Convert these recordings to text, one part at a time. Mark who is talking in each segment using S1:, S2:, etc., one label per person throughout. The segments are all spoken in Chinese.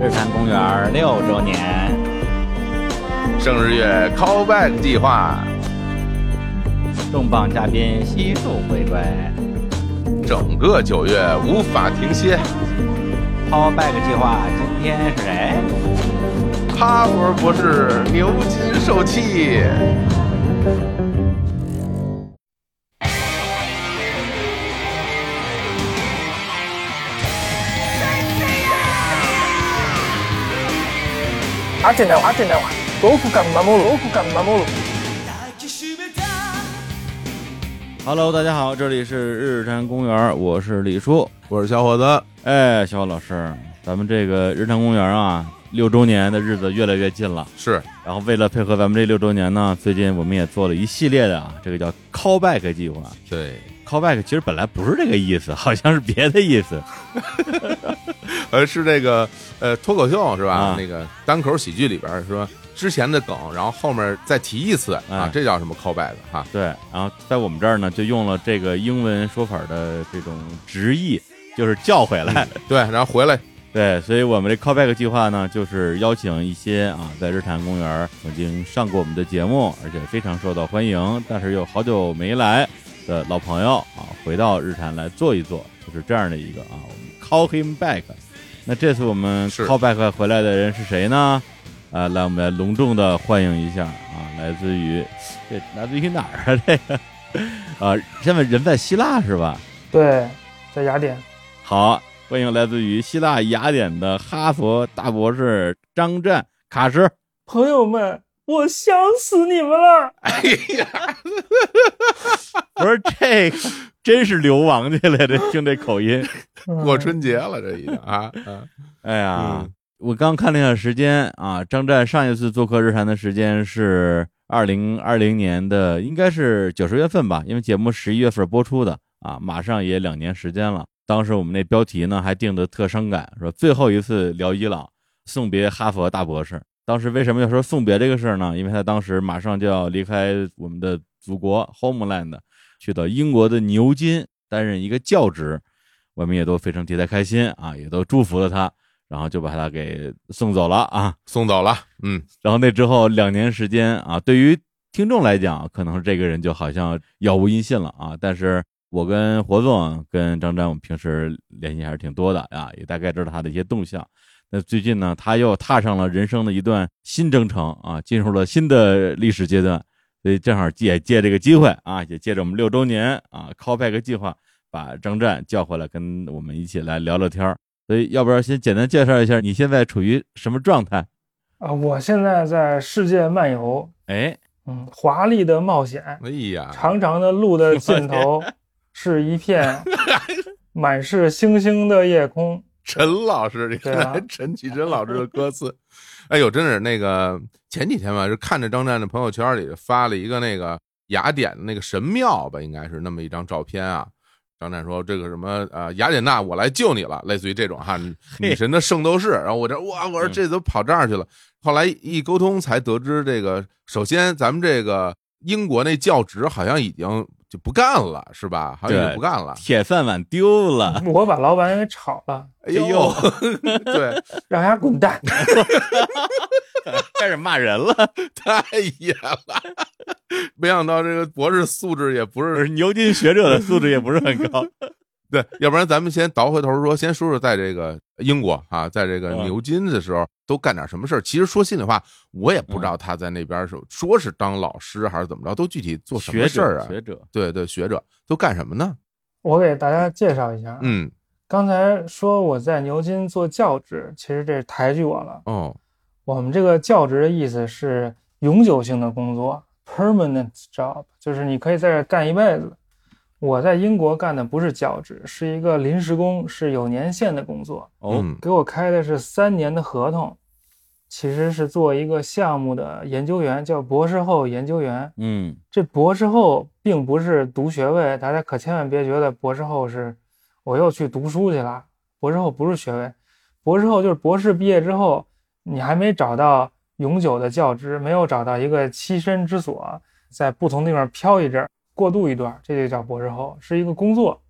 S1: 日坛公园六周年，
S2: 生日月 callback 计划，
S1: 重磅嘉宾悉数回归
S2: 整个九月无法停歇。
S1: ，Callback 计划今天是谁？
S2: 哈佛博士牛津受气，
S3: アテナはアテナは5分間守る5分間守る
S4: Hello，大家好，这里是日坛公园，我是李叔。
S2: 我是小伙子。
S4: 哎，小老师，咱们这个日坛公园啊，六周年的日子越来越近了。
S2: 是
S4: 然后为了配合咱们这六周年呢，最近我们也做了一系列的啊，这个叫 Callback 计划。
S2: 对，
S4: Callback 其实本来不是这个意思，好像是别的意思。
S2: 呃，是这个呃脱口秀是吧？
S4: 啊
S2: 那个单口喜剧里边说之前的梗，然后后面再提一次、啊
S4: 哎，
S2: 这叫什么 callback 哈、
S4: 对，然后在我们这儿呢，就用了这个英文说法的这种直译，就是叫回来。
S2: 对，然后回来
S4: 对，所以我们这 callback 计划呢，就是邀请一些啊，在日坛公园曾经上过我们的节目，而且非常受到欢迎，但是又好久没来的老朋友啊，回到日坛来坐一坐，就是这样的一个啊，我们 call him back。那这次我们
S2: 是
S4: callback 回来的人是谁呢？啊，来，我们来隆重的欢迎一下啊，来自于这来自于哪儿啊？这个啊，现在人在希腊是吧？
S3: 对，在雅典，
S4: 好，欢迎来自于希腊雅典的哈佛大博士张湛卡 什。
S3: 朋友们，我想死你们了。
S4: 我说这个真是流亡去了，这听这口音。
S3: 嗯
S2: 过春节了，这已经啊，啊
S4: 哎呀，
S2: 嗯
S4: 我刚看了一下时间啊，张湛上一次做客日坛的时间是二零二零年的，应该是九十月份吧，因为节目十一月份播出的啊，马上也两年时间了。当时我们那标题呢还定的特伤感，说最后一次聊伊朗，送别哈佛大博士。当时为什么要说送别这个事儿呢？因为他当时马上就要离开我们的祖国 homeland，去到英国的牛津担任一个教职，我们也都非常替他开心啊，也都祝福了他，然后就把他给送走了啊。
S2: 送走了，嗯，
S4: 然后那之后两年时间啊，对于听众来讲，可能这个人就好像杳无音信了啊。但是我跟活总啊、跟张詹，我们平时联系还是挺多的啊，也大概知道他的一些动向。那最近呢，他又踏上了人生的一段新征程啊，进入了新的历史阶段。所以正好借借这个机会啊，也借着我们六周年啊 callback 计划，把张湛叫回来跟我们一起来聊聊天儿。所以要不要先简单介绍一下你现在处于什么状态？
S3: 啊、我现在在世界漫游，
S4: 哎，
S3: 嗯，华丽的冒险，
S2: 哎呀，
S3: 长长的路的尽头是一片满是星星的夜空。
S2: 陈老师，你
S3: 对啊
S2: 看陈绮贞老师的歌词， 哎呦，真是那个前几天吧，就看着张湛的朋友圈里发了一个那个雅典的那个神庙吧，应该是那么一张照片啊。张湛说：“这个什么呃，雅典娜，我来救你了，类似于这种哈，女女神的圣斗士。”然后我这哇，我说
S4: 嗯
S2: 这都跑这儿去了。后来一沟通才得知，这个首先咱们这个英国那教职好像已经就不干了，是吧？好像已经
S4: 对
S2: 不干了。
S4: 铁饭碗丢
S2: 嗯
S4: 了，
S3: 我把老板给炒了，
S2: 哎呦， 对，
S3: 让他滚蛋。
S4: 开始骂人了。
S2: 太野了！哎没想到这个博士素质也不
S4: 不
S2: 是
S4: 是牛津学者的素质也不是很高。
S2: 对，要不然咱们先倒回头说，先说说在这个英国啊，在这个
S4: 嗯
S2: 牛津的时候都干点什么事儿。其实说心里话，我也不知道
S4: 啊
S2: 他在那边是说是当老师还是怎么着，都具体 做什么
S4: 学
S2: 事儿
S4: 者，
S2: 啊？
S4: 学者，
S2: 对对，学者都干什么呢？
S3: 我给大家介绍一
S4: 啊
S3: 下，，啊
S2: 嗯，
S3: 刚才说我在牛津做教职，其实这是抬举我了。
S2: 哦，
S3: 我们这个教职的意思是永久性的工作 （permanent job），就是你可以在这儿干一辈子。我在英国干的不是教职，是一个临时工，是有年限的工作，
S4: 哦，
S2: 嗯
S3: 给我开的是三年的合同，其实是做一个项目的研究员，叫博士后研究员。
S4: 嗯，
S3: 这博士后并不是读学位，大家可千万别觉得博士后是我又去读书去了。博士后不是学位，博士后就是博士毕业之后，你还没找到永久的教职，没有找到一个栖身之所，在不同地方飘一阵儿，过渡一段儿，这就叫博士后，是一个工作，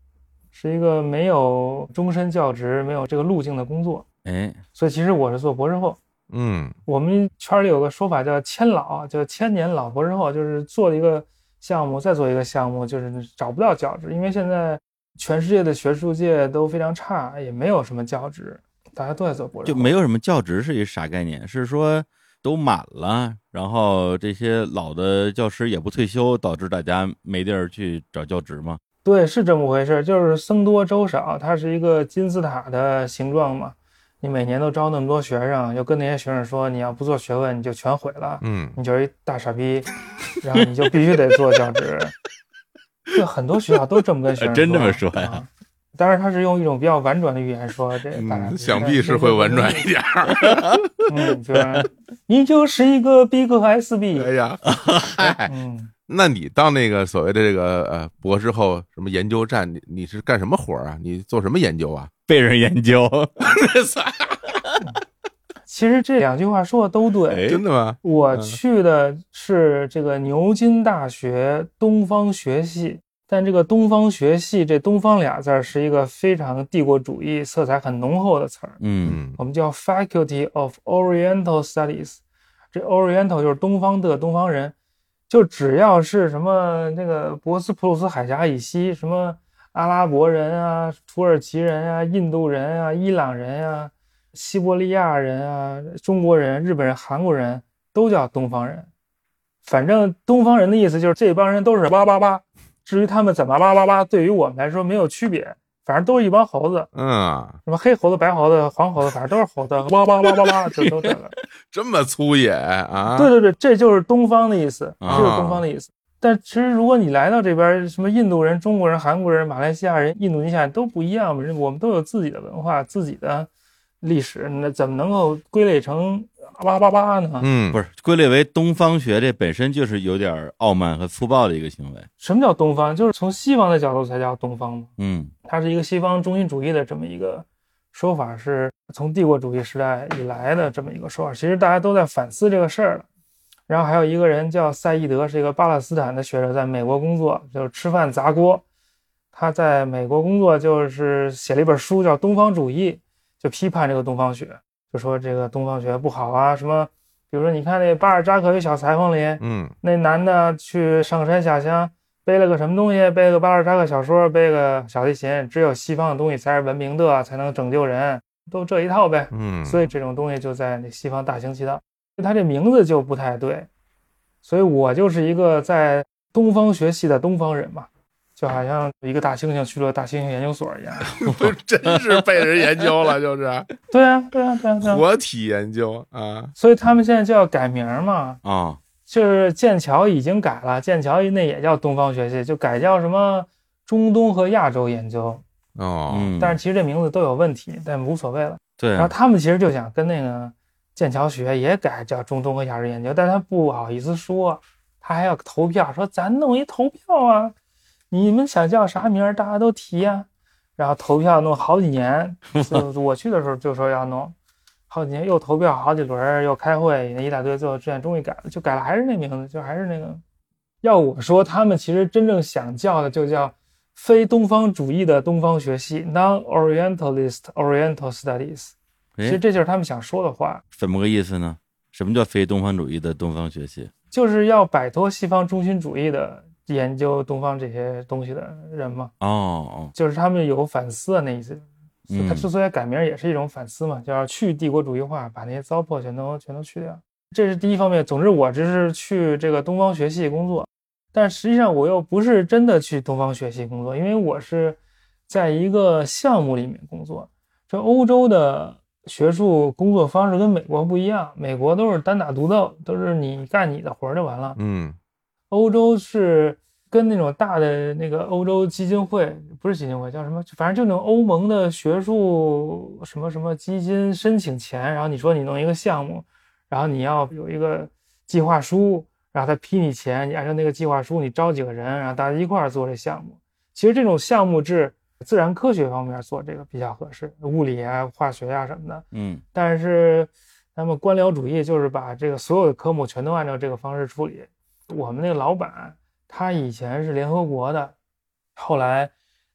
S3: 是一个没有终身教职、没有这个路径的工作。
S4: 哎，
S3: 所以其实我是做博士后。
S2: 嗯
S3: 我们圈里有个说法叫“千老”，叫千年老博士后，就是做一个项目，再做一个项目，就是找不到教职，因为现在全世界的学术界都非常差，也没有什么教职，大家都在做博士
S4: 就
S3: 后，
S4: 没有什么教职是一啥概念？是说都满了，然后这些老的教师也不退休，导致大家没地儿去找教职吗？
S3: 对，是这么回事，就是僧多粥少，它是一个金字塔的形状嘛。你每年都招那么多学生，又跟那些学生说你要不做学问你就全毁了，
S2: 嗯
S3: 你就是一大傻逼，然后你就必须得做教职。 就很多学校都这么跟学
S2: 呃
S3: 生
S4: 真这么说呀
S3: 啊当然，他是用一种比较婉转的语言说
S4: 哎
S3: 这大傻逼，
S2: 嗯，想必是会婉转一点儿。
S3: 嗯，就是你就是一个 B 和 S
S2: 哎
S3: B。
S2: 呀，嗨，
S3: 嗯，
S2: 那你到那个所谓的这个呃博士后什么研究站，你你是干什么活儿啊？你做什么研究啊？
S4: 被人研究，
S3: 其实这两句话说的都对。
S4: 哎
S2: 真的吗？
S3: 我去的是这个牛津大学东方学系，但这个东方学系这“东方”俩字儿是一个非常帝国主义色彩很浓厚的词儿，
S4: 嗯，
S2: 嗯
S3: 我们叫 Faculty of Oriental Studies。这 Oriental 就是东方的东方人，就只要是什么那个博斯普鲁斯海峡以西，什么阿拉伯人啊、土耳其人啊、印度人啊、伊朗人啊、西伯利亚人啊、中国人、日本人、韩国人都叫东方人。反正东方人的意思就是这帮人都是叭叭叭，至于他们怎么叭叭叭，对于我们来说没有区别，反正都是一帮猴子。
S2: 嗯，
S3: 什么黑猴子、白猴子、黄猴子，反正都是猴子，哇哇哇哇哇，就都这个。
S2: 这么粗野啊？
S3: 对对对，这就是东方的意思，这
S4: 啊
S3: 就是东方的意思。但其实如果你来到这边，什么印度人、中国人、韩国人、马来西亚人、印度尼西亚人都不一样，人我们都有自己的文化、自己的历史，那怎么能够归类成哇哇哇呢？
S2: 嗯，
S4: 不是归类为东方学，这本身就是有点儿傲慢和粗暴的一个行为。
S3: 什么叫东方？就是从西方的角度才叫东方嘛。
S4: 嗯
S3: 它是一个西方中心主义的这么一个说法，是从帝国主义时代以来的这么一个说法。其实大家都在反思这个事儿了。然后还有一个人叫赛义德，是一个巴勒斯坦的学者，在美国工作，就是吃饭砸锅。他在美国工作，就是写了一本书叫《东方主义》，就批判这个东方学，就说这个东方学不好啊，什么，比如说你看那巴尔扎克与小裁缝里，
S2: 嗯
S3: 那男的去上山下乡，背了个什么东西？背个巴尔扎克小说，背个小提琴。只有西方的东西才是文明的，才能拯救人，都这一套呗。
S2: 嗯，
S3: 所以这种东西就在那西方大行其道。他这名字就不太对，所以我就是一个在东方学习的东方人嘛，就好像一个大猩猩去了大猩猩研究所一样。
S2: 不是真是被人研究了，就是
S3: 对啊，对啊， 对啊，对啊。
S2: 活体研究啊。
S3: 所以他们现在就要改名嘛，
S4: 啊、
S3: 就是剑桥已经改了，剑桥那也叫东方学系，就改叫什么中东和亚洲研究。
S2: 哦，
S4: 嗯，
S3: 但是其实这名字都有问题，但无所谓了。
S4: 对
S3: 然后
S4: 啊，
S3: 他们其实就想跟那个剑桥学也改叫中东和亚洲研究，但他不好意思说，他还要投票，说咱弄一投票啊，你们想叫啥名儿，大家都提呀、然后投票弄好几年，就我去的时候就说要弄，好几年又投票好几轮儿，又开会一大堆，最后志愿终于改了，就改了还是那名字，就还是那个。要我说，他们其实真正想叫的就叫非东方主义的东方学系 （Non-Orientalist Oriental Studies）。其实
S4: 哎，
S3: 这就是他们想说的话，
S4: 怎么个意思呢？什么叫非东方主义的东方学习？
S3: 就是要摆脱西方中心主义的研究东方这些东西的人嘛，
S4: 哦哦，
S3: 就是他们有反思的那意思。
S4: 嗯
S3: 他之所以改名儿也是一种反思嘛，就要去帝国主义化，把那些糟粕全都全都去掉。这是第一方面。总之，我只是去这个东方学系工作，但实际上我又不是真的去东方学系工作，因为我是在一个项目里面工作。这欧洲的学术工作方式跟美国不一样，美国都是单打独斗，都是你干你的活儿就完了。
S2: 嗯
S3: 欧洲是跟那种大的那个欧洲基金会，不是基金会，叫什么？反正就那种欧盟的学术什么什么基金申请前，然后你说你弄一个项目，然后你要有一个计划书，然后他批你钱，你按照那个计划书，你招几个人，然后大家一块儿做这项目。其实这种项目制，自然科学方面做这个比较合适，物理啊、化学啊什么的。
S4: 嗯
S3: 但是他们官僚主义就是把这个所有的科目全都按照这个方式处理。我们那个老板他以前是联合国的，后来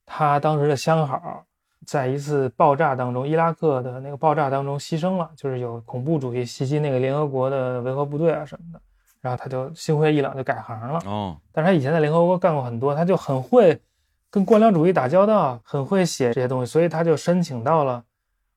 S3: 他当时的相好在一次爆炸当中，伊拉克的那个爆炸当中牺牲了，就是有恐怖主义袭击那个联合国的维和部队啊什么的，然后他就心灰意冷，就改行了。
S4: 哦，
S3: 但是他以前在联合国干过很多，他就很会跟官僚主义打交道，很会写这些东西，所以他就申请到了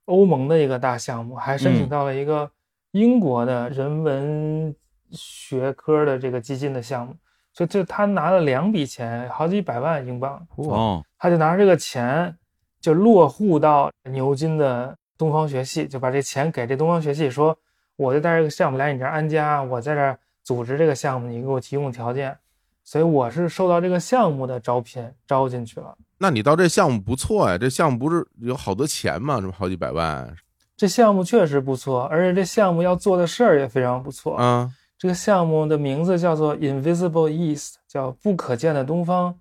S3: 欧盟的一个大项目，还申请到了一个英国的人文学科的这个基金的项目，所以就他拿了两笔钱，好几百万英镑，
S4: 哦，
S3: 他就拿着这个钱就落户到牛津的东方学系，就把这钱给这东方学系说，我就带这个项目来你这儿安家，我在这儿组织这个项目，你给我提供条件，所以我是受到这个项目的招聘招进去了。
S2: 那你到这项目不错呀，这项目不是有好多钱吗？这不好几百万
S3: 这项目确实不错，而且这项目要做的事儿也非常不错。
S2: 啊？
S3: 这个项目的名字叫做 Invisible East，叫不可见的东方。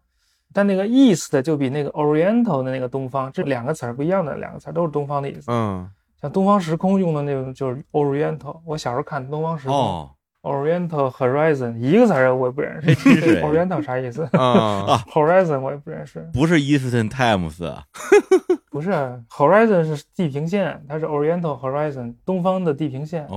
S3: 但那个 East 就比那个 Oriental 的那个东方，这两个词儿不一样的，两个词儿都是东方的意思。
S2: 嗯，
S3: 像东方时空用的那种就是 Oriental，我小时候看东方时空、
S4: 哦，
S3: Oriental Horizon 一个词儿我也不认识
S4: 真 是
S3: ，Oriental 啥意思
S2: 啊
S3: ？Horizon 我也不认识，
S4: 不是 Eastern Times 啊，
S3: 不是 Horizon 是地平线，它是 Oriental Horizon 东方的地平线。
S4: 哦，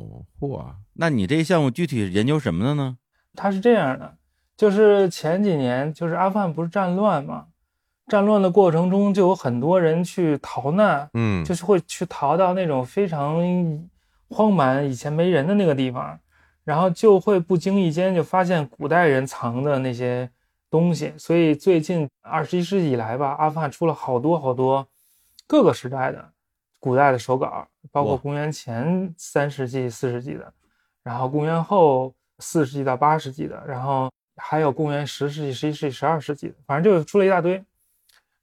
S2: 哦，嚯，
S4: 那你这项目具体是研究什么的呢？
S3: 它是这样的，就是前几年就是阿富汗不是战乱嘛，战乱的过程中就有很多人去逃难，
S2: 嗯，
S3: 就是会去逃到那种非常荒蛮、以前没人的那个地方，然后就会不经意间就发现古代人藏的那些东西。所以最近二十一世纪以来吧，阿富汗出了好多好多各个时代的古代的手稿，包括
S4: 哇
S3: 公元前三世纪、四世纪的，然后公元后四世纪到八世纪的，然后还有公元十世纪、十一世纪、十二世纪的，反正就出了一大堆。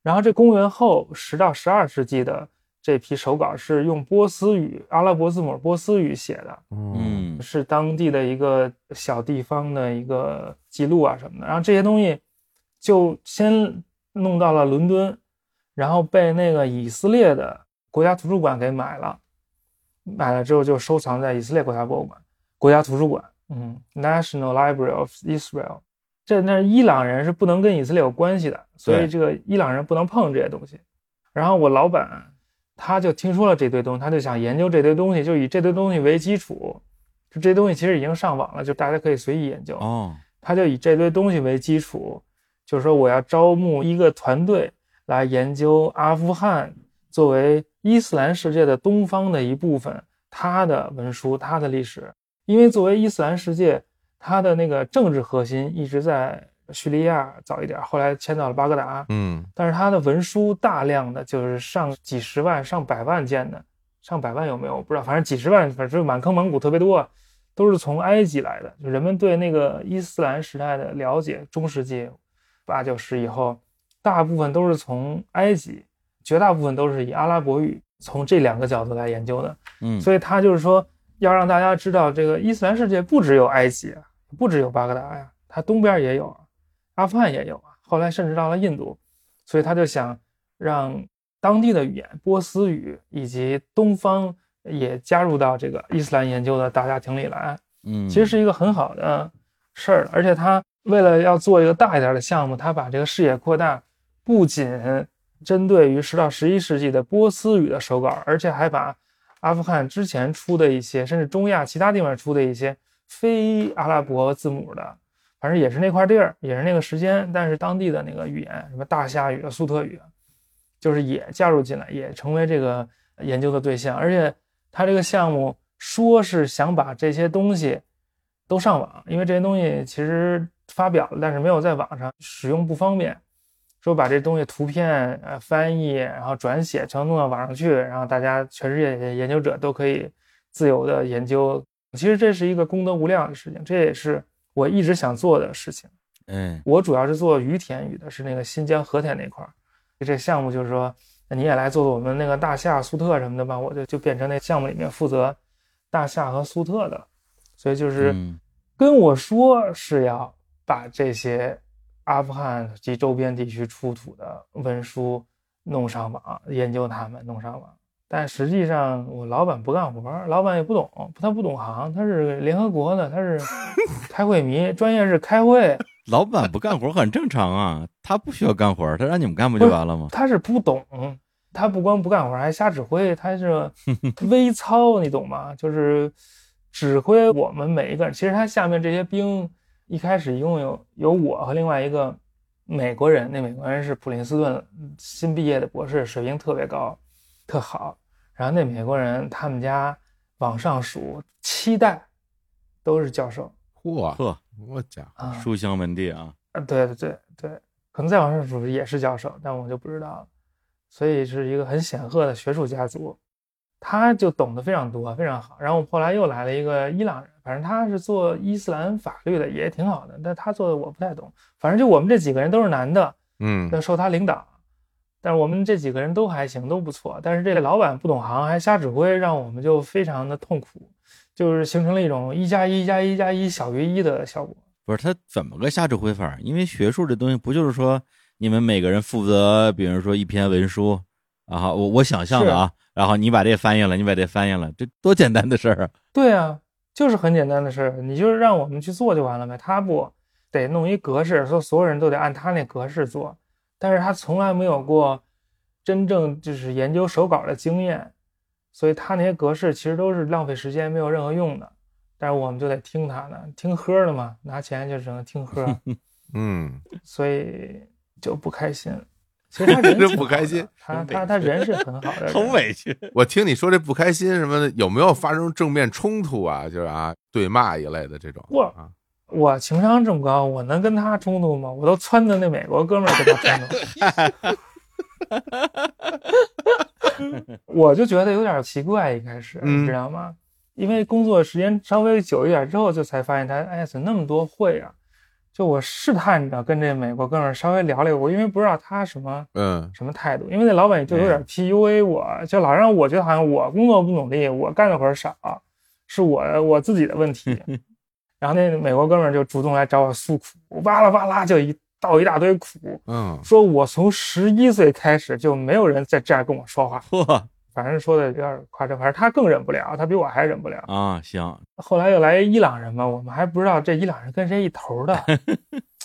S3: 然后这公元后十到十二世纪的这批手稿是用波斯语、阿拉伯字母波斯语写的，
S2: 嗯
S4: 嗯，
S3: 是当地的一个小地方的一个记录啊什么的。然后这些东西就先弄到了伦敦，然后被那个以色列的国家图书馆给买了，买了之后就收藏在以色列国家博物馆、国家图书馆，嗯，National Library of Israel。这那伊朗人是不能跟以色列有关系的，所
S4: 对
S3: 以这个伊朗人不能碰这些东西。然后我老板他就听说了这堆东西，他就想研究这堆东西，就以这堆东西为基础，就这东西其实已经上网了，就大家可以随意研究。
S4: 哦，
S3: 他就以这堆东西为基础，就是说我要招募一个团队来研究阿富汗作为伊斯兰世界的东方的一部分，它的文书、它的历史。因为作为伊斯兰世界，它的那个政治核心一直在叙利亚早一点，后来迁到了巴格达。
S2: 嗯
S3: 但是它的文书大量的就是上几十万、上百万件的，上百万有没有我不知道，反正几十万，反正满坑满谷特别多，都是从埃及来的。就人们对那个伊斯兰时代的了解，中世纪八九十以后，大部分都是从埃及，绝大部分都是以阿拉伯语从这两个角度来研究的。
S4: 嗯，
S3: 所以他就是说要让大家知道，这个伊斯兰世界不只有埃及啊，不只有巴格达呀，它东边也有啊，阿富汗也有啊，后来甚至到了印度，所以他就想让当地的语言波斯语以及东方也加入到这个伊斯兰研究的大家庭里来。
S4: 嗯，
S3: 其实是一个很好的事儿。而且他为了要做一个大一点的项目，他把这个视野扩大，不仅针对于十到十一世纪的波斯语的手稿，而且还把阿富汗之前出的一些，甚至中亚其他地方出的一些非阿拉伯字母的。反正也是那块地儿，也是那个时间，但是当地的那个语言，什么大夏语、啊、粟特语啊，就是也加入进来，也成为这个研究的对象。而且他这个项目说是想把这些东西都上网，因为这些东西其实发表了，但是没有在网上使用不方便。说把这东西图片、呃翻译，然后转写，全弄到网上去，然后大家全世界的研究者都可以自由的研究。其实这是一个功德无量的事情，这也是我一直想做的事情。
S4: 哎，
S3: 我主要是做于田语的，是那个新疆和田那块儿。这项目就是说，那你也来做做我们那个大夏、苏特什么的吧，我就就变成那项目里面负责大夏和苏特的，所以就是
S4: 嗯
S3: 跟我说是要把这些阿富汗及周边地区出土的文书弄上网，研究他们，弄上网。但实际上，我老板不干活儿，老板也不懂，他不懂行，他是联合国的，他是开会迷，专业是开会，
S4: 老板不干活很正常啊，他不需要干活，他让你们干不就完了吗？
S3: 他是不懂，他不光不干活，还瞎指挥，他是微操，你懂吗？就是指挥我们每一个人。其实他下面这些兵一开始一共有有我和另外一个美国人，那美国人是普林斯顿新毕业的博士，水平特别高，特好。然后那美国人他们家往上数七代都是教授
S2: 嚯，
S4: 呵，
S2: 我家伙，
S3: 啊，
S4: 书香门第啊，
S3: 啊，对对对对，可能再往上数也是教授，但我就不知道了。所以是一个很显赫的学术家族，他就懂得非常多，非常好。然后后来又来了一个伊朗人，反正他是做伊斯兰法律的，也挺好的，但他做的我不太懂。反正就我们这几个人都是男的，
S2: 嗯，
S3: 要受他领导。但是我们这几个人都还行，都不错。但是这个老板不懂行，还瞎指挥，让我们就非常的痛苦，就是形成了一种一加一加一加一小于一的效果。
S4: 不是他怎么个瞎指挥法儿？因为学术这东西不就是说你们每个人负责，比如说一篇文书，然后我我想象的啊，然后你把这翻译了，你把这翻译了，这多简单的事儿啊！
S3: 对啊，就是很简单的事儿，你就是让我们去做就完了呗。他不得弄一格式，说所有人都得按他那格式做，但是他从来没有过真正就是研究手稿的经验，所以他那些格式其实都是浪费时间，没有任何用的。但是我们就得听他的，听喝儿的嘛，拿钱就只能听 喝儿，
S2: 嗯，
S3: 所以就不开心。其实 他人
S2: 真
S3: 挺
S2: 不
S3: 好
S2: 开
S3: 的
S2: 心
S3: 他他他人是很 好的人，
S4: 很委屈，
S2: 我听你说这不开心什么的，有没有发生正面冲突啊？就是啊，对骂一类的这种
S3: 哇
S2: 啊，
S3: 我情商这么高，我能跟他冲突吗？我都撺掇那美国哥们儿跟他冲突。我就觉得有点奇怪，一开始、
S2: 嗯
S3: 你知道吗？因为工作时间稍微久一点之后，就才发现他，哎，怎么那么多会啊？就我试探着跟这美国哥们儿稍微聊了一会儿，因为不知道他什么
S2: 嗯
S3: 什么态度，因为那老板就有点 PUA 我，就老让我觉得好像我工作不努力，我干的活儿少，是我我自己的问题。然后那美国哥们儿就主动来找我诉苦，哇啦哇啦就一倒一大堆苦，
S2: 嗯，
S3: 说我从十一岁开始就没有人再这样跟我说话，
S4: 嚯
S3: 反正说的有点夸张，反正他更忍不了，他比我还忍不了。
S4: 啊！行，
S3: 后来又来伊朗人嘛，我们还不知道这伊朗人跟谁一头的，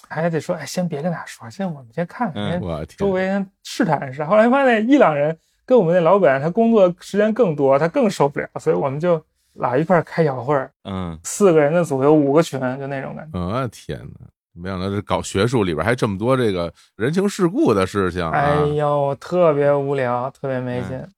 S3: 还得说，哎，先别跟他说，先我们先看看，
S4: 嗯
S3: 先
S2: 我
S3: 哎周
S2: 天，
S3: 围人试探一下。后来发现伊朗人跟我们那老板，他工作时间更多，他更受不了，所以我们就老一块儿开小会儿，
S4: 嗯，
S3: 四个人的组有五个群，就那种感觉。
S2: 我天哪！没想到这搞学术里边还这么多这个人情世故的事情
S3: 哎
S2: 啊！
S3: 呦，特别无聊，特别没劲。
S4: 嗯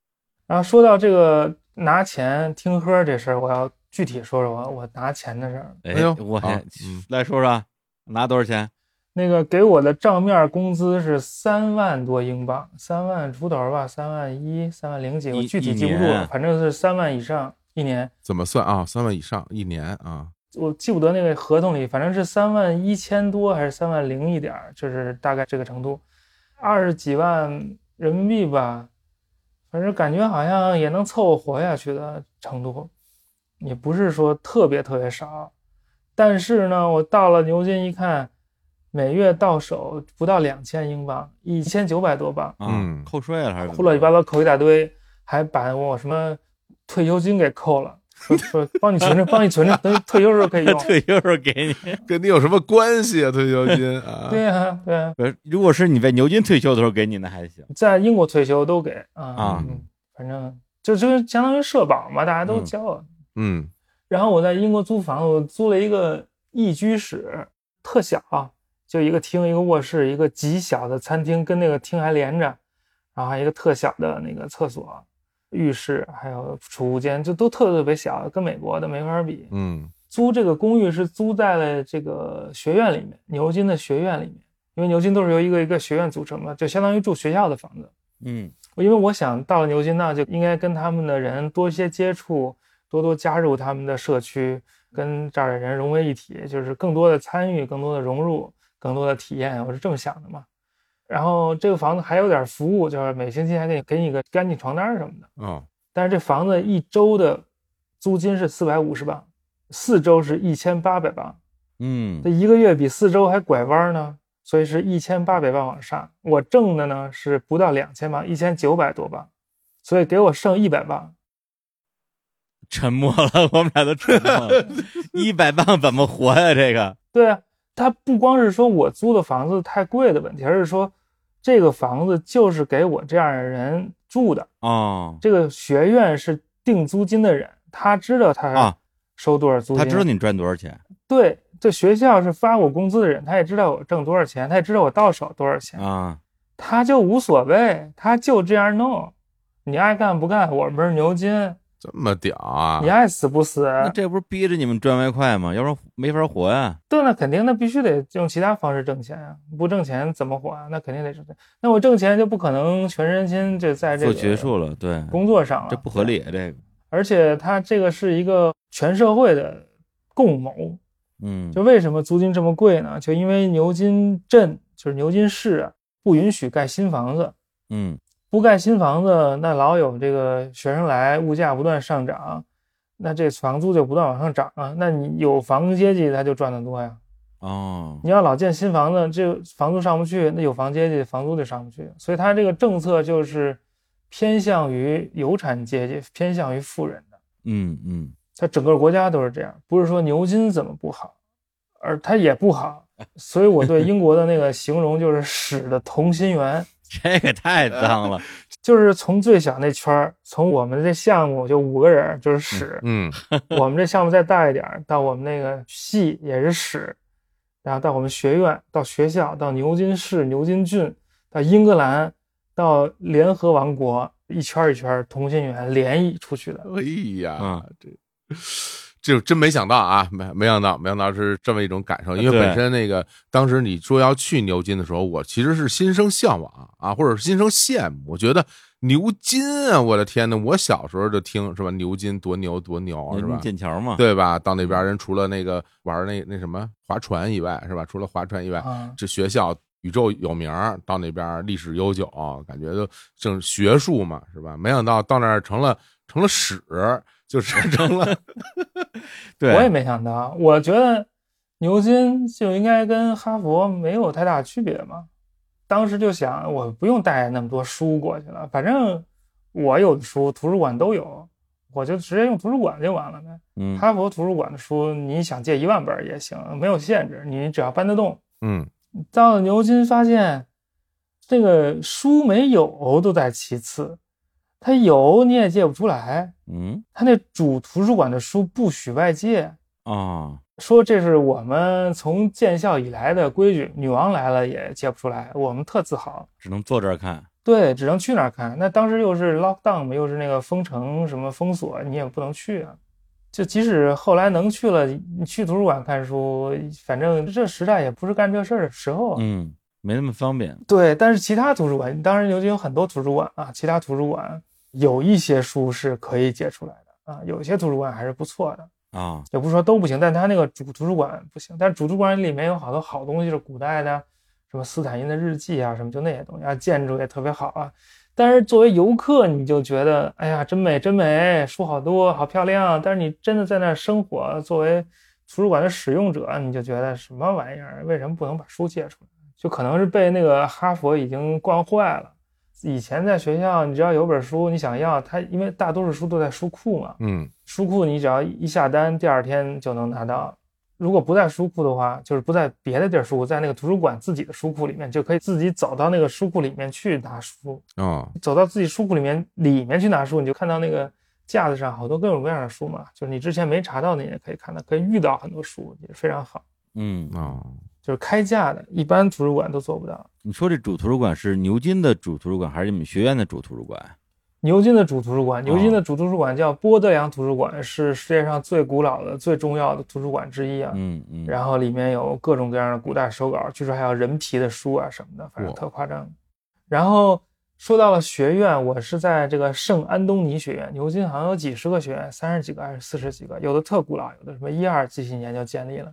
S3: 然后说到这个拿钱听喝这事儿，我要具体说说我我拿钱的事儿。
S4: 哎
S2: 哎呦
S4: 我
S2: 好
S4: 还
S2: 嗯
S4: 来说说拿多少钱？
S3: 那个给我的账面工资是三万多英镑，三万出头吧，三万一、三万零几，我
S4: 一
S3: 具体
S4: 一
S3: 记不住了，
S4: 年
S3: 反正是三万以上一年。
S2: 怎么算啊？三万以上一年啊？
S3: 我记不得那个合同里，反正是三万一千多还是三万零一点儿，就是大概这个程度，二十几万人民币吧，反正感觉好像也能凑合活下去的程度，也不是说特别特别少。但是呢，我到了牛津一看，每月到手不到两千英镑，一千九百多镑，
S4: 啊
S2: 嗯
S4: 扣税了还是怎么着？。
S3: 胡乱七八糟扣一大堆，还把我什么退休金给扣了，说说帮你存着，帮你存着，等退休时候可以用
S4: 退休时候给你。
S2: 跟你有什么关系啊？退休金啊？
S3: 对啊，对啊，
S4: 不是，如果是你在牛津退休的时候给你，那还行。
S3: 在英国退休都给啊，
S4: 啊
S3: 嗯，反正就就相当于社保嘛，大家都交啊。
S2: 嗯
S3: 然后我在英国租房子，我租了一个一居室，特小，就一个厅、一个卧室、一个极小的餐厅，跟那个厅还连着，然后还有一个特小的那个厕所、浴室，还有储物间，就都特特别小，跟美国的没法比。
S2: 嗯
S3: 租这个公寓是租在了这个学院里面，牛津的学院里面，因为牛津都是由一个一个学院组成的，就相当于住学校的房子。
S4: 嗯，
S3: 因为我想到了牛津那就应该跟他们的人多一些接触，多多加入他们的社区，跟这儿的人融为一体，就是更多的参与，更多的融入，更多的体验，我是这么想的嘛。然后这个房子还有点服务，就是每星期还给你给你个干净床单什么的。
S2: 哦
S3: 但是这房子一周的租金是四百五十镑，四周是一千八百镑，
S4: 嗯
S3: 这，一个月比四周还拐弯儿呢，所以是一千八百万往上。我挣的呢是不到两千万，一千九百多万，所以给我剩一百万。
S4: 沉默了，我们俩都沉默了。一百万怎么活呀？这个，
S3: 对啊，它不光是说我租的房子太贵的问题，而是说这个房子就是给我这样的人住的。
S4: 哦，
S3: 这个学院是定租金的人，他知道他
S4: 啊
S3: 收多少租金，
S4: 他知道你赚多少钱，
S3: 对，这学校是发我工资的人，他也知道我挣多少钱，他也知道我到手多少钱，
S4: 啊，
S3: 他就无所谓，他就这样弄，你爱干不干，我们是牛津，
S2: 这么屌啊！
S3: 你爱死不死，
S4: 那这不是逼着你们赚外快吗？要不然没法活呀。
S3: 对，那肯定，那必须得用其他方式挣钱啊！不挣钱怎么活啊？那肯定得挣钱。那我挣钱就不可能全身心就在哎这
S4: 做
S3: 个
S4: 学术了，对，
S3: 工作上了，
S4: 这不合理啊，这个，
S3: 而且它这个是一个全社会的共谋。
S4: 嗯，
S3: 就为什么租金这么贵呢？就因为牛津镇就是牛津市啊，不允许盖新房子，
S4: 嗯
S3: 不盖新房子，那老有这个学生来，物价不断上涨，那这房租就不断往上涨啊。那你有房租阶级，他就赚得多呀。
S4: 哦，
S3: 你要老建新房子，这房租上不去，那有房阶级房租就上不去，所以它这个政策就是偏向于有产阶级，偏向于富人的。
S4: 嗯嗯，
S3: 它整个国家都是这样，不是说牛津怎么不好，而它也不好。所以我对英国的那个形容就是屎的同心圆，
S4: 这个太脏了，
S3: 就是从最小那圈儿，从我们这项目就五个人就是屎，
S2: 嗯，
S3: 我们这项目再大一点儿，到我们那个系也是史，然后到我们学院、到学校、到牛津市、牛津郡、到英格兰、到联合王国，一圈儿一圈儿同心圆联谊出去的。
S2: 哎呀
S4: 啊，
S2: 这这真没想到啊，没没想到，没想到是这么一种感受。因为
S4: 对
S2: 本身那个当时你说要去牛津的时候，我其实是心生向往啊，或者是心生羡慕。我觉得牛津啊，我的天呐，我小时候就听是吧，牛津多牛多牛啊是吧？
S4: 剑桥嘛，
S2: 对吧？到那边人除了那个玩那那什么划船以外，是吧？除了划船以外，
S3: 啊，
S2: 这学校宇宙有名儿，到那边儿历史悠久，感觉就正学术嘛，是吧？没想到到那儿成了成了屎，就是 成了
S4: 对，
S3: 我也没想到，我觉得牛津就应该跟哈佛没有太大区别嘛。当时就想，我不用带那么多书过去了，反正我有的书图书馆都有，我就直接用图书馆就完了呗。
S4: 嗯
S3: 哈佛图书馆的书，你想借一万本儿也行，没有限制，你只要搬得动。
S2: 嗯，
S3: 到了牛津，发现这个书没有都在其次，它有你也借不出来。
S4: 嗯
S3: 它那主图书馆的书不许外借，
S4: 哦，
S3: 说这是我们从建校以来的规矩。女王来了也借不出来，我们特自豪。
S4: 只能坐这儿看，
S3: 对，只能去哪儿看？那当时又是 lockdown 嘛，又是那个封城什么封锁，你也不能去啊。就即使后来能去了，你去图书馆看书，反正这时代也不是干这事儿的时候。啊
S4: 嗯，没那么方便，
S3: 对，但是其他图书馆，当然牛津有很多图书馆啊，其他图书馆有一些书是可以借出来的啊，有些图书馆还是不错的，
S4: 啊，
S3: 也不是说都不行，但它那个主图书馆不行。但是主图书馆里面有好多好东西，就是古代的，什么斯坦因的日记啊，什么就那些东西啊，建筑也特别好啊。但是作为游客，你就觉得，哎呀，真美，真美，书好多，好漂亮。但是你真的在那儿生活，作为图书馆的使用者，你就觉得什么玩意儿？为什么不能把书借出来？就可能是被那个哈佛已经惯坏了。以前在学校，你只要有本书你想要，它因为大多数书都在书库嘛，
S2: 嗯
S3: 书库你只要一下单，第二天就能拿到。如果不在书库的话，就是不在别的地儿书库，在那个图书馆自己的书库里面，就可以自己走到那个书库里面去拿书。
S2: 哦，
S3: 走到自己书库里面里面去拿书，你就看到那个架子上好多各种各样的书嘛，就是你之前没查到的，你也可以看到，可以遇到很多书，也非常好。
S4: 嗯，
S2: 哦，
S3: 就是开价的，一般图书馆都做不到。
S4: 你说这主图书馆是牛津的主图书馆，还是你们学院的主图书馆？
S3: 牛津的主图书馆，牛津的主图书馆叫波德良图书馆，是世界上最古老的、最重要的图书馆之一啊。
S4: 嗯嗯，
S3: 然后里面有各种各样的古代手稿，据说还有人皮的书啊什么的，反正
S2: 哇
S3: 特夸张。然后说到了学院，我是在这个圣安东尼学院，牛津好像有几十个学院，三十几个还是四十几个，有的特古老，有的什么一二几几年就建立了。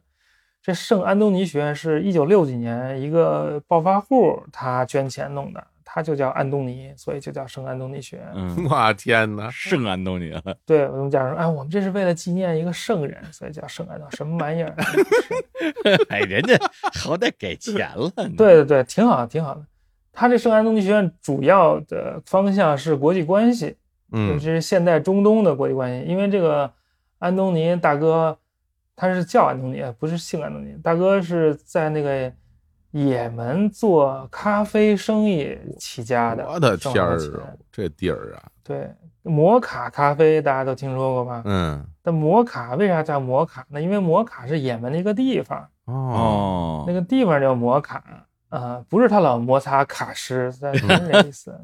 S3: 这圣安东尼学院是一九六几年一个暴发户他捐钱弄的，他就叫安东尼，所以就叫圣安东尼学院。
S4: 嗯，
S2: 我天哪，
S4: 圣安东尼了，
S3: 对我们家人说，哎，我们这是为了纪念一个圣人，所以叫圣安东，什么玩意 儿？ 啊
S4: 哎，人家好歹给钱了，你
S3: 对对对，挺好，挺好的。他这圣安东尼学院主要的方向是国际关系，尤
S2: 嗯
S3: 其是现代中东的国际关系，因为这个安东尼大哥他是叫安东尼，啊不是姓安东尼。大哥是在那个也门做咖啡生意起家的，
S2: 我的
S3: 挣
S2: 天
S3: 好
S2: 儿
S3: 多
S2: 啊
S3: 钱，
S2: 这地儿啊，
S3: 对，摩卡咖啡大家都听说过吧？
S2: 嗯，
S3: 但摩卡为啥叫摩卡呢？因为摩卡是也门的一个地方，
S2: 哦，
S4: 哦
S3: 那，个地方叫摩卡啊、不是他老摩擦卡诗，但不是那意思。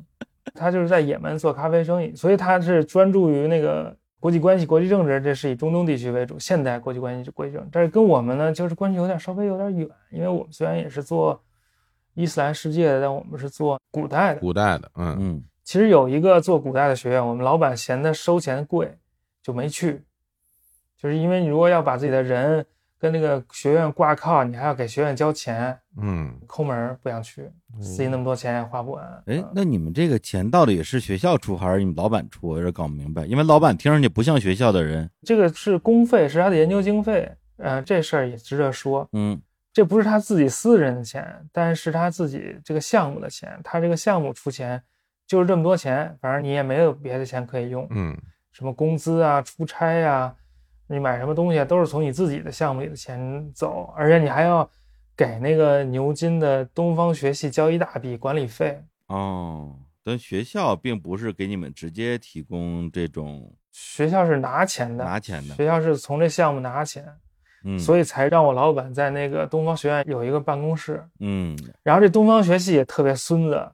S3: 他就是在也门做咖啡生意，所以他是专注于那个国际关系、国际政治，这是以中东地区为主，现代国际关系、国际政治。但是跟我们呢，就是关系有点稍微有点远，因为我们虽然也是做伊斯兰世界的，但我们是做古代的。
S2: 古代的，嗯，
S4: 嗯
S3: 其实有一个做古代的学院，我们老板嫌他收钱贵，就没去。就是因为你如果要把自己的人跟那个学院挂靠，你还要给学院交钱，
S2: 嗯，
S3: 抠门儿不想去，自己那么多钱也花不完。
S4: 哎
S3: 嗯，
S4: 嗯那你们这个钱到底是学校出还是你们老板出？我有点搞不明白，因为老板听上去不像学校的人。
S3: 这个是公费，是他的研究经费，呃，这事儿也值得说。
S4: 嗯
S3: 这不是他自己私人的钱，但是他自己这个项目的钱，他这个项目出钱就是这么多钱，反正你也没有别的钱可以用。
S2: 嗯，
S3: 什么工资啊、出差啊，你买什么东西、啊、都是从你自己的项目里的钱走，而且你还要给那个牛津的东方学系交一大笔管理费。
S4: 哦，但学校并不是给你们直接提供这种
S3: 学校是拿钱的，
S4: 拿钱的，
S3: 学校是从这项目拿钱，
S4: 嗯，
S3: 所
S4: 以
S3: 以才让我老板在那个东方学院有一个办公室。
S4: 嗯
S3: 然后这东方学系也特别孙子，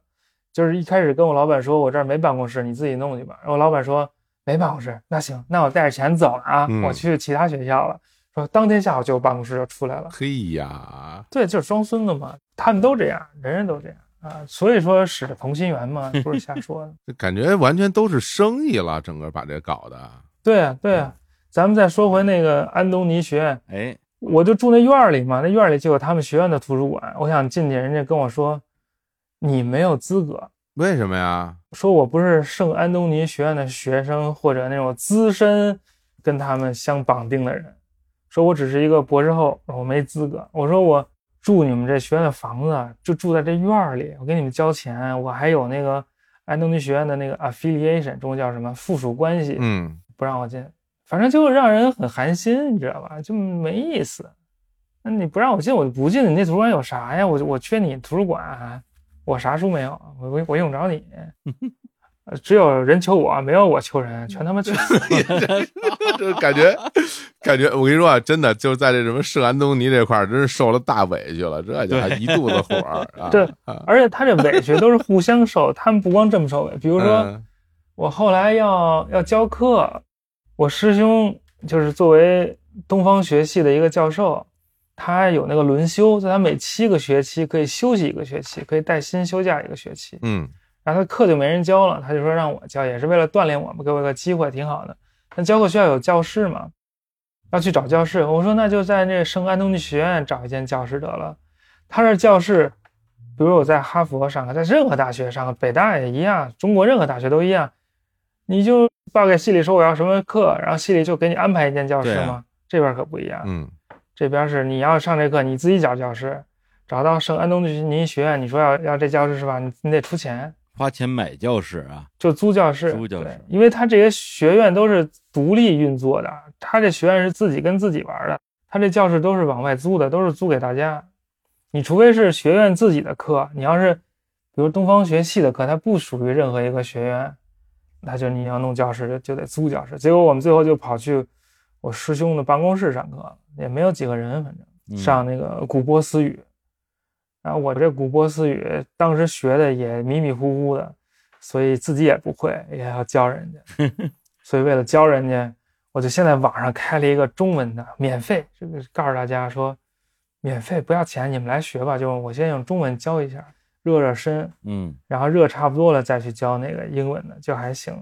S3: 就是一开始跟我老板说我这儿没办公室，你自己弄去吧。然后我老板说没办公室，那行，那我带着钱走了啊，
S2: 嗯
S3: 我去其他学校了。说当天下午就有办公室就出来了。
S2: 嘿呀，
S3: 对，就是装孙子嘛，他们都这样，人人都这样啊，所以说使同心圆嘛，不是瞎说的。
S2: 这感觉完全都是生意了，整个把这搞的，
S3: 对啊，对啊，咱们再说回那个安东尼学院，
S4: 哎
S3: 我就住那院儿里嘛，那院儿里就有他们学院的图书馆，我想进去，人家跟我说你没有资格，
S2: 为什么呀？
S3: 说我不是圣安东尼学院的学生或者那种资深跟他们相绑定的人，说我只是一个博士后，我没资格。我说我住你们这学院的房子，啊就住在这院儿里，我给你们交钱，我还有那个安东尼学院的那个 affiliation，中文叫什么附属关系，
S2: 嗯，
S3: 不让我进，反正就让人很寒心，你知道吧？就没意思。那你不让我进，我就不进。你那图书馆有啥呀？我我缺你图书馆、啊我啥书没有，我我我用不着你。呃只有人求我，没有我求人，全他妈求死。
S2: 就感觉，感觉我跟你说啊，真的就是在这什么圣安东尼这块儿，真是受了大委屈了，这家伙一肚子火 儿啊！
S3: 对
S2: 啊，
S3: 而且他这委屈都是互相受，他们不光这么受委，比
S2: 比
S3: 如说。我后来要要教课，我师兄就是作为东方学系的一个教授，他有那个轮休，在他每七个学期可以休息一个学期，可以带薪休假一个学期。
S2: 嗯
S3: 然后他课就没人教了，他就说让我教，也是为了锻炼我嘛，给我一个机会，挺好的。但教课需要有教室嘛，要去找教室。我说那就在这圣安东尼学院找一间教室得了。他这教室，比如我在哈佛上课，在任何大学上课，北大也一样，中国任何大学都一样，你就报给系里说我要什么课，然后系里就给你安排一间教室
S4: 对啊
S3: 嘛。这边可不一样，
S2: 嗯
S3: 这边是你要上这课，你自己找教室，找到圣安东尼学院，你说要要这教室是吧？你你得出钱。
S4: 花钱买教室啊，
S3: 就租教室，
S4: 租教室
S3: 对因为他这些学院都是独立运作的，他这学院是自己跟自己玩的，他这教室都是往外租的，都是租给大家。你除非是学院自己的课，你要是比如东方学系的课，它不属于任何一个学院，那就你要弄教室就就得租教室。结果我们最后就跑去我师兄的办公室上课了，也没有几个人，反正。
S4: 嗯
S3: 上那个古波斯语，然后我这古波斯语当时学的也迷迷糊糊的，所以自己也不会，也要教人家。所以为了教人家，我就现在网上开了一个中文的，免费，这个告诉大家说，免费不要钱，你们来学吧。就我先用中文教一下，热热身，
S4: 嗯，
S3: 然后热差不多了再去教那个英文的，就还行。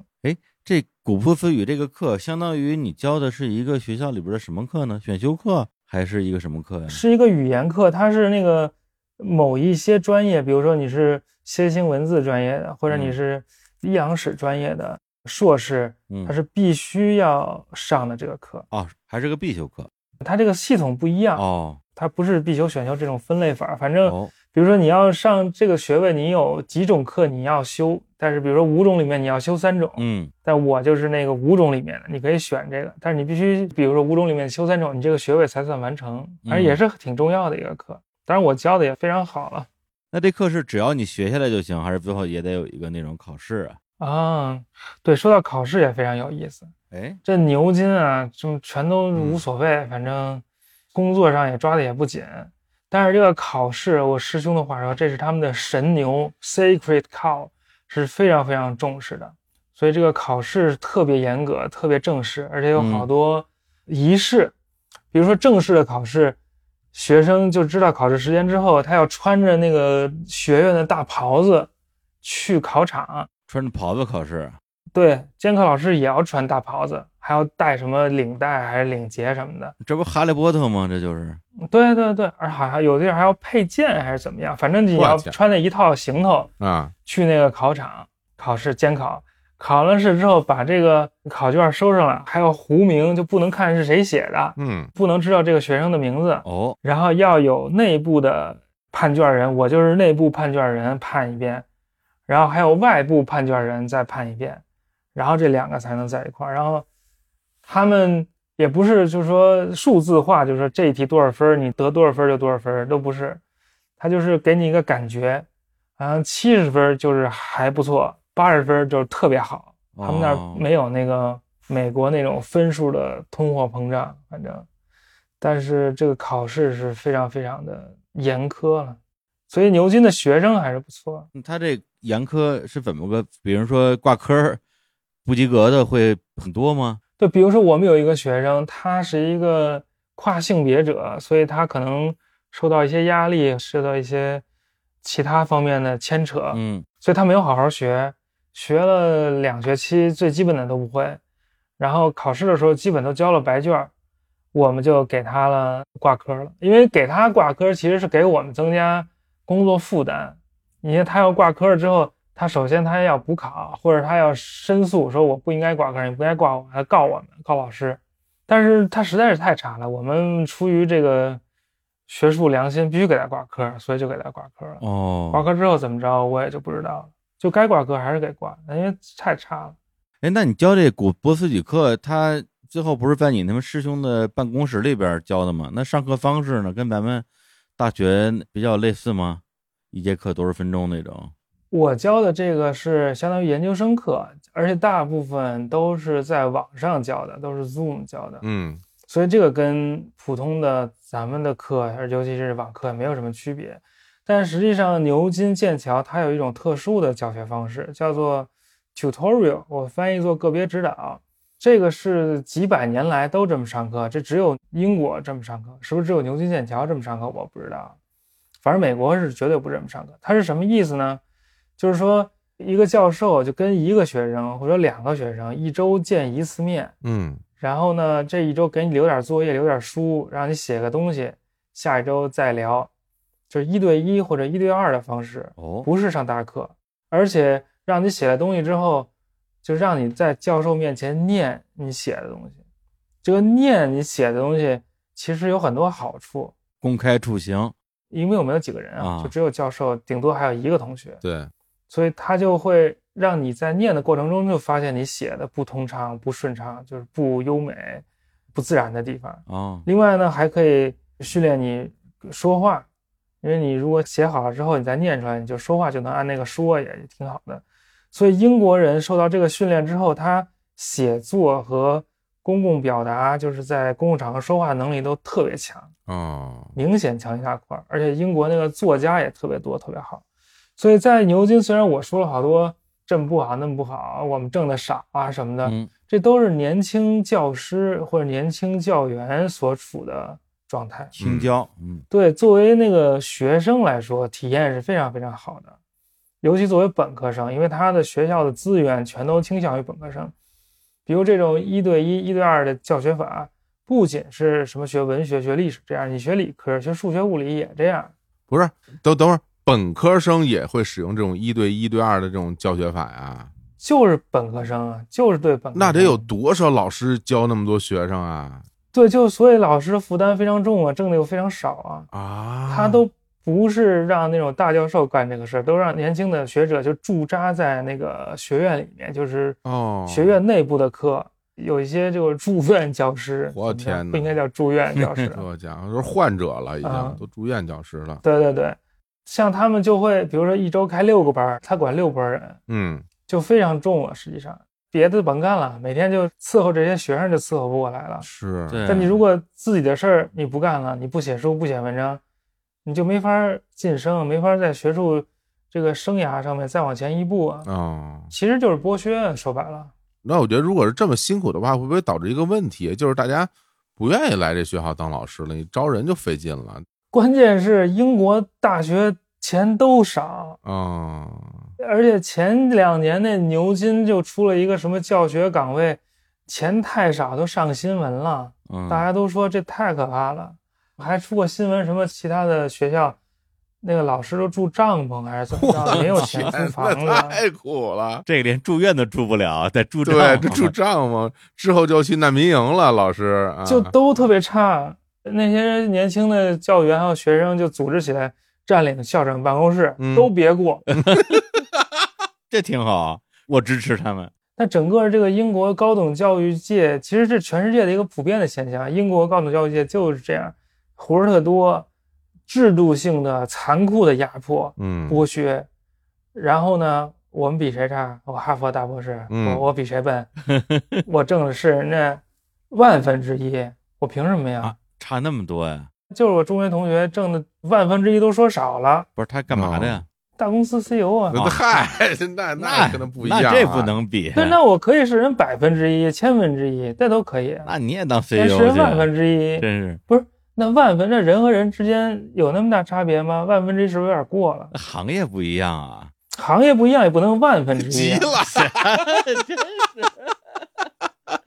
S4: 这古波斯语这个课，相当于你教的是一个学校里边的什么课呢？选修课还是一个什么课呀？
S3: 是一个语言课，它是那个某一些专业，比如说你是楔形文字专业的，或者你
S4: 嗯
S3: 是阴阳史专业的硕士，
S4: 嗯
S3: 它是必须要上的这个课。
S4: 哦，还是个必修课
S3: 它这个系统不一样，
S4: 哦
S3: 它不是必修选修这种分类法，反正
S4: 哦，
S3: 比如说你要上这个学位，你有几种课你要修，但是比如说五种里面你要修三种，
S4: 嗯
S3: 但我就是那个五种里面的，你可以选这个，但是你必须，比如说五种里面修三种，你这个学位才算完成，反正也是挺重要的一个课。当然我教的也非常好了
S4: 那这课是只要你学下来就行，还是最后也得有一个那种考试啊？
S3: 啊。对，说到考试也非常有意思，
S4: 哎，
S3: 这牛津啊，就全都无所谓，反正工作上也抓的也不紧。但是这个考试，我师兄的话说，这是他们的神牛 （sacred cow），是非常非常重视的。所以这个考试特别严格，特别正式，而且有好多仪式。比如说正式的考试，学生就知道考试时间之后，他要穿着那个学院的大袍子去考场。
S4: 穿着袍子考试，啊
S3: 对，监考老师也要穿大袍子，还要带什么领带还是领结什么的。
S4: 这不哈利波特吗？这就是
S3: 对对对，而好像有的地儿还要配件还是怎么样，反正你
S2: 我
S3: 要
S2: 天
S3: 穿那一套行头
S2: 啊，
S3: 去那个考场考试监考。考了试之后，把这个考卷收上来，还有糊名，就不能看是谁写的，
S2: 嗯，
S3: 不能知道这个学生的名字，
S4: 哦，
S3: 然后要有内部的判卷人，我就是内部判卷人判一遍，然后还有外部判卷人再判一遍，然后这两个才能在一块儿。然后他们也不是就是说数字化，就是说这一题多少分儿，你得多少分儿就多少分儿，都不是，他就是给你一个感觉，然后七十分儿就是还不错，八十分儿就是特别好。他们那
S4: 哦
S3: 儿没有那个美国那种分数的通货膨胀，反正，但是这个考试是非常非常的严苛了，所以牛津的学生还是不错。
S4: 嗯他这严苛是怎么个？比如说挂科儿不及格的会很多吗？
S3: 就比如说我们有一个学生，他是一个跨性别者，所以他可能受到一些压力，受到一些其他方面的牵扯，
S4: 嗯，
S3: 所以他没有好好学，学了两学期，最基本的都不会，然后考试的时候基本都交了白卷儿，我们就给他了挂科了，因为给他挂科其实是给我们增加工作负担，你看他要挂科了之后，他首先他要补考，或者他要申诉，说我不应该挂科，你不应该挂我，他告我们，告老师，但是他实在是太差了，我们出于这个学术良心，必须给他挂科，所以就给他挂科了。挂
S4: 哦，
S3: 科之后怎么着，我也就不知道了。就该挂科还是给挂，因为太差了。
S4: 哎，那你教这古波斯语课，他最后不是在你他们师兄的办公室里边教的吗？那上课方式呢，跟咱们大学比较类似吗？一节课多少分钟那种？
S3: 我教的这个是相当于研究生课，而且大部分都是在网上教的，都是 Zoom 教的，
S2: 嗯，
S3: 所以这个跟普通的咱们的课，尤其是网课没有什么区别。但实际上，牛津、剑桥它有一种特殊的教学方式，叫做 tutorial，我翻译作个别指导。这个是几百年来都这么上课，这只有英国这么上课，是不是只有牛津、剑桥这么上课？我不知道，反正美国是绝对不这么上课。它是什么意思呢？就是说，一个教授就跟一个学生或者两个学生一周见一次面，
S2: 嗯，
S3: 然后呢，这一周给你留点作业，留点书，让你写个东西，下一周再聊，就是一对一或者一对二的方式，
S4: 哦，
S3: 不是上大课，而且让你写了东西之后，就让你在教授面前念你写的东西。这个念你写的东西其实有很多好处，
S4: 公开处刑，
S3: 因为我们有几个人啊
S4: 啊，
S3: 就只有教授，顶多还有一个同学，
S2: 对，
S3: 所以他就会让你在念的过程中就发现你写的不通畅、不顺畅，就是不优美、不自然的地方。
S4: 哦，
S3: 另外呢，还可以训练你说话，因为你如果写好了之后，你再念出来，你就说话就能按那个说，也挺好的。所以英国人受到这个训练之后，他写作和公共表达，就是在公共场合说话能力都特别强。
S2: 哦，
S3: 明显强一大块儿，而且英国那个作家也特别多，特别好。所以在牛津，虽然我说了好多这么不好那么不好，我们挣的少啊什么的，
S4: 嗯，
S3: 这都是年轻教师或者年轻教员所处的状态。
S4: 青椒，嗯，
S3: 对，作为那个学生来说，体验是非常非常好的，尤其作为本科生，因为他的学校的资源全都倾向于本科生。比如这种一对一、一对二的教学法，不仅是什么学文学、学历史这样，你学理科、学数学、物理也这样。
S2: 不是，等等会儿，本科生也会使用这种一对一对二的这种教学法呀？
S3: 就是本科生啊，就是对本科生
S2: 那得有多少老师教那么多学生啊？
S3: 对，就所以老师负担非常重啊，挣的又非常少啊，
S2: 啊，
S3: 他都不是让那种大教授干这个事儿，都让年轻的学者就驻扎在那个学院里面，就是
S2: 哦，
S3: 学院内部的课，有一些就是住院教师，
S2: 我天哪，
S3: 不应该叫住院教师
S2: 这家伙都是患者了，已经
S3: 啊
S2: 都住院教师了。
S3: 对对对，像他们就会，比如说一周开六个班儿，他管六拨人，
S2: 嗯，
S3: 就非常重了。实际上，别的甭干了，每天就伺候这些学生就伺候不过来了。
S2: 是，
S4: 嗯对
S3: 但你如果自己的事儿你不干了，你不写书不写文章，你就没法儿晋升，没法儿在学术这个生涯上面再往前一步啊。
S2: 哦，
S3: 其实就是剥削，说白了，
S2: 那我觉得如果是这么辛苦的话，会不会导致一个问题，就是大家不愿意来这学校当老师了？你招人就费劲了。
S3: 关键是英国大学钱都少，
S2: 哦，
S3: 而且前两年那牛津就出了一个什么教学岗位，钱太少都上新闻了，
S4: 嗯，
S3: 大家都说这太可怕了，还出过新闻什么其他的学校，那个老师都住帐篷还是怎么着，没有钱
S2: 天
S3: 租
S2: 那
S3: 房子。
S2: 太苦了。
S4: 这个连住院都住不了，得住
S2: 对，
S4: 帐
S2: 这
S4: 篷
S2: 住帐篷之后就去难民营了，老师啊，
S3: 就都特别差。那些年轻的教员还有学生就组织起来占领校长办公室，
S2: 嗯
S3: 都别过。
S4: 这挺好，我支持他们。
S3: 那整个这个英国高等教育界其实是全世界的一个普遍的现象，英国高等教育界就是这样，活儿特多，制度性的残酷的压迫
S2: 嗯，
S3: 剥削，然后呢，我们比谁差？我哈佛大博士，
S2: 嗯
S3: 我我比谁笨，我挣的是那万分之一，我凭什么呀？
S4: 啊差那么多呀？
S3: 就是我中学同学挣的万分之一都说少了，
S4: 不是他干嘛的呀？
S3: 大公司 CEO 啊，
S2: 那嗨，那那可能不一样啊，
S4: 那这不能比。
S3: 那那我可以是人百分之一、千分之一，这都可以，
S4: 那你也当
S3: 但
S4: CEO
S3: 是人万
S4: 去？
S3: 分之一，
S4: 真是
S3: 那万分那人和人之间有那么大差别吗？万分之一是不是有点过了？
S4: 那行业不一样啊！
S3: 行业不一样，也不能万分之一
S2: 急
S3: 啊、
S2: 了，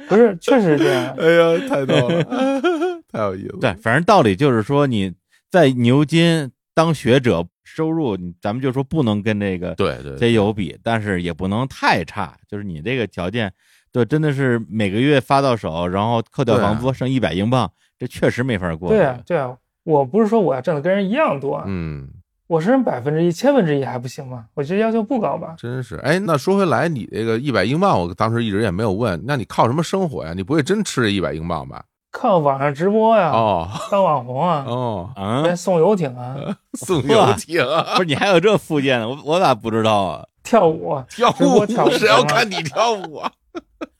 S3: 不是，确实是 这样。
S2: 哎呀，太逗了， 太有意思了。
S4: 对，反正道理就是说，你在牛津当学者，收入你咱们就说不能跟这个
S2: 对对对，
S4: 这有比，但是也不能太差，就是你这个条件，对，真的是每个月发到手，然后扣掉
S2: 对啊
S4: 房租剩一百英镑，这确实没法过。
S3: 对啊，对啊，我不是说我要挣的跟人一样多，啊
S2: 嗯，
S3: 我是人百分之一、千分之一还不行吗？我觉得要求不高吧。
S2: 真是。哎，那说回来，你这个一百英镑，我当时一直也没有问，那你靠什么生活呀？你不会真吃这一百英镑吧？
S3: 靠网上直播呀、
S2: 哦
S3: 当网红啊，
S2: 哦，
S4: 嗯
S3: 别，送游艇啊，
S2: 送游艇、
S4: 不是你还有这附件呢？我我咋不知道啊？
S3: 跳舞啊，
S2: 跳
S3: 直
S2: 舞
S3: 播跳，舞
S2: 谁要看你跳舞 啊？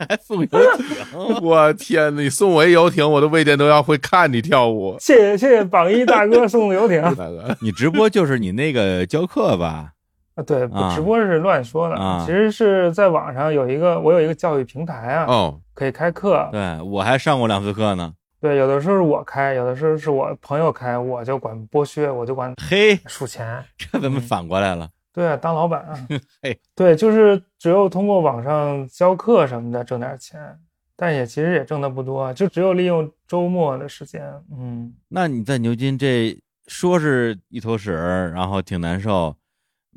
S4: 还送游艇？
S2: 我天，你送我一游艇，我的胃电都要会看你跳 舞。
S3: 谢谢谢谢榜一大哥送的游艇
S2: 大哥，
S4: 你直播就是你那个教课吧？
S3: 啊，对
S4: 啊，
S3: 直播是乱说的，
S4: 啊
S3: 其实是在网上有一个，我有一个教育平台啊，
S2: 哦，
S3: 可以开课。
S4: 对我还上过两次课呢。
S3: 对，有的时候是我开，有的时候是我朋友开，我就管剥削，我就管
S4: 嘿，
S3: 数钱。
S4: 这怎么反过来了？
S3: 对啊，当老板啊
S4: 嘿，
S3: 对，就是只有通过网上教课什么的挣点钱，但也其实也挣的不多，啊就只有利用周末的时间，嗯，
S4: 那你在牛津这说是一坨屎，然后挺难受，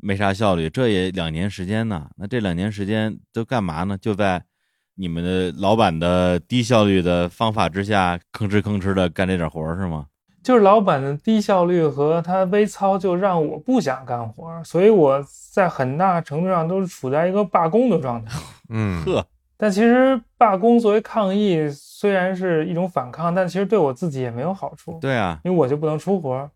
S4: 没啥效率，这也两年时间呢。那这两年时间都干嘛呢？就在你们的老板的低效率的方法之下，吭哧吭哧的干这点活儿是吗？
S3: 就是老板的低效率和他微操，就让我不想干活儿，所以我在很大程度上都是处在一个罢工的状态。
S2: 嗯，
S4: 呵，
S3: 但其实罢工作为抗议，虽然是一种反抗，但其实对我自己也没有好处，
S4: 对啊，。
S3: 因为我就不能出活儿。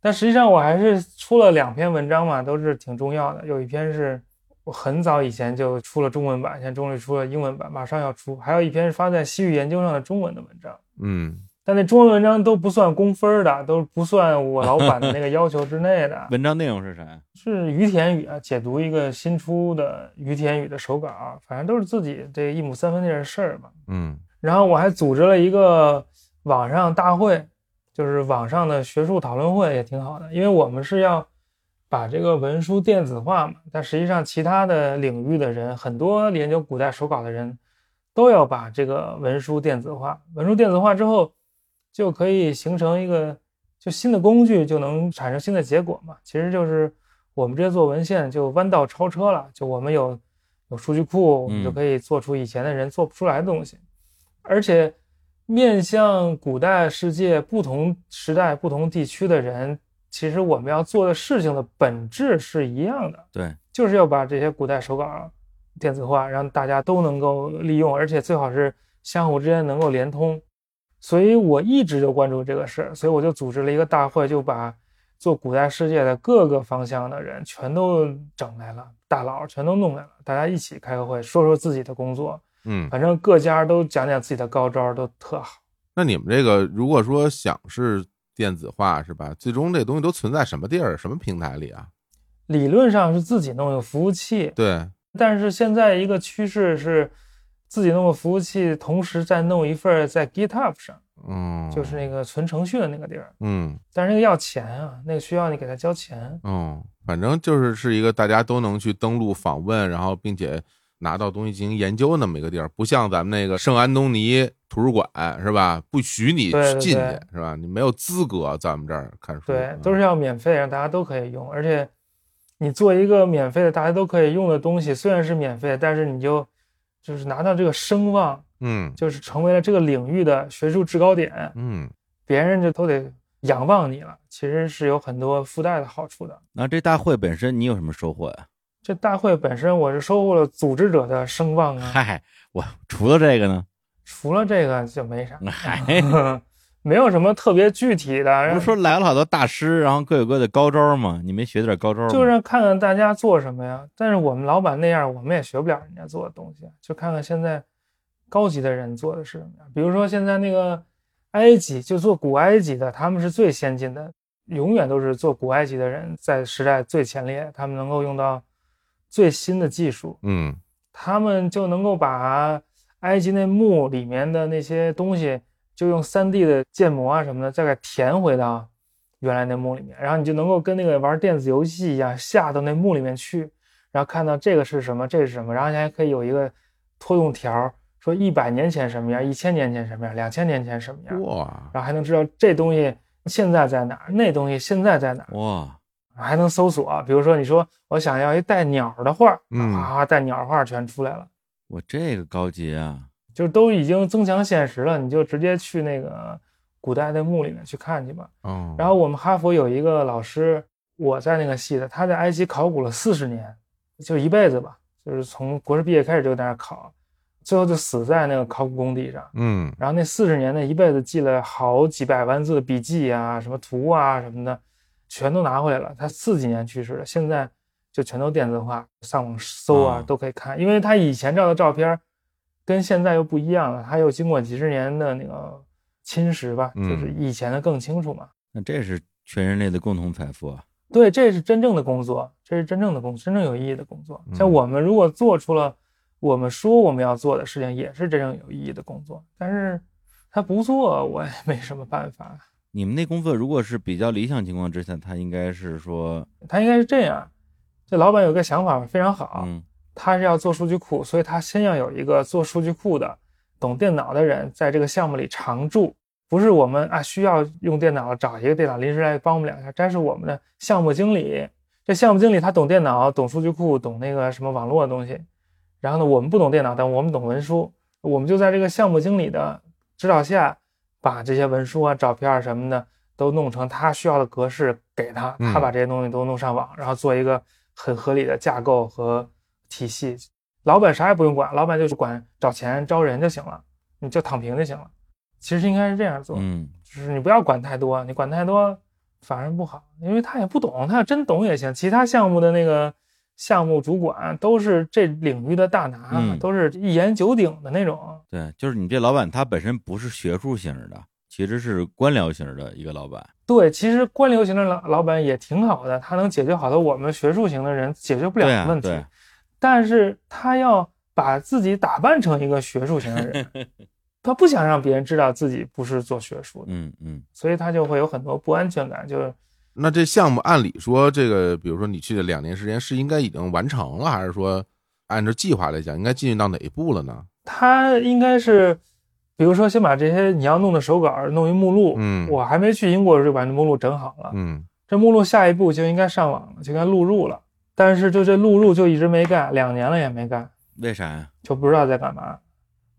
S3: 但实际上我还是出了两篇文章嘛，都是挺重要的。有一篇是我很早以前就出了中文版，现在终于出了英文版，马上要出；还有一篇是发在西语研究上的中文的文章。
S2: 嗯，
S3: 但那中文文章都不算工分儿的，都不算我老板的那个要求之内的
S4: 文章内容是啥呀？
S3: 是于田宇啊，解读一个新出的于田宇的手稿啊，反正都是自己这一亩三分地的事儿吧。
S2: 嗯，
S3: 然后我还组织了一个网上大会，就是网上的学术讨论会，也挺好的。因为我们是要把这个文书电子化嘛，但实际上其他的领域的人，很多研究古代手稿的人，都要把这个文书电子化。文书电子化之后，就可以形成一个就新的工具，就能产生新的结果嘛。其实就是我们这些做文献就弯道超车了，就我们有有数据库，我们就
S4: 嗯
S3: 可以做出以前的人做不出来的东西。而且面向古代世界不同时代、不同地区的人其实我们要做的事情的本质是一样的，
S4: 对，
S3: 就是要把这些古代手稿电子化，让大家都能够利用，而且最好是相互之间能够连通。所以我一直就关注这个事儿，所以我就组织了一个大会，就把做古代世界的各个方向的人全都整来了，大佬全都弄来了，大家一起开个会，说说自己的工作，
S2: 嗯，
S3: 反正各家都讲讲自己的高招，都特好。
S2: 那你们这个如果说想是电子化是吧？最终这东西都存在什么地儿、什么平台里啊？
S3: 理论上是自己弄个服务器，
S2: 对，
S3: 但是现在一个趋势是自己弄个服务器，同时再弄一份儿在 GitHub 上，
S2: 嗯，
S3: 就是那个存程序的那个地儿。
S2: 嗯
S3: 但是那个要钱啊，那个需要你给他交钱。
S2: 嗯，反正就是是一个大家都能去登录访问，然后并且拿到东西进行研究那么一个地儿，不像咱们那个圣安东尼图书馆是吧？不许你
S3: 对对
S2: 进去
S3: 对
S2: 是吧？你没有资格在我们这儿看书，
S3: 对
S2: 嗯，
S3: 都是要免费，让大家都可以用。而且你做一个免费的，大家都可以用的东西，虽然是免费，但是你就就是拿到这个声望，
S2: 嗯
S3: 就是成为了这个领域的学术制高点，
S2: 嗯
S3: 别人就都得仰望你了。其实是有很多附带的好处的。
S4: 那这大会本身你有什么收获呀、
S3: 这大会本身，我是收获了组织者的声望啊。
S4: 嗨，我除了这个呢，
S3: 除了这个就没啥，
S4: 嗨，
S3: 没有什么特别具体的，
S4: 不是说来了好多大师，然后各有各的高招吗？你没学点高招吗？
S3: 就让看看大家做什么呀。但是我们老板那样，我们也学不了人家做的东西，啊就看看现在高级的人做的是什么样。比如说现在那个埃及，就做古埃及的，他们是最先进的，永远都是做古埃及的人在时代最前列，他们能够用到最新的技术。
S2: 嗯
S3: 他们就能够把埃及那墓里面的那些东西，就用 3D 的建模啊什么的，再给填回到原来那墓里面，然后你就能够跟那个玩电子游戏一样，下到那墓里面去，然后看到这个是什么，这是什么，然后你还可以有一个拖动条，说一百年前什么样，一千年前什么样，两千年前什么样，
S2: 哇，
S3: 然后还能知道这东西现在在哪儿，那东西现在在哪儿。
S4: 哇，
S3: 还能搜索，比如说你说我想要一带鸟的画，
S2: 嗯
S3: 啊，带鸟画全出来了。
S4: 我这个高级啊！
S3: 就是都已经增强现实了，你就直接去那个古代的墓里面去看去吧。
S2: 哦，
S3: 然后我们哈佛有一个老师，我在那个系的，他在埃及考古了四十年，就一辈子吧，就是从博士毕业开始就在那儿考，最后就死在那个考古工地上。
S2: 嗯
S3: 然后那四十年那一辈子记了好几百万字的笔记啊、什么图啊什么的，全都拿回来了。他四几年去世的，现在就全都电子化，上网搜啊、
S4: 哦
S3: 都可以看。因为他以前照的照片儿跟现在又不一样了，他又经过几十年的那个侵蚀吧，
S2: 嗯
S3: 就是以前的更清楚嘛。
S4: 那这是全人类的共同财富啊！
S3: 对，这是真正的工作，这是真正的工，真正有意义的工作。像
S2: 嗯
S3: 我们如果做出了我们说我们要做的事情，也是真正有意义的工作。但是他不做，我也没什么办法。
S4: 你们那工作如果是比较理想情况之下，他应该是说，
S3: 他应该是这样，这老板有个想法非常好，
S4: 嗯，
S3: 他是要做数据库，所以他先要有一个做数据库的、懂电脑的人在这个项目里常驻。不是我们啊需要用电脑找一个电脑临时来帮我们两下，这是我们的项目经理。这项目经理他懂电脑、懂数据库、懂那个什么网络的东西。然后呢，我们不懂电脑，但我们懂文书，我们就在这个项目经理的指导下，把这些文书啊、照片啊什么的都弄成他需要的格式给他，
S2: 嗯
S3: 他把这些东西都弄上网，然后做一个很合理的架构和体系。老板啥也不用管，老板就是管找钱、招人就行了，你就躺平就行了。其实应该是这样做，
S4: 嗯，
S3: 就是你不要管太多，你管太多反而不好，因为他也不懂，他要真懂也行。其他项目的那个项目主管都是这领域的大拿，
S4: 嗯
S3: 都是一言九鼎的那种。
S4: 对，就是你这老板他本身不是学术型儿的，其实是官僚型儿的一个老板。
S3: 对，其实官僚型的老老板也挺好的，他能解决好多我们学术型的人解决不了
S4: 对
S3: 的
S4: 啊，
S3: 问题，
S4: 对，
S3: 但是他要把自己打扮成一个学术型 的人，他不想让别人知道自己不是做学术的，
S4: 嗯嗯，
S3: 所以他就会有很多不安全感，就是
S2: 那这项目按理说，这个比如说你去的两年时间是应该已经完成了，还是说按照计划来讲，应该进行到哪一步了呢？
S3: 他应该是，比如说先把这些你要弄的手稿弄一目录，
S2: 嗯
S3: 我还没去英国就把这目录整好了，
S2: 嗯
S3: 这目录下一步就应该上网了，就该录入了，但是就这录入就一直没干，两年了也没干，
S4: 为啥呀？
S3: 就不知道在干嘛。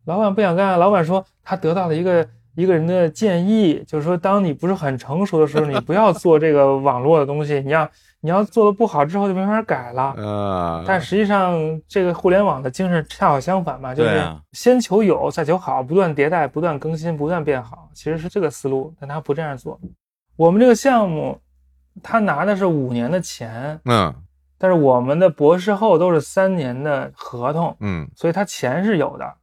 S3: 老板不想干，老板说他得到了一个一个人的建议，就是说，当你不是很成熟的时候，你不要做这个网络的东西，你要你要做的不好之后就没法改了。
S4: 嗯
S2: 呃，
S3: 啊但实际上，这个互联网的精神恰好相反嘛，就
S4: 对
S3: 是
S4: 啊
S3: 先求有，再求好，不断迭代，不断更新，不断变好，其实是这个思路，但他不这样做。我们这个项目，他拿的是五年的钱，
S2: 嗯
S3: 但是我们的博士后都是三年的合同，
S2: 嗯
S3: 所以他钱是有的。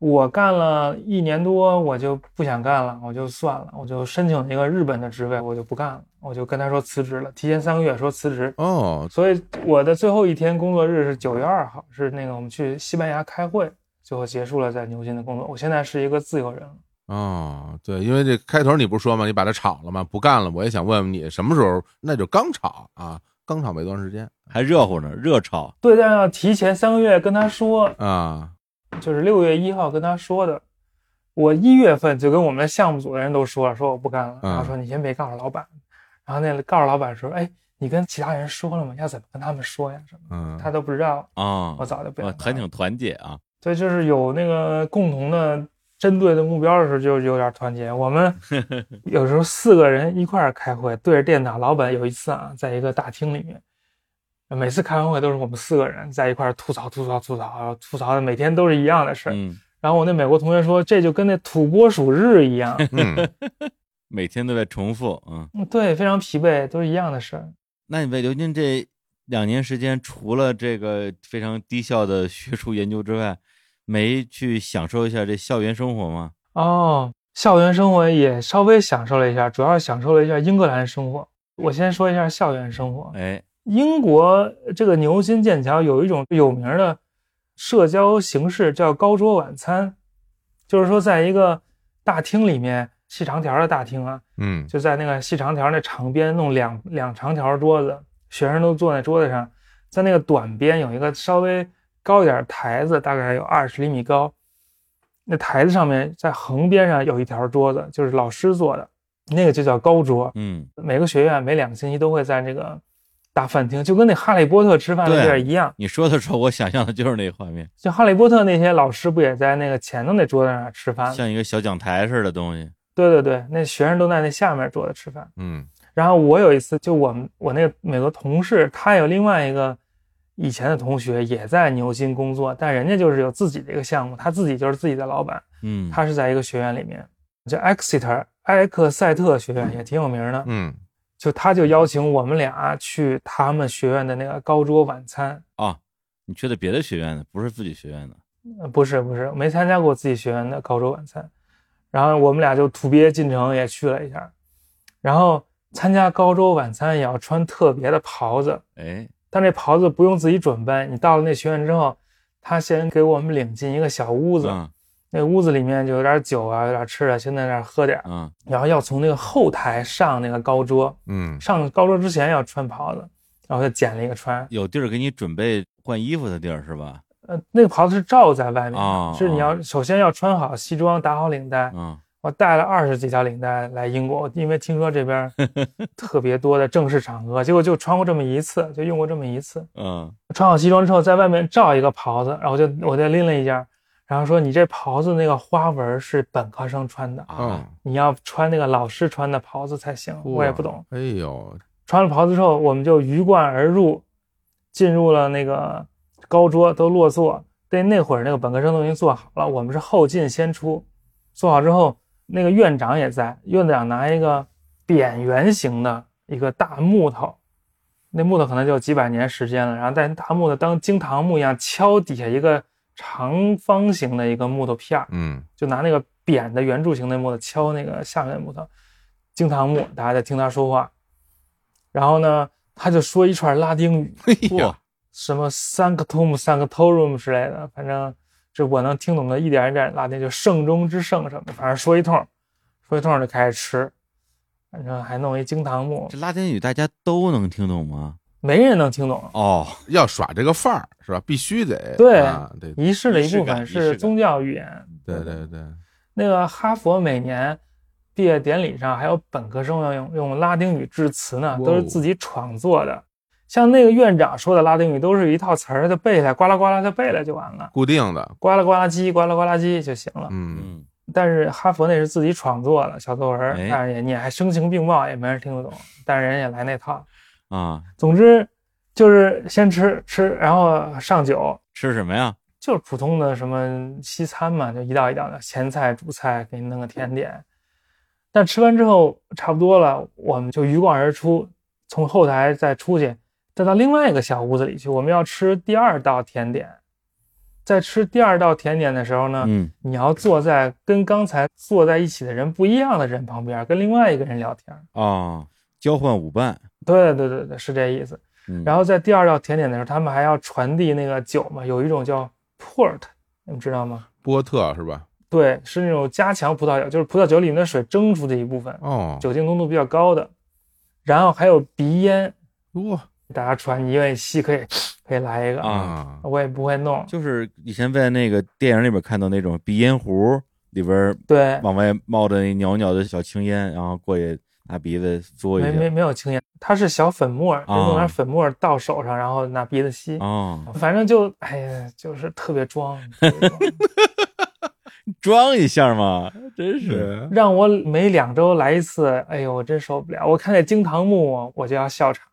S3: 我干了一年多，我就不想干了，我就算了，我就申请了一个日本的职位，我就不干了，我就跟他说辞职了，提前三个月说辞职。
S2: 哦，
S3: 所以我的最后一天工作日是九月二号，是那个我们去西班牙开会，最后结束了在牛津的工作。我现在是一个自由人了。
S2: 哦，对，因为这开头你不是说嘛，你把它炒了嘛，不干了。我也想问问你，什么时候？那就刚炒啊，刚炒没多长时间
S4: 还热乎呢，热炒
S3: 对，但要提前三个月跟他说，
S2: 啊。
S3: 就是六月一号跟他说的。我一月份就跟我们的项目组的人都说了，说我不干了。
S2: 嗯
S3: 然后说你先别告诉老板。然后那告诉老板说，哎，你跟其他人说了吗？要怎么跟他们说呀？什么？
S2: 嗯，
S3: 他都不知道，
S4: 啊，
S3: 我早就不想
S4: 啊
S3: 干
S4: 还
S3: 了
S4: 挺团结啊，
S3: 所以就是有那个共同的针对的目标的时候，就有点团结。我们有时候四个人一块儿开会，对着电脑。老板有一次啊，在一个大厅里面，每次开完会都是我们四个人在一块儿吐槽、吐槽、吐槽、吐槽的，每天都是一样的事儿。
S4: 嗯，
S3: 然后我那美国同学说，这就跟那土拨鼠日一样，
S2: 嗯
S4: 每天都在重复，嗯，
S3: 嗯对，非常疲惫，都是一样的事儿。
S4: 那你在刘军这两年时间，除了这个非常低效的学术研究之外，没去享受一下这校园生活吗？
S3: 哦，校园生活也稍微享受了一下，主要享受了一下英格兰生活。我先说一下校园生活，
S4: 哎，
S3: 英国这个牛津、剑桥有一种有名的社交形式叫高桌晚餐，就是说在一个大厅里面，细长条的大厅啊，
S2: 嗯
S3: 就在那个细长条那长边弄两两长条桌子，学生都坐在桌子上，在那个短边有一个稍微高一点台子，大概有二十厘米高。那台子上面在横边上有一条桌子，就是老师坐的，那个就叫高桌。
S4: 嗯，
S3: 每个学院每两个星期都会在这个大饭厅，就跟那哈利波特吃饭
S4: 对
S3: 那地儿一样。
S4: 你说的时候，我想象的就是那个画面，
S3: 就哈利波特那些老师不也在那个前头那桌子上吃饭？
S4: 像一个小讲台似的东西，
S3: 对对对，那学生都在那下面桌子吃饭。
S2: 嗯
S3: 然后我有一次，就我们我那个美国同事，他有另外一个以前的同学也在牛津工作，但人家就是有自己的一个项目，他自己就是自己的老板，
S4: 嗯，
S3: 他是在一个学院里面叫 Exeter 埃克塞特学院，也挺有名的。
S2: 嗯
S3: 就他就邀请我们俩去他们学院的那个高桌晚餐，
S4: 啊，你去的别的学院的，不是自己学院的，
S3: 呃不是不是，没参加过自己学院的高桌晚餐。然后我们俩就土鳖进城也去了一下，然后参加高桌晚餐也要穿特别的袍子，
S4: 哎，
S3: 但这袍子不用自己准备，你到了那学院之后，他先给我们领进一个小屋子，
S4: 嗯
S3: 那屋子里面就有点酒啊，有点吃的，先在那儿喝点儿，
S4: 嗯，
S3: 然后要从那个后台上那个高桌，
S2: 嗯
S3: 上高桌之前要穿袍子，然后就捡了一个穿，
S4: 有地儿给你准备换衣服的地儿是吧？
S3: 呃，那个袍子是罩在外面的，
S4: 哦
S3: 是你要首先要穿好西装，打好领带。
S4: 嗯，
S3: 我带了二十几条领带来英国，因为听说这 边特别多的正式场合，结果就穿过这么一次，就用过这么一次。
S4: 嗯，
S3: 穿好西装之后，在外面罩一个袍子，然后就我就拎了一件，然后说你这袍子那个花纹是本科生穿的，
S4: 啊，
S2: 哦，
S3: 你要穿那个老师穿的袍子才行。我也不懂。
S2: 哎呦，
S3: 穿了袍子之后，我们就鱼贯而入，进入了那个高桌，都落座。对，那会儿那个本科生都已经做好了，我们是后进先出。做好之后，那个院长也在，院长拿一个扁圆形的一个大木头，那木头可能就有几百年时间了，然后在大木头当惊堂木一样敲底下一个长方形的一个木头片儿，
S2: 嗯
S3: 就拿那个扁的圆柱形的木头敲那个下面的木头，惊堂木，大家在听他说话。然后呢，他就说一串拉丁语，
S4: 嚯，
S3: 什么 sanctum、sanctorum 之类的，反正这我能听懂的一点一点拉丁，就圣中之圣什么的，反正说一通，说一通就开始吃，反正还弄一惊堂木
S4: 这，拉丁语大家都能听懂吗？
S3: 没人能听懂。
S4: 哦，
S2: 要耍这个范儿是吧？必须得
S3: 对
S2: 啊，对
S3: 仪式的
S4: 仪
S3: 一
S4: 式
S3: 部
S4: 感
S3: 分
S4: 仪式
S3: 是
S4: 感
S3: 宗教语言，
S2: 对对对，
S3: 那个哈佛每年毕业典礼上还有本科生要用用拉丁语致辞呢，
S2: 哇哦
S3: 都是自己创作的。像那个院长说的拉丁语，都是一套词儿，他背下来，呱啦呱啦，他背了就完了，
S2: 固定的，
S3: 呱啦呱啦叽，呱啦呱啦叽就行了。
S2: 嗯
S4: 嗯，
S3: 但是哈佛那是自己创作的小作文儿
S4: 哎，
S3: 但是也你还声情并茂，也没人听得懂，但是人也来那套。
S4: 啊，
S3: 总之就是先吃吃，然后上酒，
S4: 吃什么呀？
S3: 就是普通的什么西餐嘛，就一道一道的前菜、主菜，给你弄个甜点。但吃完之后差不多了，我们就鱼贯而出，从后台再出去，再到另外一个小屋子里去。我们要吃第二道甜点，在吃第二道甜点的时候呢，
S4: 嗯，
S3: 你要坐在跟刚才坐在一起的人不一样的人旁边，跟另外一个人聊天。
S4: 哦，交换舞伴。
S3: 对对对对，是这意思。
S4: 嗯
S3: 然后在第二道甜点的时候，他们还要传递那个酒嘛，有一种叫 port，你们知道吗？
S2: 波特是吧？
S3: 对，是那种加强葡萄酒，就是葡萄酒里面的水蒸出的一部分，
S2: 哦，
S3: 酒精浓度比较高的。然后还有鼻烟，
S2: 哇
S3: 大家传，你愿意吸可以，可以来一个。
S4: 啊
S2: 啊，
S3: 我也不会弄，
S4: 就是以前在那个电影里边看到那种鼻烟壶里边
S3: 对，
S4: 往外冒着那袅袅的小青烟，然后过去拿鼻子嘬
S3: 没没
S4: 一啊
S3: 没有青烟，它是小粉末，就弄点粉末到手上，然后拿鼻子吸
S4: 下。。哦，
S3: 反正就哎呀，就是特别装，
S4: 装一下嘛，真是。
S3: 让我每两周来一次，哎呦，我真受不了。我看那惊堂木，我就要笑场。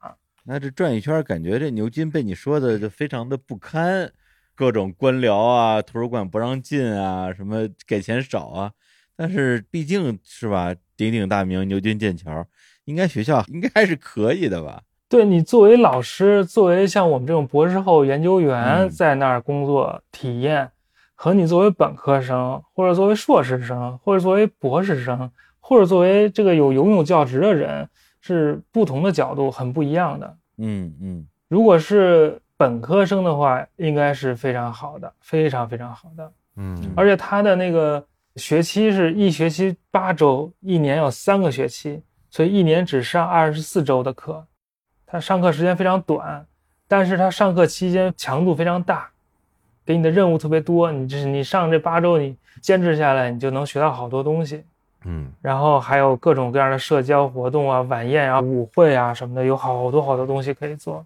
S4: 那这转一圈儿，感觉这牛津被你说的就非常的不堪，各种官僚啊，图书馆不让进啊，什么给钱少啊。但是毕竟是吧，鼎鼎大名牛津剑桥，应该学校 应该还是可以的吧？
S3: 对你作为老师，作为像我们这种博士后研究员
S4: 嗯
S3: 在那儿工作体验，和你作为本科生，或者作为硕士生，或者作为博士生，或者作为这个有游泳教职的人，是不同的角度，很不一样的。
S4: 嗯嗯，
S3: 如果是本科生的话，应该是非常好的，非常非常好的。
S2: 嗯
S3: 而且他的那个学期是一学期八周，一年有三个学期，所以一年只上二十四周的课。他上课时间非常短，但是他上课期间强度非常大，给你的任务特别多。你就是你上这八周，你坚持下来，你就能学到好多东西。
S2: 嗯
S3: 然后还有各种各样的社交活动啊、晚宴啊、舞会啊什么的，有好多好多东西可以做。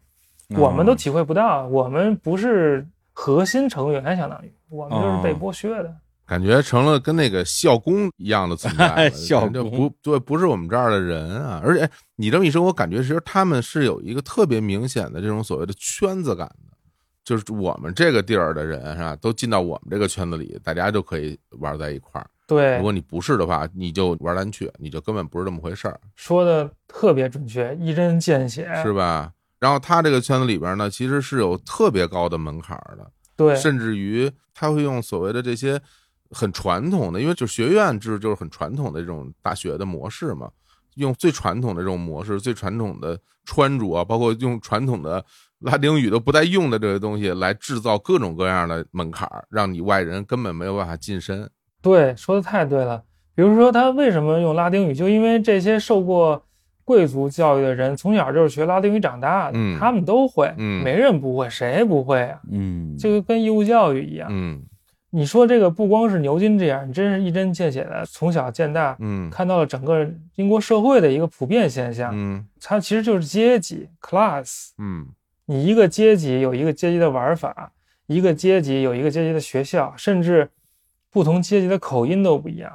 S4: 嗯
S3: 我
S4: 啊
S3: 们都体会不到，我们不是核心成员，相当于我们就是被
S4: 哦
S3: 剥削的。
S2: 感觉成了跟那个校工一样的存在了，
S4: 校
S2: 就
S4: 工
S2: 不对，不是我们这儿的人啊。而且哎你这么一说，我感觉其实他们是有一个特别明显的这种所谓的圈子感的，就是我们这个地儿的人是吧，都进到我们这个圈子里，大家就可以玩在一块儿。
S3: 对
S2: 如，果你不是的话，你就玩单去，你就根本不是这么回事儿，
S3: 说的特别准确，一针见血，
S2: 是吧？然后他这个圈子里边呢，其实是有特别高的门槛儿的，
S3: 对，
S2: 甚至于他会用所谓的这些很传统的，因为就是学院制就是很传统的这种大学的模式嘛，用最传统的这种模式、最传统的穿着啊，包括用传统的拉丁语都不带用的这些东西来制造各种各样的门槛儿，让你外人根本没有办法近身。
S3: 对，说的太对了。比如说，他为什么用拉丁语？就因为这些受过贵族教育的人，从小就是学拉丁语长大的，
S2: 嗯
S3: 他们都会，
S2: 嗯
S3: 没人不会，谁不会啊？
S4: 嗯，
S3: 这个跟义务教育一样。
S2: 嗯
S3: 你说这个不光是牛津这样，你真是一针见血的，从小见大，
S2: 嗯
S3: 看到了整个英国社会的一个普遍现象。
S2: 嗯
S3: 它其实就是阶级 （class）。
S2: 嗯
S3: 你一个阶级有一个阶级的玩法，一个阶级有一个阶级的学校，甚至不同阶级的口音都不一样。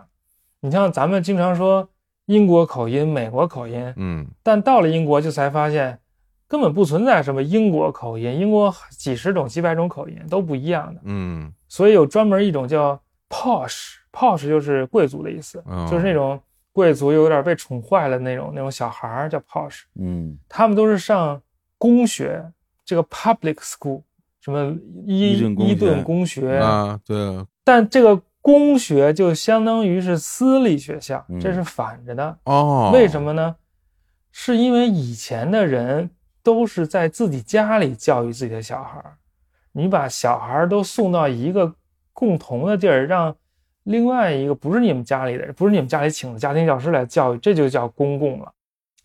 S3: 你像咱们经常说英国口音、美国口音，
S2: 嗯
S3: 但到了英国就才发现，根本不存在什么英国口音，英国几十种、几百种口音都不一样的。
S2: 嗯
S3: 所以有专门一种叫 posh，posh 就是贵族的意思，
S2: 哦
S3: 就是那种贵族又有点被宠坏了那种那种小孩儿叫 posh。
S4: 嗯，
S3: 他们都是上公学，这个 public school，什么
S4: 伊
S3: 伊
S4: 顿公学
S3: 伊顿公学，
S2: 啊，对啊
S3: 但这个公学就相当于是私立学校
S4: 嗯，
S3: 这是反着的。
S2: 哦，
S3: 为什么呢？是因为以前的人都是在自己家里教育自己的小孩儿，你把小孩儿都送到一个共同的地儿，让另外一个不是你们家里的人，不是你们家里请的家庭教师来教育，这就叫公共了。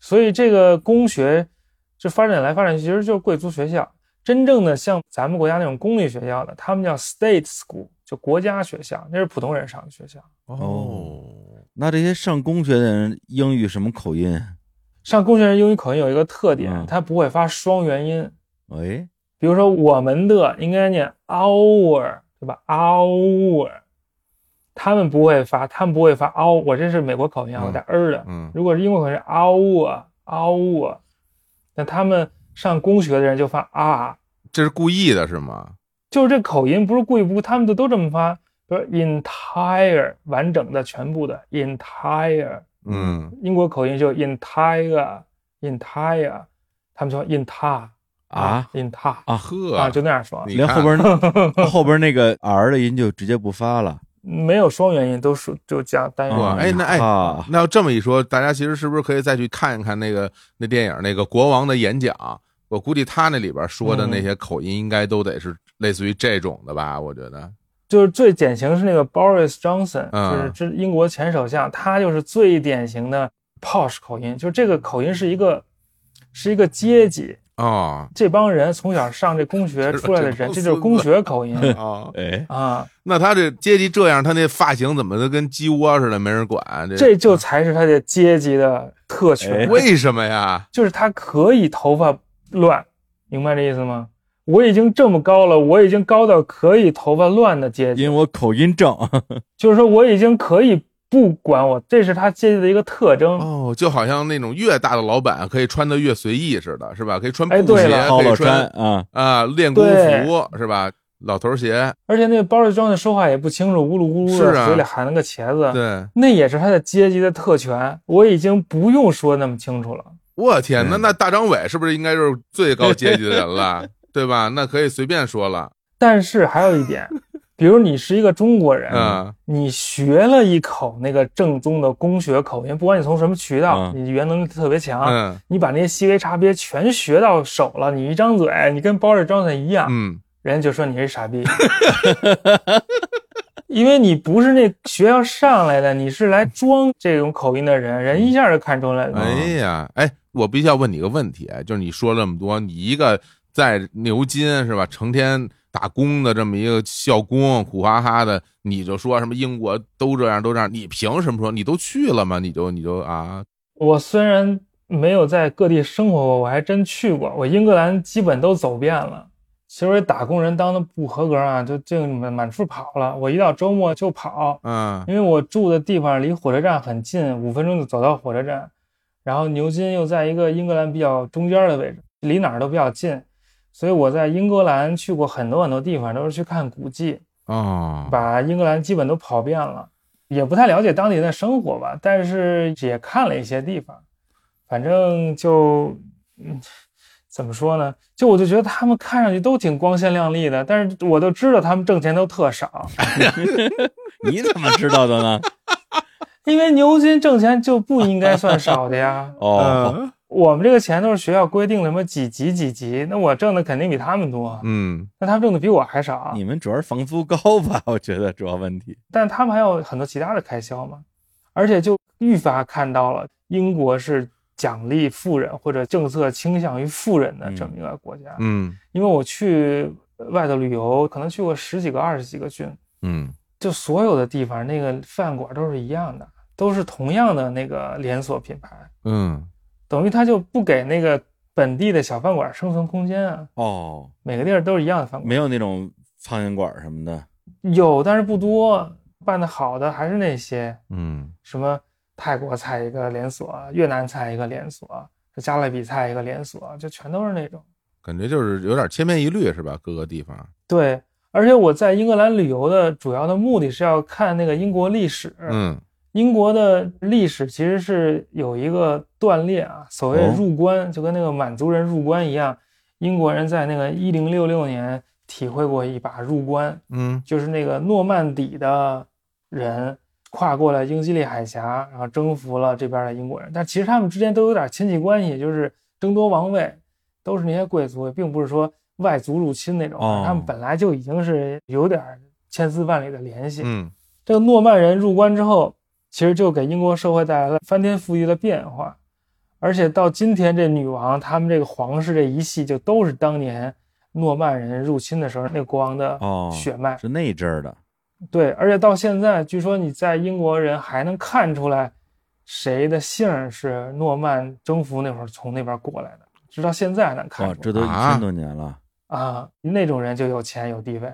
S3: 所以这个公学这发展来发展去，其实就是贵族学校。真正的像咱们国家那种公立学校的，他们叫 state school，就国家学校，那是普通人上的学校。
S2: 哦，
S4: 那这些上公学的人英语什么口音？啊
S3: 上公学人英语口音有一个特点
S4: 嗯，
S3: 它不会发双元音。
S4: 哎，
S3: 比如说我们的应该念 our 对吧？our，他们不会发，他们不会发嗷，我这是美国口音啊，
S2: 嗯
S3: 我带儿的。
S2: 嗯
S3: 如果是英国口音是嗷啊嗷啊，那他们上公学的人就发啊，
S2: 这是故意的是吗？
S3: 就是这口音不是故意不，他们都都这么发，比如 entire 完整的全部的 entire，
S2: 嗯
S3: 英国口音就啊 entire entire，他啊们说 entire
S4: 啊
S3: entire
S2: 啊呵
S3: 啊，就那样说，
S2: 你
S4: 连
S2: 看
S4: 后边 那后边那个 r 的音就直接不发了。
S3: 没有双元音，都是就加单元
S2: 哇
S3: 音。
S2: 哎那哎
S4: 啊，
S2: 那要这么一说，大家其实是不是可以再去看一看那个那电影那个国王的演讲？我估计他那里边说的那些口音，应该都得是类似于这种的吧？我觉得，
S3: 就是最典型是那个 Boris Johnson，、
S2: 嗯
S3: 就是这英国前首相，他就是最典型的 posh 口音，就是这个口音是一个是一个阶级，
S2: 哦
S3: 这帮人从小上这 公学出来的人，
S2: 这
S3: 这
S2: 帮
S3: 就是公学 口音
S2: 哦，
S4: 哎，
S3: 啊，
S2: 那他这阶级这样，他那发型怎么都跟鸡窝似的，没人管？这
S3: 这就才是他的阶级的特权，
S4: 哎
S2: 为什么呀？
S3: 就是他可以头发乱，明白这意思吗？我已经这么高了，我已经高到可以头发乱的阶级，
S4: 因为我口音正，
S3: 就是说我已经可以不管我，这是他阶级的一个特征。
S2: 哦，就好像那种越大的老板可以穿的越随意似的，是吧？可以穿
S3: 哎
S2: 布
S3: 对
S2: 鞋，
S3: 了
S2: 可
S4: 好
S2: 以
S4: 老山
S2: 穿
S4: 啊，
S2: 啊练功
S3: 对
S2: 服是吧？老头鞋，
S3: 而且那个包里装的说话也不清楚，咕噜咕噜
S2: 是啊
S3: 的，嘴里含了个茄子，
S2: 对，
S3: 那也是他的阶级的特权。我已经不用说那么清楚了，
S2: 我天，那
S4: 嗯
S2: 那大张伟是不是应该就是最高阶级的人 了，对吧？那可以随便说了，
S3: 但是还有一 点，比如你是一个中国人，
S2: 嗯
S3: 你学了一口那个正宗的公学口音，不管你从什么渠
S2: 啊
S4: 嗯
S3: 道，你语言能力特别强，
S2: 嗯
S3: 你把那些细微差别全学到手了，你一张嘴，你跟包里装的一样，
S2: 嗯，
S3: 人家就说你是傻逼， 因为你不是那学校上来的，你是来装这种口音的人，人一下就看出来了。
S2: 哎呀，哎，我必须要问你一个问题，哎就是你说了这么多，你一个在牛津是吧，成天打工的这么一个校工，苦哈哈的，你就说什么英国都这样都这样，你凭什么说？你都去了吗？你就你就啊，
S3: 我虽然没有在各地生活过，我还真去过，我英格兰基本都走遍了。其实打工人当的不合格啊，就就满满处跑了。我一到周末就跑，
S2: 嗯
S3: 因为我住的地方离火车站很近，五分钟就走到火车站。然后牛津又在一个英格兰比较中间的位置，离哪儿都比较近，所以我在英格兰去过很多很多地方，都是去看古迹，
S2: 哦，
S3: 把英格兰基本都跑遍了，也不太了解当地人的生活吧，但是也看了一些地方，反正就嗯。怎么说呢？就我就觉得他们看上去都挺光鲜亮丽的，但是我都知道他们挣钱都特少，
S4: 你怎么知道的呢？。
S3: 因为牛津挣钱就不应该算少的呀
S4: 哦，
S2: 嗯
S3: 我们这个钱都是学校规定的什么几级几级，那我挣的肯定比他们多，啊
S2: 嗯
S3: 那他们挣的比我还少，啊
S4: 你们主要是房租高吧？我觉得主要问题。
S3: 但他们还有很多其他的开销嘛。而且就愈发看到了英国是奖励富人或者政策倾向于富人的这么一个国家。
S2: 嗯
S3: 因为我去外头旅游，可能去过十几个、二十几个郡，
S2: 嗯，
S3: 就所有的地方那个饭馆都是一样的，都是同样的那个连锁品牌。
S2: 嗯
S3: 等于他就不给那个本地的小饭馆生存空间啊。
S4: 哦，
S3: 每个地儿都是一样的饭
S4: 没
S3: 馆，
S4: 有那种苍蝇馆什么的。
S3: 有但是不多，办的好的还是那些
S2: 嗯
S3: 什么泰国菜一个连锁，越南菜一个连锁，加勒比菜一个连锁，就全都是那种。
S2: 感觉就是有点千篇一律是吧？各个地方，
S3: 对，而且我在英格兰旅游的主要的目的是要看那个英国历史。
S2: 嗯
S3: 英国的历史其实是有一个断裂啊，所谓
S4: 哦
S3: 入关，就跟那个满族人入关一样，英国人在那个一零六六年体会过一把入关，
S2: 嗯
S3: 就是那个诺曼底的人跨过了英吉利海峡，然后征服了这边的英国人。但其实他们之间都有点亲戚关系，就是争夺王位，都是那些贵族，并不是说外族入侵那种。
S4: 哦
S3: 他们本来就已经是有点千丝万缕的联系。
S2: 嗯
S3: 这个诺曼人入关之后，其实就给英国社会带来了翻天覆地的变化。而且到今天，这女王他们这个皇室这一系就都是当年诺曼人入侵的时候那个国王的
S4: 哦
S3: 血脉。
S4: 是那阵儿的。
S3: 对，而且到现在，据说你在英国人还能看出来谁的姓儿是诺曼征服那会儿从那边过来的，直到现在还能看
S4: 哇，
S3: 出
S4: 这
S3: 来
S4: 都一
S2: 啊
S4: 千多年了。
S3: 啊。那种人就有钱有地位，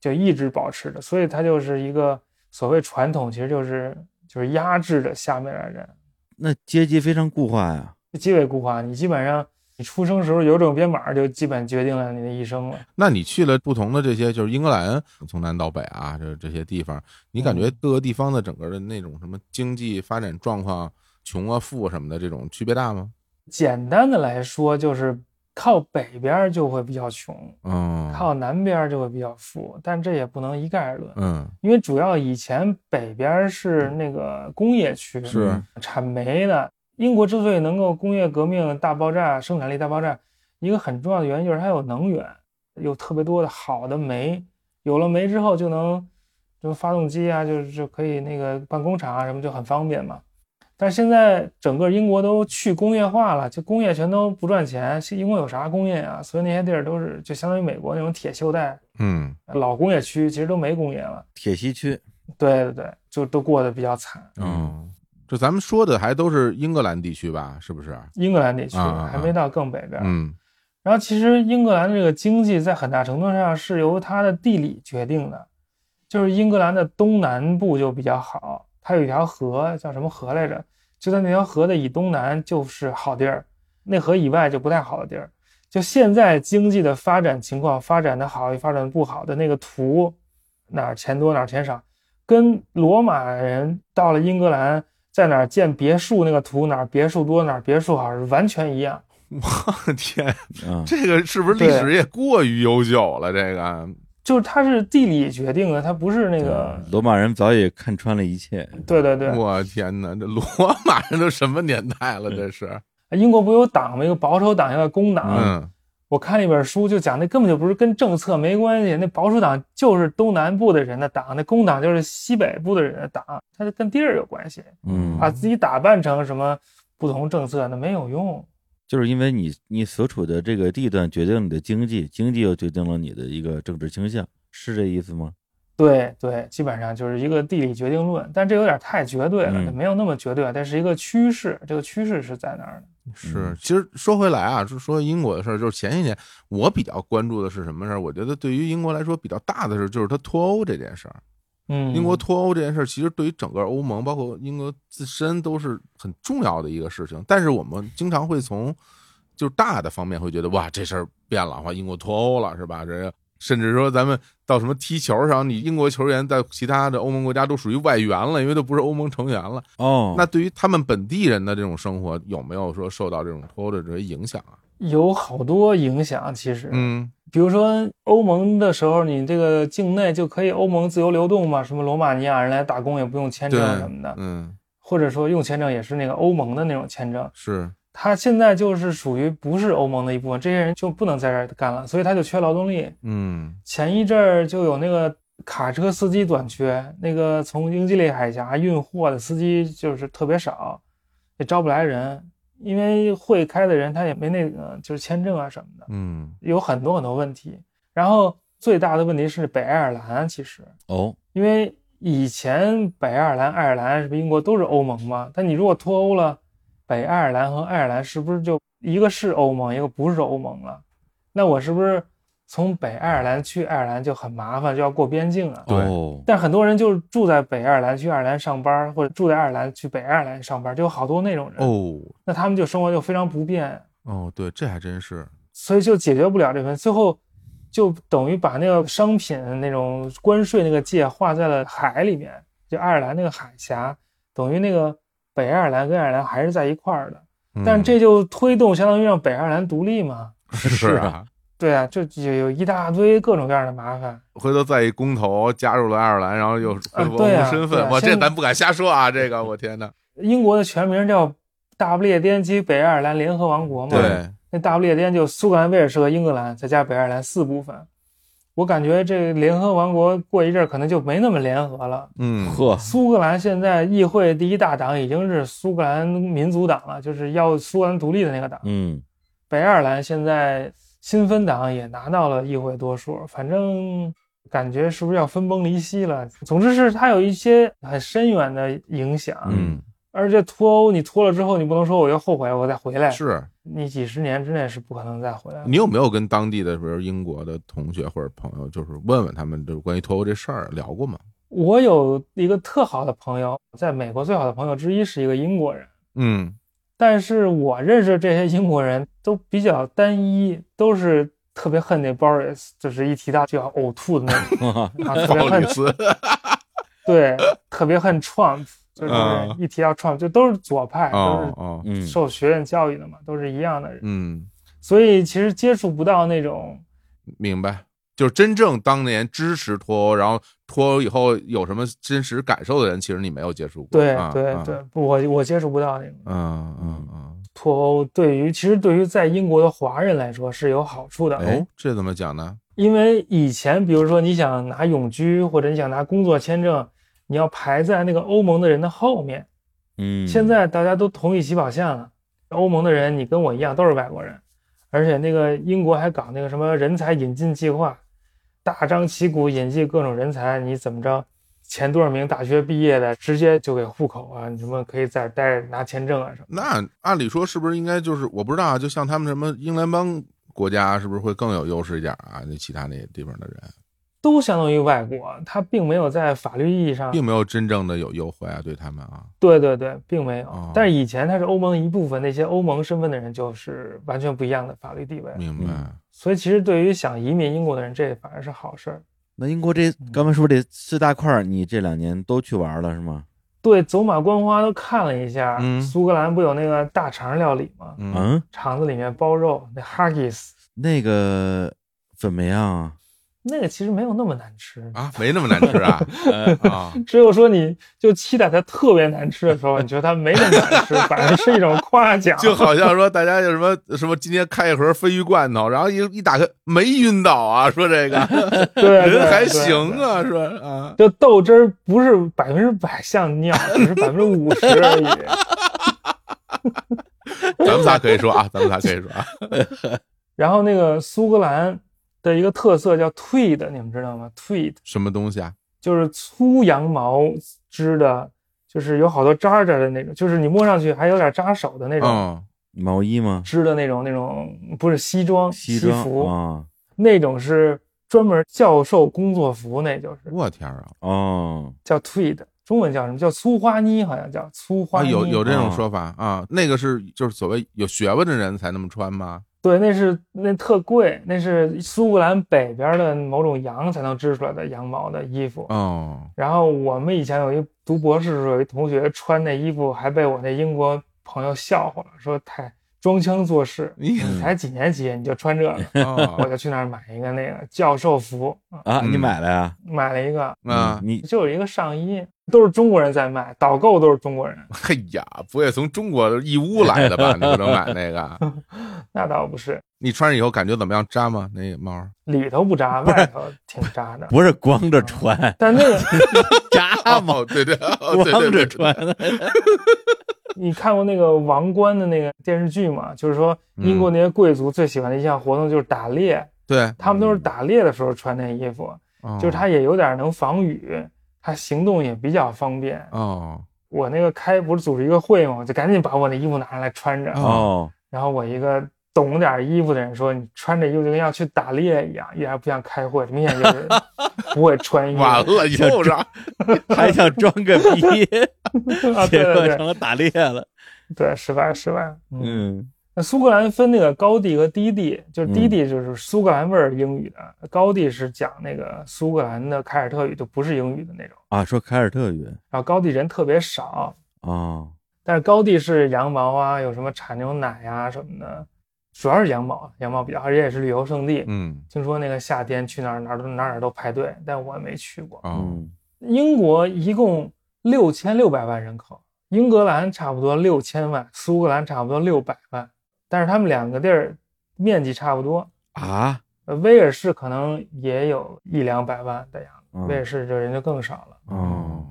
S3: 就一直保持着，所以他就是一个所谓传统，其实就是就是压制着下面的人，
S4: 那阶级非常固化呀。
S3: 极为固化。你基本上你出生时候有种编码，就基本决定了你的一生了。
S2: 那你去了不同的这些，就是英格兰从南到北啊，这这些地方，你感觉各个地方的整个的那种什么经济发展状况、穷啊、富啊什么的这种区别大吗？
S3: 简单的来说，就是靠北边儿就会比较穷，
S2: 嗯，
S3: 靠南边儿就会比较富，但这也不能一概而论，
S2: 嗯
S3: 因为主要以前北边儿是那个工业区，
S2: 是
S3: 产煤的。英国之所以能够工业革命大爆炸、生产力大爆炸，一个很重要的原因就是它有能源，有特别多的好的煤。有了煤之后，就能就发动机啊，就是就可以那个办工厂啊什么，就很方便嘛。但是现在整个英国都去工业化了，就工业全都不赚钱。英国有啥工业啊？所以那些地儿都是就相当于美国那种铁锈带、
S2: 嗯
S3: 老工业区，其实都没工业了。
S4: 铁西区，
S3: 对对对，就都过得比较惨。
S2: 哦，这咱们说的还都是英格兰地区吧？是不是？
S3: 英格兰地区
S2: 啊啊啊
S3: 还没到更北边儿。
S2: 嗯
S3: 然后其实英格兰的这个经济在很大程度上是由它的地理决定的，就是英格兰的东南部就比较好，它有一条河叫什么河来着？就在那条河的以东南就是好地儿，内河以外就不太好的地儿。就现在经济的发展情况，发展的好与发展得不好的那个图，哪儿钱多哪儿钱少，跟罗马人到了英格兰在哪儿建别墅那个图哪儿别墅多哪儿别墅好是完全一样。
S2: 我 天，
S4: 嗯，
S2: 这个是不是历史也过于悠久了？这个，
S3: 就是它是地理决定啊的，它不是那个，
S4: 罗马人早已看穿了一切。
S3: 对对对。
S2: 我天哪，这罗马人都什么年代了？这是，
S3: 英国不有党吗？有保守党，有工党。
S2: 嗯
S3: 我看了一本书，就讲那根本就不是跟政策没关系，那保守党就是东南部的人的党，那工党就是西北部的人的党，它就跟地儿有关系。
S4: 嗯，
S3: 把自己打扮成什么不同政策，那没有用。
S4: 就是因为你你所处的这个地段决定你的经济，经济又决定了你的一个政治倾向，是这意思吗？
S3: 对对，基本上就是一个地理决定论，但这有点太绝对了，
S4: 嗯
S3: 也没有那么绝对，但是一个趋势，这个趋势是在那儿的。
S2: 是，其实说回来啊，就说英国的事儿，就是前些年我比较关注的是什么事儿？我觉得对于英国来说比较大的事儿就是它脱欧这件事儿。
S3: 嗯，
S2: 英国脱欧这件事儿，其实对于整个欧盟，包括英国自身都是很重要的一个事情。但是我们经常会从就是大的方面会觉得哇，这事儿变了，哇，英国脱欧了是吧？这个甚至说咱们到什么踢球上，你英国球员在其他的欧盟国家都属于外援了，因为都不是欧盟成员了。
S4: 哦，
S2: 那对于他们本地人的这种生活，有没有说受到这种脱欧的这些影响啊？
S3: 有好多影响，其实，
S2: 嗯
S3: 比如说欧盟的时候，你这个境内就可以欧盟自由流动嘛，什么罗马尼亚人来打工也不用签证
S2: 对
S3: 什么的，
S2: 嗯，
S3: 或者说用签证也是那个欧盟的那种签证。
S2: 是
S3: 他现在就是属于不是欧盟的一部分，这些人就不能在这儿干了，所以他就缺劳动力。
S2: 嗯
S3: 前一阵儿就有那个卡车司机短缺，那个从英吉利海峡运货的司机就是特别少，也招不来人，因为会开的人他也没那个就是签证啊什么的。
S2: 嗯
S3: 有很多很多问题。然后最大的问题是北爱尔兰，其实
S4: 哦，
S3: 因为以前北爱尔兰、爱尔兰什么英国都是欧盟嘛，但你如果脱欧了，北爱尔兰和爱尔兰是不是就一个是欧盟，一个不是欧盟了？那我是不是从北爱尔兰去爱尔兰就很麻烦，就要过边境啊？
S2: 对
S4: 哦，
S3: 但很多人就是住在北爱尔兰去爱尔兰上班，或者住在爱尔兰去北爱尔兰上班，就有好多那种人，
S2: 哦
S3: 那他们就生活就非常不便。
S2: 哦，对，这还真是
S3: 所以就解决不了这份，最后就等于把那个商品那种关税那个界划在了海里面，就爱尔兰那个海峡，等于那个北爱尔兰跟爱尔兰还是在一块儿的，
S2: 嗯
S3: 但是这就推动相当于让北爱尔兰独立嘛，
S2: 是
S4: 是
S2: 啊
S4: 啊。
S3: 对啊，这就有一大堆各种各样的麻烦，
S2: 回头再一公投加入了爱尔兰，然后又恢复欧盟
S3: 对啊
S2: 身
S3: 对
S2: 份，
S3: 啊
S2: 我这
S3: 现在
S2: 咱不敢瞎说啊！这个我天哪，
S3: 英国的全名叫大不列颠及北爱尔兰联合王国嘛，
S2: 对，
S3: 那大不列颠就苏格兰、威尔士和英格兰，再加北爱尔兰四部分。我感觉这联合王国过一阵儿可能就没那么联合了，
S2: 嗯，
S4: 呵，
S3: 苏格兰现在议会第一大党已经是苏格兰民族党了，就是要苏格兰独立的那个党。
S4: 嗯，
S3: 北爱尔兰现在新芬党也拿到了议会多数，反正感觉是不是要分崩离析了？总之是它有一些很深远的影响。
S4: 嗯，
S3: 而且脱欧你脱了之后，你不能说我又后悔我再回来，
S2: 是
S3: 你几十年之内是不可能再回来了。
S2: 你有没有跟当地的，比如英国的同学或者朋友，就是问问他们，就关于脱欧这事儿聊过吗？
S3: 我有一个特好的朋友，在美国最好的朋友之一是一个英国人，
S2: 嗯
S3: 但是我认识这些英国人都比较单一，都是特别恨那 Boris，就是一提到就要呕吐的那种， 然后特别
S2: 鲍里
S3: 恨，
S2: 斯，
S3: 对，特别恨 Trump，就是
S2: 嗯
S3: 一提到 Trump 就都是左派，
S2: 哦
S3: 都
S2: 哦，
S4: 嗯
S3: 是受学院教育的嘛，都是一样的人，
S2: 嗯，
S3: 所以其实接触不到那种
S2: 明白。就是真正当年支持脱欧，然后脱欧以后有什么真实感受的人，其实你没有接触过。
S3: 对
S2: 啊
S3: 对
S2: 啊
S3: 对，我我接触不到那种
S2: 嗯嗯嗯。
S3: 脱欧，对于其实对于在英国的华人来说是有好处的，
S2: 哎，这怎么讲呢？
S3: 因为以前比如说你想拿永居或者你想拿工作签证，你要排在那个欧盟的人的后面，
S4: 嗯，
S3: 现在大家都同一起跑线了，欧盟的人你跟我一样都是外国人，而且那个英国还搞那个什么人才引进计划，大张旗鼓引进各种人才，你怎么着，前多少名大学毕业的直接就给户口啊，你什么可以在这儿待着拿签证啊什么。
S2: 那按理说是不是应该就是我不知道啊，就像他们什么英联邦国家，是不是会更有优势一点啊？那其他那地方的人
S3: 都相当于外国，他并没有在法律意义上，
S2: 并没有真正的有优惠啊，对他们啊，
S3: 对对对，并没有。
S2: 哦
S3: 但是以前他是欧盟一部分，那些欧盟身份的人就是完全不一样的法律地位。
S2: 明白？
S3: 所以其实对于想移民英国的人，这反而是好事儿。
S4: 那英国这刚才说这四大块儿，你这两年都去玩了是吗？
S3: 对，走马观花都看了一下。
S2: 嗯
S3: 苏格兰不有那个大肠料理吗？
S2: 嗯，
S4: 嗯，
S3: 肠子里面包肉，那 haggis
S4: 那个怎么样啊？
S3: 那个其实没有那么难吃，
S2: 啊，没那么难吃啊啊，
S3: 只有说你就期待它特别难吃 的时候，你觉得它没那么难吃，反而是一种夸奖。
S2: 就好像说大家有什么什么今天开一盒鲱鱼罐头，然后一一打开没晕倒啊，说这个
S3: 对 对
S2: 人还
S3: 对
S2: 行
S3: 对
S2: 啊，说啊，
S3: 就豆汁儿不是百分之百像尿，只是百分之五十而已。
S2: 咱们仨可以说啊，咱们仨可以说 啊，
S3: 然后那个苏格兰的一个特色叫 tweed，你们知道吗？tweed
S2: 什么东西啊？
S3: 就是粗羊毛织的，就是有好多渣渣的那种，就是你摸上去还有点扎手的那种
S2: 嗯，
S4: 毛衣吗？
S3: 织的那种那种，不是西装
S4: 西
S3: 服
S4: 装啊？
S3: 那种是专门教授工作服，那就是
S2: 我天啊，
S4: 哦，
S3: 叫 tweed，中文叫什么叫粗花呢？好像叫粗花
S2: 啊
S3: 呢。
S2: 有有这种
S4: 哦
S2: 说法啊，那个是就是所谓有学问的人才那么穿吗？
S3: 对，那是那特贵，那是苏格兰北边的某种羊才能织出来的羊毛的衣服。
S2: 哦，
S3: 然后我们以前有一读博士的时候，有一同学穿那衣服，还被我那英国朋友笑话了，说太装腔作势，
S2: 你
S4: 嗯
S3: 你才几年级你就穿 这个？我
S2: 哦
S3: 就去那儿买一个那个教授服，啊
S4: 啊，
S2: 嗯
S4: 你买了呀？
S3: 买了一个，
S2: 啊
S4: 嗯，你
S3: 就有一个上衣，都是中国人在卖，导购都是中国人，
S2: 哎呀，不会从中国义乌来的吧？你不能买那个？
S3: 那倒不是，
S2: 你穿上以后感觉怎么样？扎吗？那个帽儿？
S3: 里头不扎，外头挺扎的。
S4: 不是光着 穿，
S3: 但那个
S4: 扎吗？
S2: 哦，对对，哦对对
S4: 光着
S2: 对，
S4: 穿，
S3: 你看过那个王冠的那个电视剧吗？就是说英
S4: 嗯
S3: 国那些贵族最喜欢的一项活动就是打猎，
S2: 对，
S3: 他们
S4: 嗯
S3: 都是打猎的时候穿那衣服，
S2: 哦
S3: 就是它也有点能防雨，它行动也比较方便。
S2: 哦，
S3: 我那个开不是组织一个会吗？我就赶紧把我那衣服拿上来穿着，
S2: 哦
S4: 哦，
S3: 然后我一个。懂点衣服的人说：“你穿着衣服就跟要去打猎一样，一点也不像开会，明显就是 不会穿衣服。
S2: 完了又让
S4: 还想装个逼，
S3: 啊！对
S4: 结果
S3: 对
S4: 成
S3: 对
S4: 了打猎了。
S3: 对，是吧？是吧？嗯
S4: 嗯，
S3: 那苏格兰分那个高地和低地，就是低地就是苏格兰味儿英语的，高地是讲那个苏格兰的凯尔特语，就不是英语的那种。
S4: 啊，说凯尔特语
S3: 然后高地人特别少，
S4: 哦，
S3: 但是高地是羊毛啊，有什么产牛奶呀、什么的，主要是羊毛，羊毛比较，而且也是旅游胜地。
S2: 嗯
S3: 听说那个夏天去哪儿哪儿都哪儿哪儿都排队，但我没去过。
S2: 哦
S4: 嗯，
S3: 英国一共六千六百万人口，英格兰差不多六千万，苏格兰差不多六百万，但是他们两个地儿面积差不多。
S4: 啊，
S3: 呃，威尔士可能也有一两百万的样子，
S4: 嗯
S3: 威尔士这人就更少了。
S4: 哦，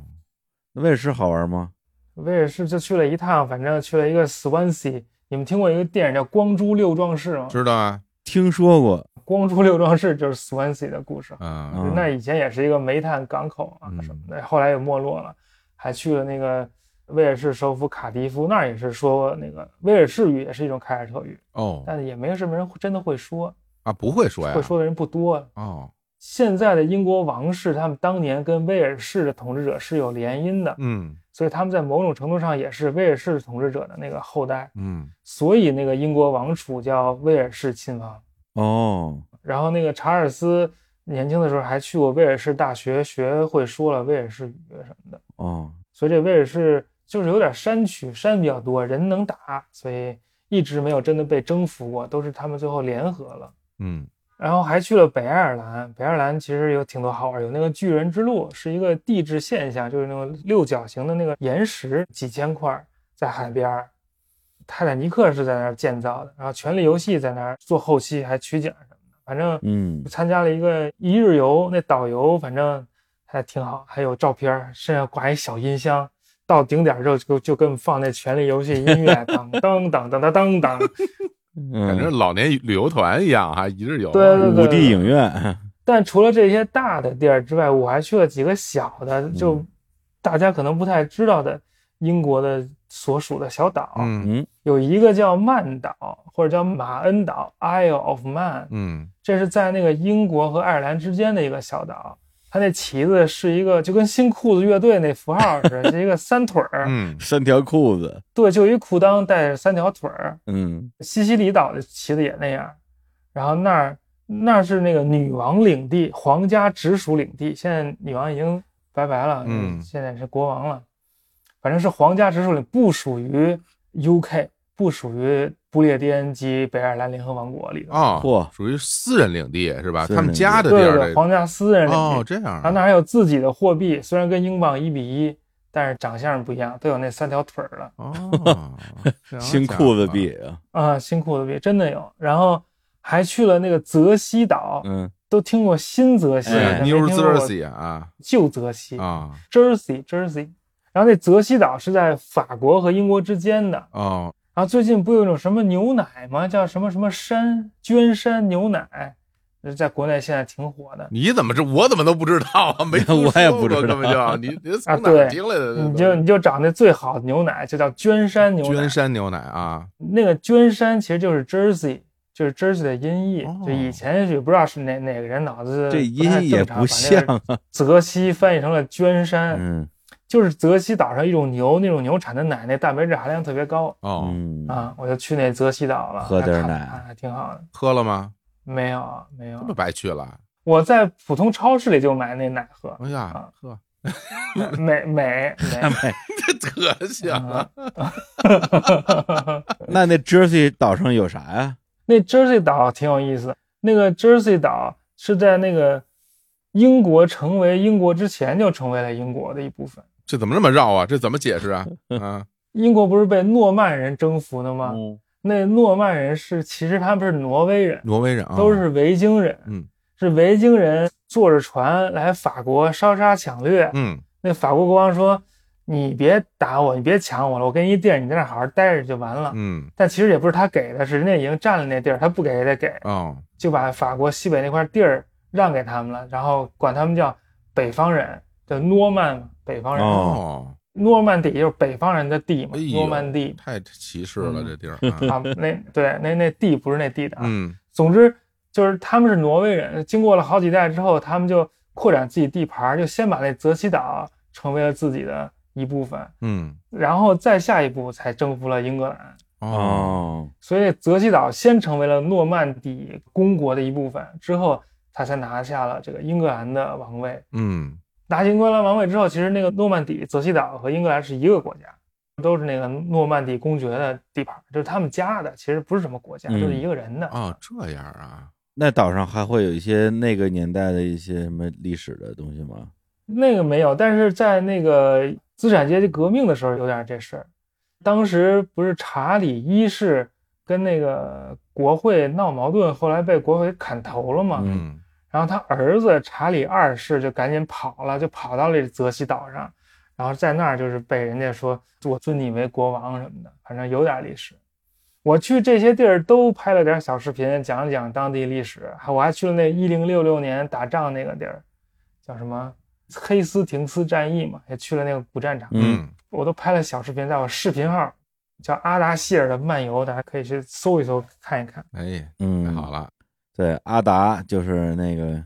S4: 那威尔士好玩吗？
S3: 威尔士就去了一趟，反正去了一个 Swansea。你们听过一个电影叫《光珠六壮士》吗？
S2: 知道啊，
S4: 听说过，
S3: 光珠六壮士就是 Swansea 的故事。
S2: 嗯
S4: 嗯
S3: 那以前也是一个煤炭港口啊
S2: 嗯
S3: 什么的，后来也没落了，还去了那个威尔士首府卡迪夫，那儿也是说那个威尔士语也是一种凯尔特语，
S2: 哦
S3: 但也没什么人会真的会说，
S2: 啊，不会说呀
S3: 会，说的人不多。
S2: 哦，
S3: 现在的英国王室，他们当年跟威尔士的统治者是有联姻的，
S2: 嗯
S3: 所以他们在某种程度上也是威尔士统治者的那个后代，
S2: 嗯
S3: 所以那个英国王储叫威尔士亲王。
S4: 哦，
S3: 然后那个查尔斯年轻的时候还去过威尔士大学，学会说了威尔士语什么的，
S4: 哦，
S3: 所以这威尔士就是有点山区，山比较多，人能打，所以一直没有真的被征服过，都是他们最后联合了。
S2: 嗯
S3: 然后还去了北爱尔兰，北爱尔兰其实有挺多好玩，有那个巨人之路，是一个地质现象，就是那种六角形的那个岩石，几千块儿在海边儿。泰坦尼克是在那儿建造的，然后《权力游戏》在那儿做后期，还取景什么的。反正
S4: 嗯，
S3: 参加了一个一日游，那导游反正还挺好，还有照片儿，身上挂一小音箱，到顶点儿之后就就给我们放那《权力游戏》音乐， 当当当当当当当，
S2: 感
S4: 感
S2: 觉老年旅游团一样哈，一日游。
S3: 对对嗯对
S4: 五 D 影院，
S3: 但除了这些大的地儿之外，我还去了几个小的，
S2: 嗯
S3: 就大家可能不太知道的英国的所属的小岛，
S2: 嗯
S4: 嗯
S3: 有一个叫曼岛或者叫马恩岛 （Isle of Man），
S2: 嗯
S3: 这是在那个英国和爱尔兰之间的一个小岛。它那旗子是一个就跟新裤子乐队那符号似 的，是一个三腿儿，
S2: 嗯
S4: 三条裤子，
S3: 对，就一裤裆带着三条腿儿。
S4: 嗯，
S3: 西西里岛的旗子也那样，然后那儿那是那个女王领地，皇家直属领地。现在女王已经拜拜了，
S2: 嗯
S3: 现在是国王了，反正是皇家直属领，不属于 UK，不属于不列颠及北爱尔兰联合王国里的。
S2: 哦
S4: 嚯，
S2: 属于私人领地是吧？
S4: 私人领地
S2: 他们家的地
S3: 对
S2: 儿
S3: 对，
S2: 这个
S3: 皇家私人领地。
S2: 哦，这样啊
S3: 然后那还有自己的货币，虽然跟英镑一比一，但是长相不一样，都有那三条腿儿了。
S2: 哦，
S3: 嗯
S4: 新裤子
S2: 币，
S4: 币，
S3: 啊，新裤子币真的有。然后还去了那个泽西岛，
S4: 嗯，
S3: 都听过新泽西，
S4: 哎
S3: 但没
S2: New
S3: 听说过
S2: Jersey 啊
S3: 旧泽西
S2: 啊
S3: （Jersey Jersey）。然后那泽西岛是在法国和英国之间的。
S2: 哦，
S3: 然后最近不有一种什么牛奶吗？叫什么什么山娟山牛奶，在国内现在挺火的。
S2: 你怎么这我怎么都不知道啊？没听
S4: 我也
S2: 说
S4: 不知
S2: 过
S4: 道
S2: 根本就你你
S3: 啊
S2: 从哪儿
S3: 对
S2: 听来
S4: 呃
S2: 的？
S3: 你就你就找那最好的牛奶，就叫娟山牛奶
S2: 娟。山牛奶啊，
S3: 那个娟山其实就是 Jersey，就是 Jersey 的音译。
S2: 哦
S3: 就以前也不知道是哪哪个人脑子
S4: 这
S3: 不太
S4: 音也
S3: 正常
S4: 不像
S3: 把那
S4: 啊，
S3: 个泽西翻译成了娟山，
S4: 嗯
S3: 就是泽西岛上一种牛，那种牛产的奶那蛋白质含量特别高
S2: 哦，
S4: 嗯，
S3: 啊。我就去那泽西岛了，
S4: 喝点
S3: 那看了
S4: 奶
S3: 看还挺好的。
S2: 喝了吗？
S3: 没有没
S2: 这不
S3: 有，
S2: 白去了？
S3: 我在普通超市里就买那奶喝，
S2: 哎呀
S3: 啊，
S2: 喝
S3: 美美美。
S2: 这德行啊！
S4: 那那 Jersey 岛上有啥呀？
S3: 那 Jersey 岛挺有意思，那个 Jersey 岛是在那个英国成为英国之前就成为了英国的一部分。
S2: 这怎么这么绕啊？这怎么解释啊？啊，
S3: 英国不是被诺曼人征服的
S4: 嗯
S3: 吗？那诺曼人是其实他们是挪威人，
S2: 挪威人啊，
S3: 都是维京人，
S2: 嗯，
S3: 是维京人坐着船来法国烧杀抢掠。
S2: 嗯
S3: 那法国国王说：“你别打我，你别抢我了，我给你一地儿，你在那儿好好待着就完了。
S2: 嗯
S3: 但其实也不是他给的，是人家已经占了那地儿，他不给也得给。
S2: 哦
S3: 就把法国西北那块地儿让给他们了，然后管他们叫北方人，叫诺曼嘛北方人。
S4: 哦
S2: 哦，
S3: 诺曼底就是北方人的地嘛，
S2: 哎呦
S3: 诺曼底
S2: 太歧视了这地儿 啊，
S3: 啊，那对那那地不是那地的啊。
S2: 嗯
S3: 总之就是他们是挪威人，经过了好几代之后，他们就扩展自己地盘儿，就先把那泽西岛成为了自己的一部分，
S2: 嗯
S3: 然后再下一步才征服了英格兰。
S2: 哦
S4: 哦，
S3: 所以泽西岛先成为了诺曼底公国的一部分，之后他才拿下了这个英格兰的王位。
S2: 嗯
S3: 拿下英格兰王位之后，其实那个诺曼底、泽西岛和英格兰是一个国家，都是那个诺曼底公爵的地盘，就是他们家的，其实不是什么国家，
S4: 嗯
S3: 就是一个人的。
S2: 哦，这样啊，
S4: 那岛上还会有一些那个年代的一些什么历史的东西吗？
S3: 那个没有，但是在那个资产阶级革命的时候有点这事儿。当时不是查理一世跟那个国会闹矛盾，后来被国会砍头了嘛。
S2: 嗯
S3: 然后他儿子查理二世就赶紧跑了，就跑到了泽西岛上，然后在那儿就是被人家说我尊你为国王什么的，反正有点历史。我去这些地儿都拍了点小视频，讲了讲当地历史，还我还去了那一零六六年打仗那个地儿，叫什么黑斯廷斯战役嘛，也去了那个古战场，
S2: 嗯
S3: 我都拍了小视频，在我视频号叫阿达希尔的漫游，大家可以去搜一搜看一看。
S2: 哎，太
S4: 嗯，
S2: 好了，
S4: 对，阿达就是那个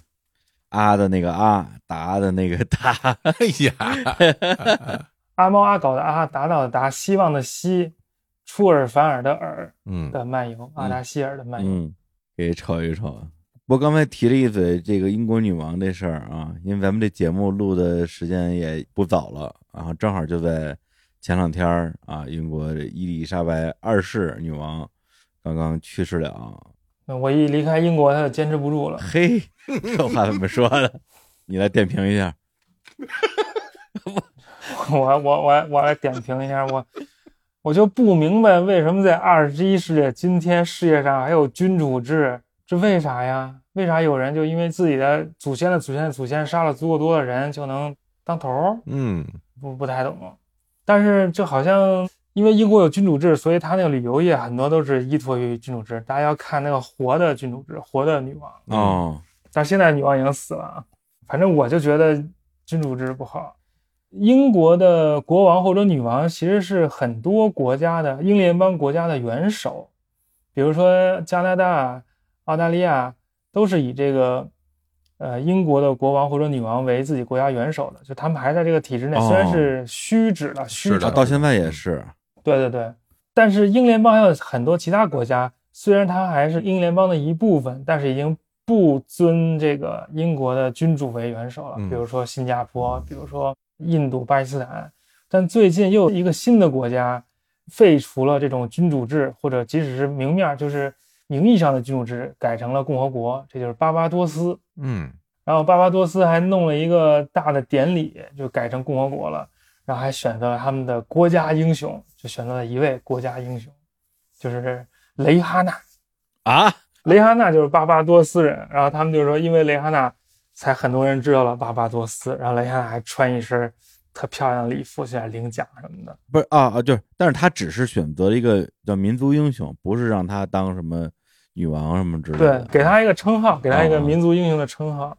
S4: 啊的那个啊，达的那个达，
S2: 哎呀，
S3: 阿猫阿狗的啊阿，达到的达，希望的希，出尔反尔的尔
S2: 嗯，
S3: 的漫游，阿达希尔的漫游。
S4: 嗯，给瞅一瞅。我刚才提了一嘴这个英国女王这事儿啊，因为咱们这节目录的时间也不早了，然后正好就在前两天儿啊，英国这伊丽莎白二世女王刚刚去世了。
S3: 那我一离开英国，他就坚持不住了。
S4: 嘿，这话怎么说的？你来点评一下。
S3: 我我我我来点评一下，我我就不明白为什么在二十一世纪今天世界上还有君主制，这为啥呀？为啥有人就因为自己的祖先的祖先的祖先杀了足够多的人就能当头儿？
S2: 嗯，
S3: 不不太懂。但是就好像因为英国有君主制，所以他那个旅游业很多都是依托于君主制。大家要看那个活的君主制，活的女王。
S2: 嗯
S4: 哦，
S3: 但现在女王已经死了啊。反正我就觉得君主制不好。英国的国王或者女王其实是很多国家的英联邦国家的元首，比如说加拿大、澳大利亚都是以这个呃英国的国王或者女王为自己国家元首的，就他们还在这个体制内，虽然
S4: 哦
S3: 是虚指了，虚
S2: 是
S3: 指
S2: 的
S4: 啊到现在也是，
S3: 对对对，但是英联邦还有很多其他国家，虽然它还是英联邦的一部分，但是已经不尊这个英国的君主为元首了。
S2: 嗯
S3: 比如说新加坡，比如说印度、巴基斯坦，但最近又有一个新的国家废除了这种君主制，或者即使是明面儿就是名义上的君主制，改成了共和国，这就是巴巴多斯。
S2: 嗯，。
S3: 然后巴巴多斯还弄了一个大的典礼，就改成共和国了，然后还选择了他们的国家英雄，就选择了一位国家英雄，就是雷哈娜。
S4: 啊，
S3: 雷哈娜就是巴巴多斯人，然后他们就说，因为雷哈娜，才很多人知道了巴巴多斯。然后雷哈娜还穿一身特漂亮的礼服，现在领奖什么的。
S4: 不是啊啊，就是，但是他只是选择了一个叫民族英雄，不是让他当什么女王什么之类
S3: 对
S4: 的。，
S3: 给他一个称号，给他一个
S4: 嗯哦
S3: 民族英雄的称号。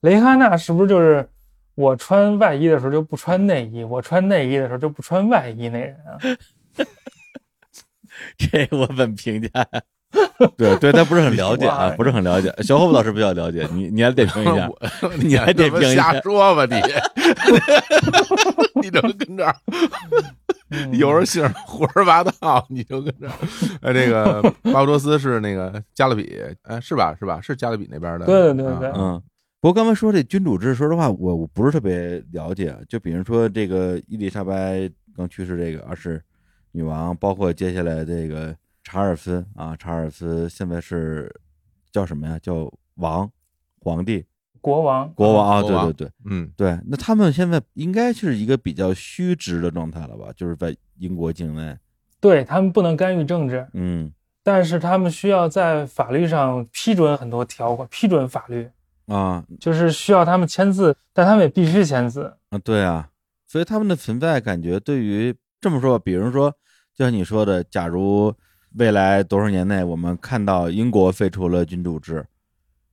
S3: 雷哈娜是不是就是我穿外衣的时候就不穿内衣，我穿内衣的时候就不穿外衣那人啊？
S4: 这 我怎么评价？对对，他不是很了解啊，
S3: 哇
S4: 不是很了解。小伙子老师比较了解，你你来点评一下
S2: 我
S4: 你还得
S2: 这不
S4: 评一下
S2: 瞎说吧你， 你怎么跟这儿
S3: 嗯
S2: 有人信胡说八道，你就跟这儿。呃，这个巴布多斯是那个加勒比，呃，是吧？是吧？是加勒比那边的。
S3: 对对对对
S2: 啊啊
S4: 嗯，不过刚才说这君主制，说实话，我我不是特别了解。啊就比如说这个伊丽莎白刚去世这个二世女王，包括接下来这个查尔斯啊，查尔斯现在是叫什么呀？叫王，皇帝，
S3: 国王，
S4: 国王啊，
S2: 国王
S4: 对对对
S2: 嗯，
S4: 对。那他们现在应该是一个比较虚职的状态了吧？就是在英国境内，
S3: 对他们不能干预政治，
S4: 嗯
S3: 但是他们需要在法律上批准很多条款，批准法律
S4: 啊
S3: 就是需要他们签字，但他们也必须签字。
S4: 啊，对啊，所以他们的存在感觉对于这么说，比如说，就像你说的，假如未来多少年内我们看到英国废除了君主制，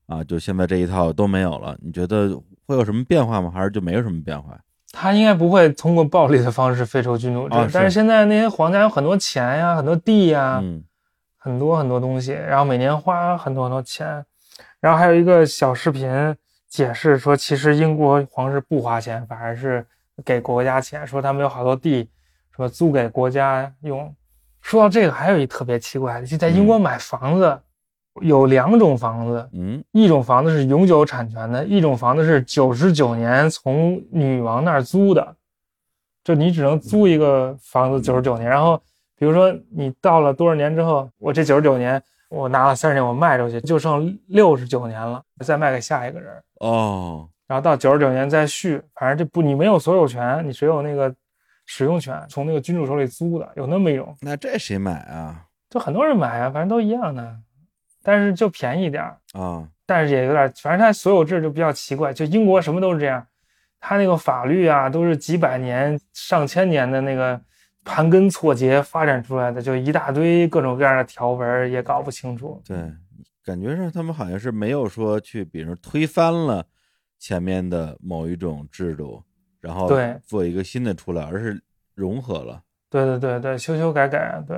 S4: 啊，就现在这一套都没有了，你觉得会有什么变化吗？还是就没有什么变化？
S3: 他应该不会通过暴力的方式废除君主制，
S4: 啊是
S3: 但是现在那些皇家有很多钱呀、很多地呀、
S4: 嗯
S3: 很多很多东西，然后每年花很多很多钱，然后还有一个小视频解释说，其实英国皇室不花钱，反而是给国家钱，说他们有好多地，说租给国家用。说到这个，还有一特别奇怪的，就在英国买房子，有两种房子，
S4: 嗯，
S3: 一种房子是永久产权的，一种房子是九十九年从女王那儿租的，就你只能租一个房子九十九年。然后，比如说你到了多少年之后，我这九十九年我拿了三十年，我卖出去就剩六十九年了，再卖给下一个人，
S4: 哦，
S3: 然后到九十九年再续，反正这不你没有所有权，你只有那个使用权，从那个君主手里租的，有那么一种，
S4: 那这谁买啊？
S3: 就很多人买啊，反正都一样的，但是就便宜点儿。
S4: 啊，
S3: 但是也有点，反正它所有制就比较奇怪，就英国什么都是这样，它那个法律啊都是几百年、上千年的那个盘根错节发展出来的，就一大堆各种各样的条文也搞不清楚。
S4: 对，感觉上他们好像是没有说去，比如推翻了前面的某一种制度，然后
S3: 对
S4: 做一个新的出来，而是融合了。
S3: 对对对对，修修改改，对，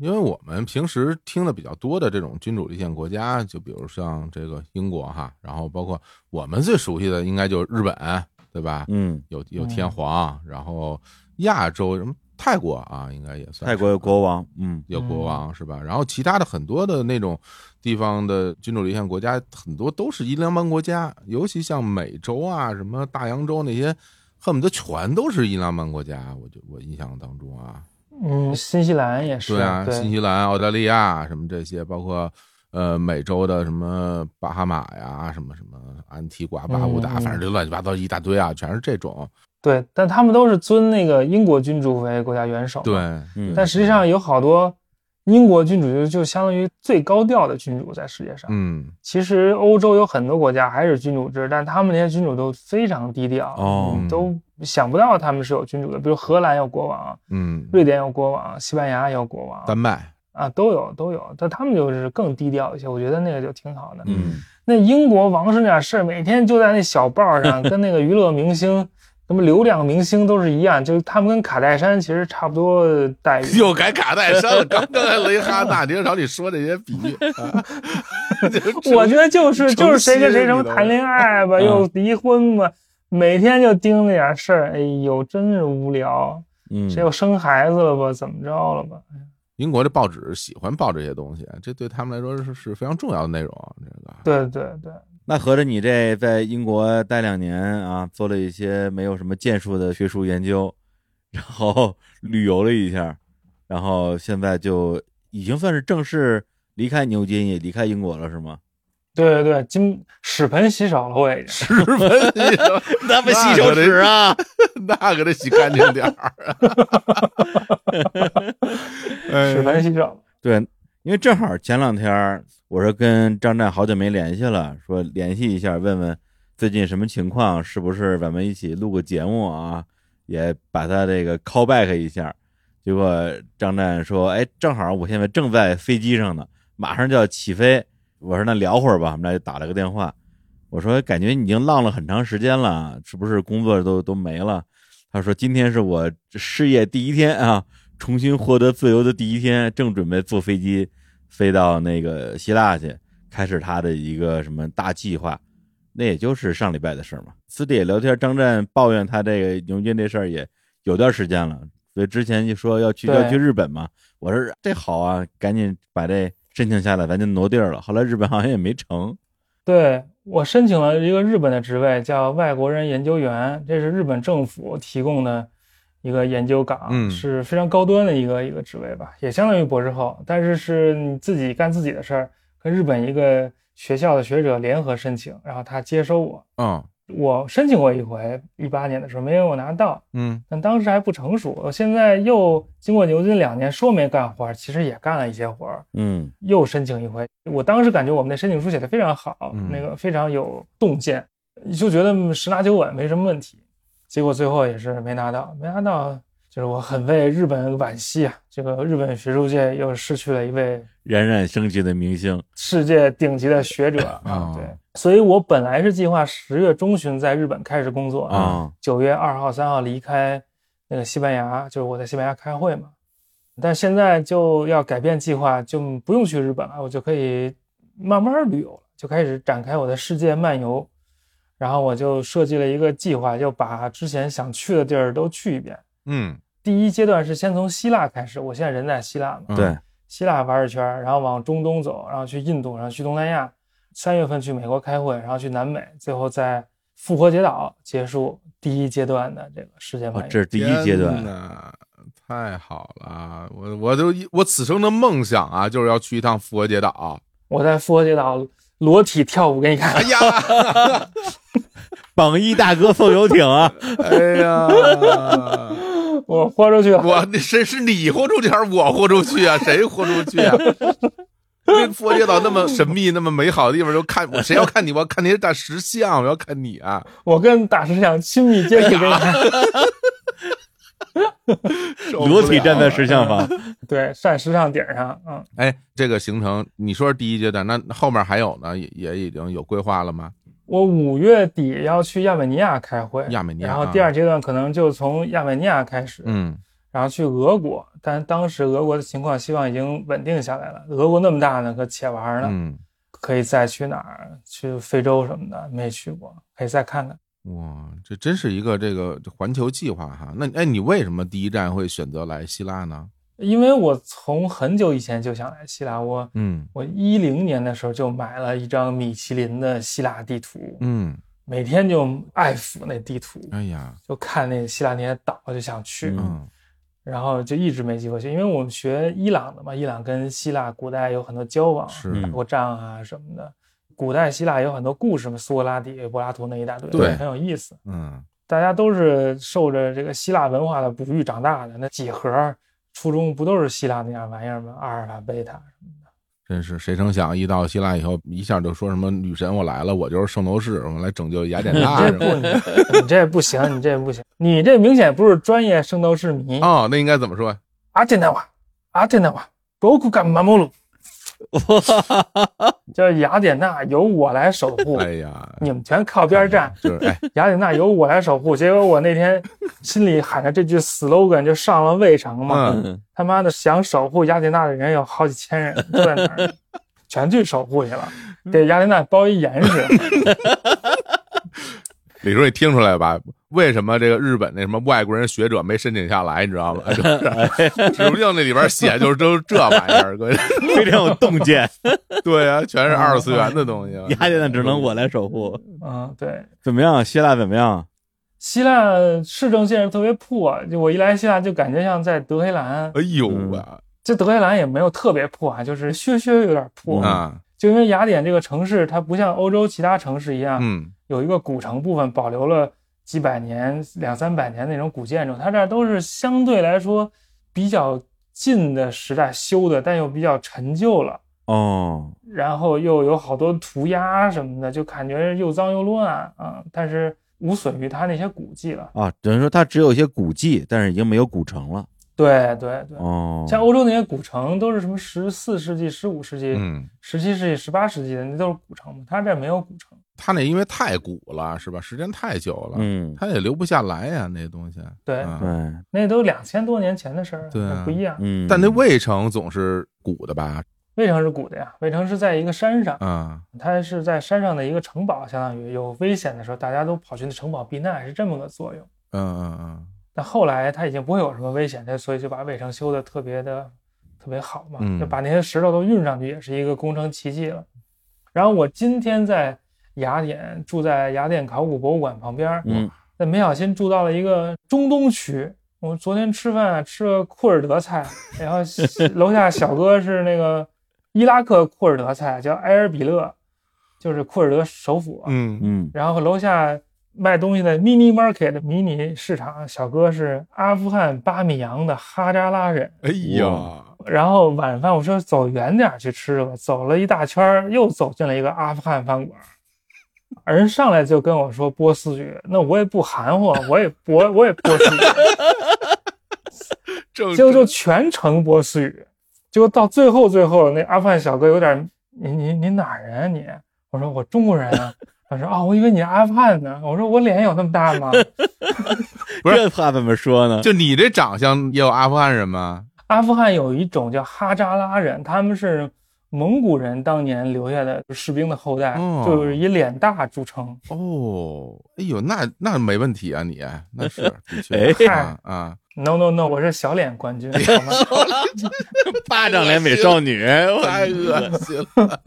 S2: 因为我们平时听的比较多的这种君主立宪国家，就比如像这个英国哈，然后包括我们最熟悉的应该就是日本，对吧？
S4: 嗯，
S2: 有有
S3: 嗯
S2: 天皇，然后亚洲什么泰国啊，应该也算
S4: 泰国有
S2: 有
S4: 国王，嗯
S2: 有国王是吧？然后其他的很多的那种地方的君主立宪国家，很多都是英联邦国家，尤其像美洲啊、什么大洋洲那些，恨不得全都是英联邦国家。我就我印象当中啊，
S3: 嗯，新西兰也是，
S2: 对啊，
S3: 对
S2: 新西兰、澳大利亚什么这些，包括呃美洲的什么巴哈马呀、什么什么安提瓜、巴布达，
S3: 嗯嗯
S2: 反正就乱七八糟一大堆啊，全是这种。
S3: 对，但他们都是尊那个英国君主为国家元首嘛，
S2: 对，
S4: 嗯，
S3: 但实际上有好多英国君主就就相当于最高调的君主在世界上。
S2: 嗯，
S3: 其实欧洲有很多国家还是君主制，但他们那些君主都非常低调，
S4: 哦
S3: 你都想不到他们是有君主的。比如荷兰有国王，
S2: 嗯，
S3: 瑞典有国王，西班牙有国王
S2: 丹麦，
S3: 啊，都有都有。但他们就是更低调一些，我觉得那个就挺好的。
S4: 嗯
S3: 那英国王室那点事儿，每天就在那小报 上跟那个娱乐明星。什么流量明星都是一样，就是他们跟卡戴珊其实差不多的待 遇。
S2: 又改卡戴珊了。刚刚才雷哈娜，你朝你说这些比喻，啊就是
S3: 我觉得就是
S2: 诚
S3: 就是谁跟
S2: 心
S3: 谁什
S2: 你
S3: 么
S2: 都
S3: 谈恋爱吧，
S4: 嗯
S3: 又离婚吧，每天就盯那点事儿，哎呦，真是无聊。
S4: 嗯，
S3: 谁又生孩子了吧？怎么着了吧？
S2: 英国的报纸喜欢报这些东西，这对他们来说是是非常重要的内容。啊这个，
S3: 对对对，
S4: 那合着你这在英国待两年啊，做了一些没有什么建树的学术研究， 然后旅游了一下，然后现在就已经算是正式离开牛津，也离开英国了，是吗？
S3: 对对对，金屎盆洗手了，我已经。
S2: 十分你说
S4: 那
S2: 不洗手池
S4: 啊！
S2: 那可得洗干净点儿。
S3: 屎盆洗手，
S4: 对，因为正好前两天儿我是跟张湛好久没联系了，说联系一下，问问最近什么情况，是不是咱们一起录个节目啊？也把他这个 call back 一下。结果张湛说：“哎，正好我现在正在飞机上呢，马上就要起飞。”我说：“那聊会儿吧。”我们俩就打了个电话。我说：“感觉你已经浪了很长时间了，是不是工作都都没了？”他说：“今天是我失业第一天啊，重新获得自由的第一天，正准备坐飞机飞到那个希腊去，开始他的一个什么大计划。那也就是上礼拜的事儿嘛。私底下聊天，张湛抱怨他这个牛津这事儿也有段时间了，所以之前就说要去
S3: 对
S4: 要去日本嘛。我说这好啊，赶紧把这申请下来，咱就挪地儿了。后来日本好像也没成。
S3: 对我申请了一个日本的职位，叫外国人研究员，这是日本政府提供的一个研究岗，
S2: 嗯
S3: 是非常高端的一个一个职位吧，也相当于博士后，但是是你自己干自己的事儿，跟日本一个学校的学者联合申请，然后他接收我。
S2: 嗯
S3: 我申请过一回，一八年的时候没有拿到，
S2: 嗯
S3: 但当时还不成熟。我现在又经过牛津两年，说没干活儿，其实也干了一些活儿，
S4: 嗯
S3: 又申请一回。我当时感觉我们那申请书写的非常好，
S2: 嗯
S3: 那个非常有洞见，就觉得嗯十拿九稳，没什么问题。结果最后也是没拿到，没拿到，就是我很为日本惋惜啊！这个日本学术界又失去了一位
S4: 冉冉升起的明星，
S3: 世界顶级的学者
S2: 哦
S3: 啊，对。所以我本来是计划十月中旬在日本开始工作
S4: 啊，
S3: 九月二号、三号离开那个西班牙，就是我在西班牙开会嘛。但现在就要改变计划，就不用去日本了，我就可以慢慢旅游了，就开始展开我的世界漫游。然后我就设计了一个计划，就把之前想去的地儿都去一遍。
S2: 嗯，
S3: 第一阶段是先从希腊开始，我现在人在希腊嘛，
S2: 嗯
S4: 对，
S3: 希腊玩一圈儿，然后往中东走，然后去印度，然后去东南亚。三月份去美国开会，然后去南美，最后在复活节岛结束第一阶段的这个世界
S4: 哦
S3: 漫，游。
S4: 这是第一阶段
S2: 哎天。哪太好了！我我就一我此生的梦想啊，就是要去一趟复活节岛。
S3: 我在复活节岛裸体跳舞给你看
S2: 啊哎，呀，
S4: 榜一大哥送游艇啊，
S2: 哎呀，
S3: 我豁出去 了。
S2: 我那谁是你豁出去还是我豁出去啊？谁豁出去啊？ 那复活节岛那么神秘、那么美好的地方，就看我谁要看你？我要看那些大石像，我要看你啊！
S3: 我跟大石像亲密接触给你看，
S2: 哎受不
S4: 裸体
S2: 了
S4: 站在
S2: 了
S4: 石像旁。
S3: 对，站石像顶上，嗯，
S2: 哎，这个行程你说是第一阶段，那后面还有呢？也也已经有规划了吗？
S3: 我五月底要去亚美尼亚开会，
S2: 亚美尼亚啊
S3: 然后第二阶段可能就从亚美尼亚开始，
S2: 嗯
S3: 然后去俄国，但当时俄国的情况，希望已经稳定下来了。俄国那么大呢，可且玩儿呢，
S2: 嗯，
S3: 可以再去哪儿？去非洲什么的，没去过，可以再看看。
S2: 哇，这真是一个这个环球计划哈。那哎，你为什么第一站会选择来希腊呢？
S3: 因为我从很久以前就想来希腊，我
S2: 嗯
S3: 我一零年的时候就买了一张米其林的希腊地图，
S2: 嗯，
S3: 每天就爱抚那地图，
S2: 哎呀，
S3: 就看那希腊那些岛，就想去。
S2: 嗯
S3: 然后就一直没机会去，因为我们学伊朗的嘛，伊朗跟希腊古代有很多交往，
S2: 是
S4: 嗯
S3: 打过仗啊什么的。古代希腊有很多故事嘛，苏格拉底、柏拉图那一大堆，
S2: 对
S3: 很有意思。
S2: 嗯
S3: 大家都是受着这个希腊文化的哺育长大的，那几何、初中不都是希腊那样玩意儿吗？阿尔法、贝塔，
S2: 真是谁成想一到希腊以后，一下就说什么女神我来了，我就是圣斗士，我来拯救雅典
S3: 你
S2: 娜
S3: 这
S2: 什么的。
S3: 不，你这不行，你这不行，你这明显不是专业圣斗士迷。
S2: 哦，那应该怎么说？
S3: 阿特纳瓦，阿特纳瓦，博库干马穆鲁，就是雅典娜由我来守护。
S2: 哎呀，
S3: 你们全靠边站，
S2: 就是哎，
S3: 雅典娜由我来守护。结果我那天心里喊着这句 slogan 就上了胃肠嘛，
S2: 嗯
S4: 嗯
S3: 他妈的想守护雅典娜的人有好几千人，坐在那儿全去守护去了，给雅典娜包一严实。
S2: 李叔，你听出来吧？为什么这个日本那什么外国人学者没申请下来，你知道吗？ 就是指不定那里边写就是都是这玩意儿，哥。
S4: 非常有洞见，
S2: 对啊，全是二次元的东西。啊
S4: 雅典娜只能我来守护。
S3: 嗯，对，
S4: 怎么样？希腊怎么样？
S3: 希腊市政建设特别破，就我一来希腊就感觉像在德黑兰
S2: 哎，呦啊
S3: 这德黑兰也没有特别破啊，就是削削有点破，
S2: 啊
S3: 就因为雅典这个城市它不像欧洲其他城市一样，
S2: 嗯
S3: 有一个古城部分保留了几百年、两三百年那种古建筑，它这儿都是相对来说比较近的时代修的，但又比较陈旧了，
S4: 哦，
S3: 然后又有好多涂鸦什么的，就感觉又脏又乱啊、但是无损于它那些古迹了。
S4: 啊，等于说它只有一些古迹，但是已经没有古城了。
S3: 对对
S2: 嗯
S3: 对，
S4: 哦，
S3: 像欧洲那些古城都是什么十四世纪、十五世纪、
S2: 嗯，
S3: 十七世纪、十八世纪的，那都是古城嘛，它这儿没有古城。
S2: 他那因为太古了，是吧？时间太久了，
S4: 嗯，
S2: 他也留不下来呀，那东西。
S3: 对，
S2: 啊
S4: 对，
S3: 那都两千多年前的事儿了，
S2: 对啊
S3: 那不一样。
S4: 嗯，
S2: 但那魏城总是古的吧？
S3: 魏城是古的呀，魏城是在一个山上，
S2: 啊，
S3: 它是在山上的一个城堡，相当于有危险的时候，大家都跑去那城堡避难，是这么个作用。
S2: 嗯嗯嗯
S3: 但后来它已经不会有什么危险，它所以就把魏城修的特别的特别好嘛，
S2: 嗯
S3: 就把那些石头都运上去，也是一个工程奇迹了。然后我今天在雅典住在雅典考古博物馆旁边，
S4: 嗯，
S3: 但没小心住到了一个中东区。我昨天吃饭啊吃了库尔德菜，然后楼下小哥是那个伊拉克库尔德菜，叫埃尔比勒，就是库尔德首府。
S2: 嗯嗯，
S4: 嗯，
S3: 然后楼下卖东西的 mini market 迷你市场小哥是阿富汗巴米扬的哈扎拉人。
S2: 哎呀
S4: 哇，
S3: 然后晚饭我说走远点儿去吃吧，走了一大圈儿，又走进了一个阿富汗饭馆儿，人上来就跟我说波斯语，那我也不含糊，啊我也我我也波斯语，
S2: 正
S3: 结果就全程波斯语，结果到最后最后那阿富汗小哥有点，你你你哪儿人啊你？我说我中国人啊。他说啊、我以为你是阿富汗呢。我说我脸有那么大吗？
S2: 不是
S4: 这话怎么说呢？
S2: 就你这长相也有阿富汗人吗？
S3: 阿富汗有一种叫哈扎拉人，他们是蒙古人当年留下的士兵的后代，
S2: 哦
S3: 就是以脸大著称。
S2: 哦，哎呦，那那没问题啊，你那 是的确
S4: 哎
S2: 啊啊，
S3: No No No，我是小脸冠军， 好吗？
S4: 巴掌脸美少女，
S2: 太
S4: 我
S2: 恶心了。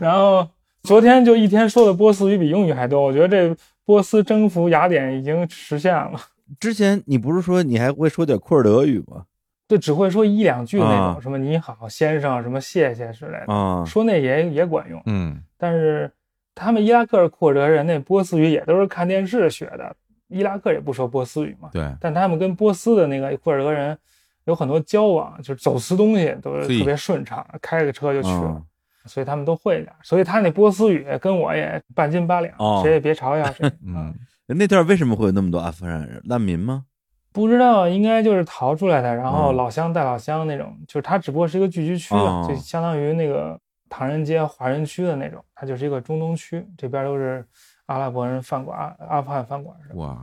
S3: 然后昨天就一天说的波斯语比英语还多，我觉得这波斯征服雅典已经实现了，
S4: 之前你不是说你还会说点库尔德语吗？
S3: 就只会说一两句那
S4: 啊
S3: 种，什么你好先生，什么谢谢之类的，
S4: 啊，
S3: 说那也也管用。
S2: 嗯
S3: 但是他们伊拉克库尔德人那波斯语也都是看电视学的，伊拉克也不说波斯语嘛，
S2: 对，
S3: 但他们跟波斯的那个库尔德人有很多交往，就是走私东西都是
S2: 嘿。
S3: 特别顺畅，开个车就去了
S4: 啊。
S3: 所以他们都会一点儿。所以他那波斯语跟我也半斤八两，
S4: 哦
S3: 谁也别嘲笑 谁
S2: 嗯，
S4: 那段为什么会有那么多阿富汗人难民吗？
S3: 不知道应该就是逃出来的，然后
S4: 嗯
S3: 老乡带老乡那种，就是它只不过是一个聚居区啊
S4: 哦，
S3: 就相当于那个唐人街华人区的那种，它就是一个中东区，这边都是阿拉伯人饭馆、阿阿富汗饭馆似的。
S2: 哇，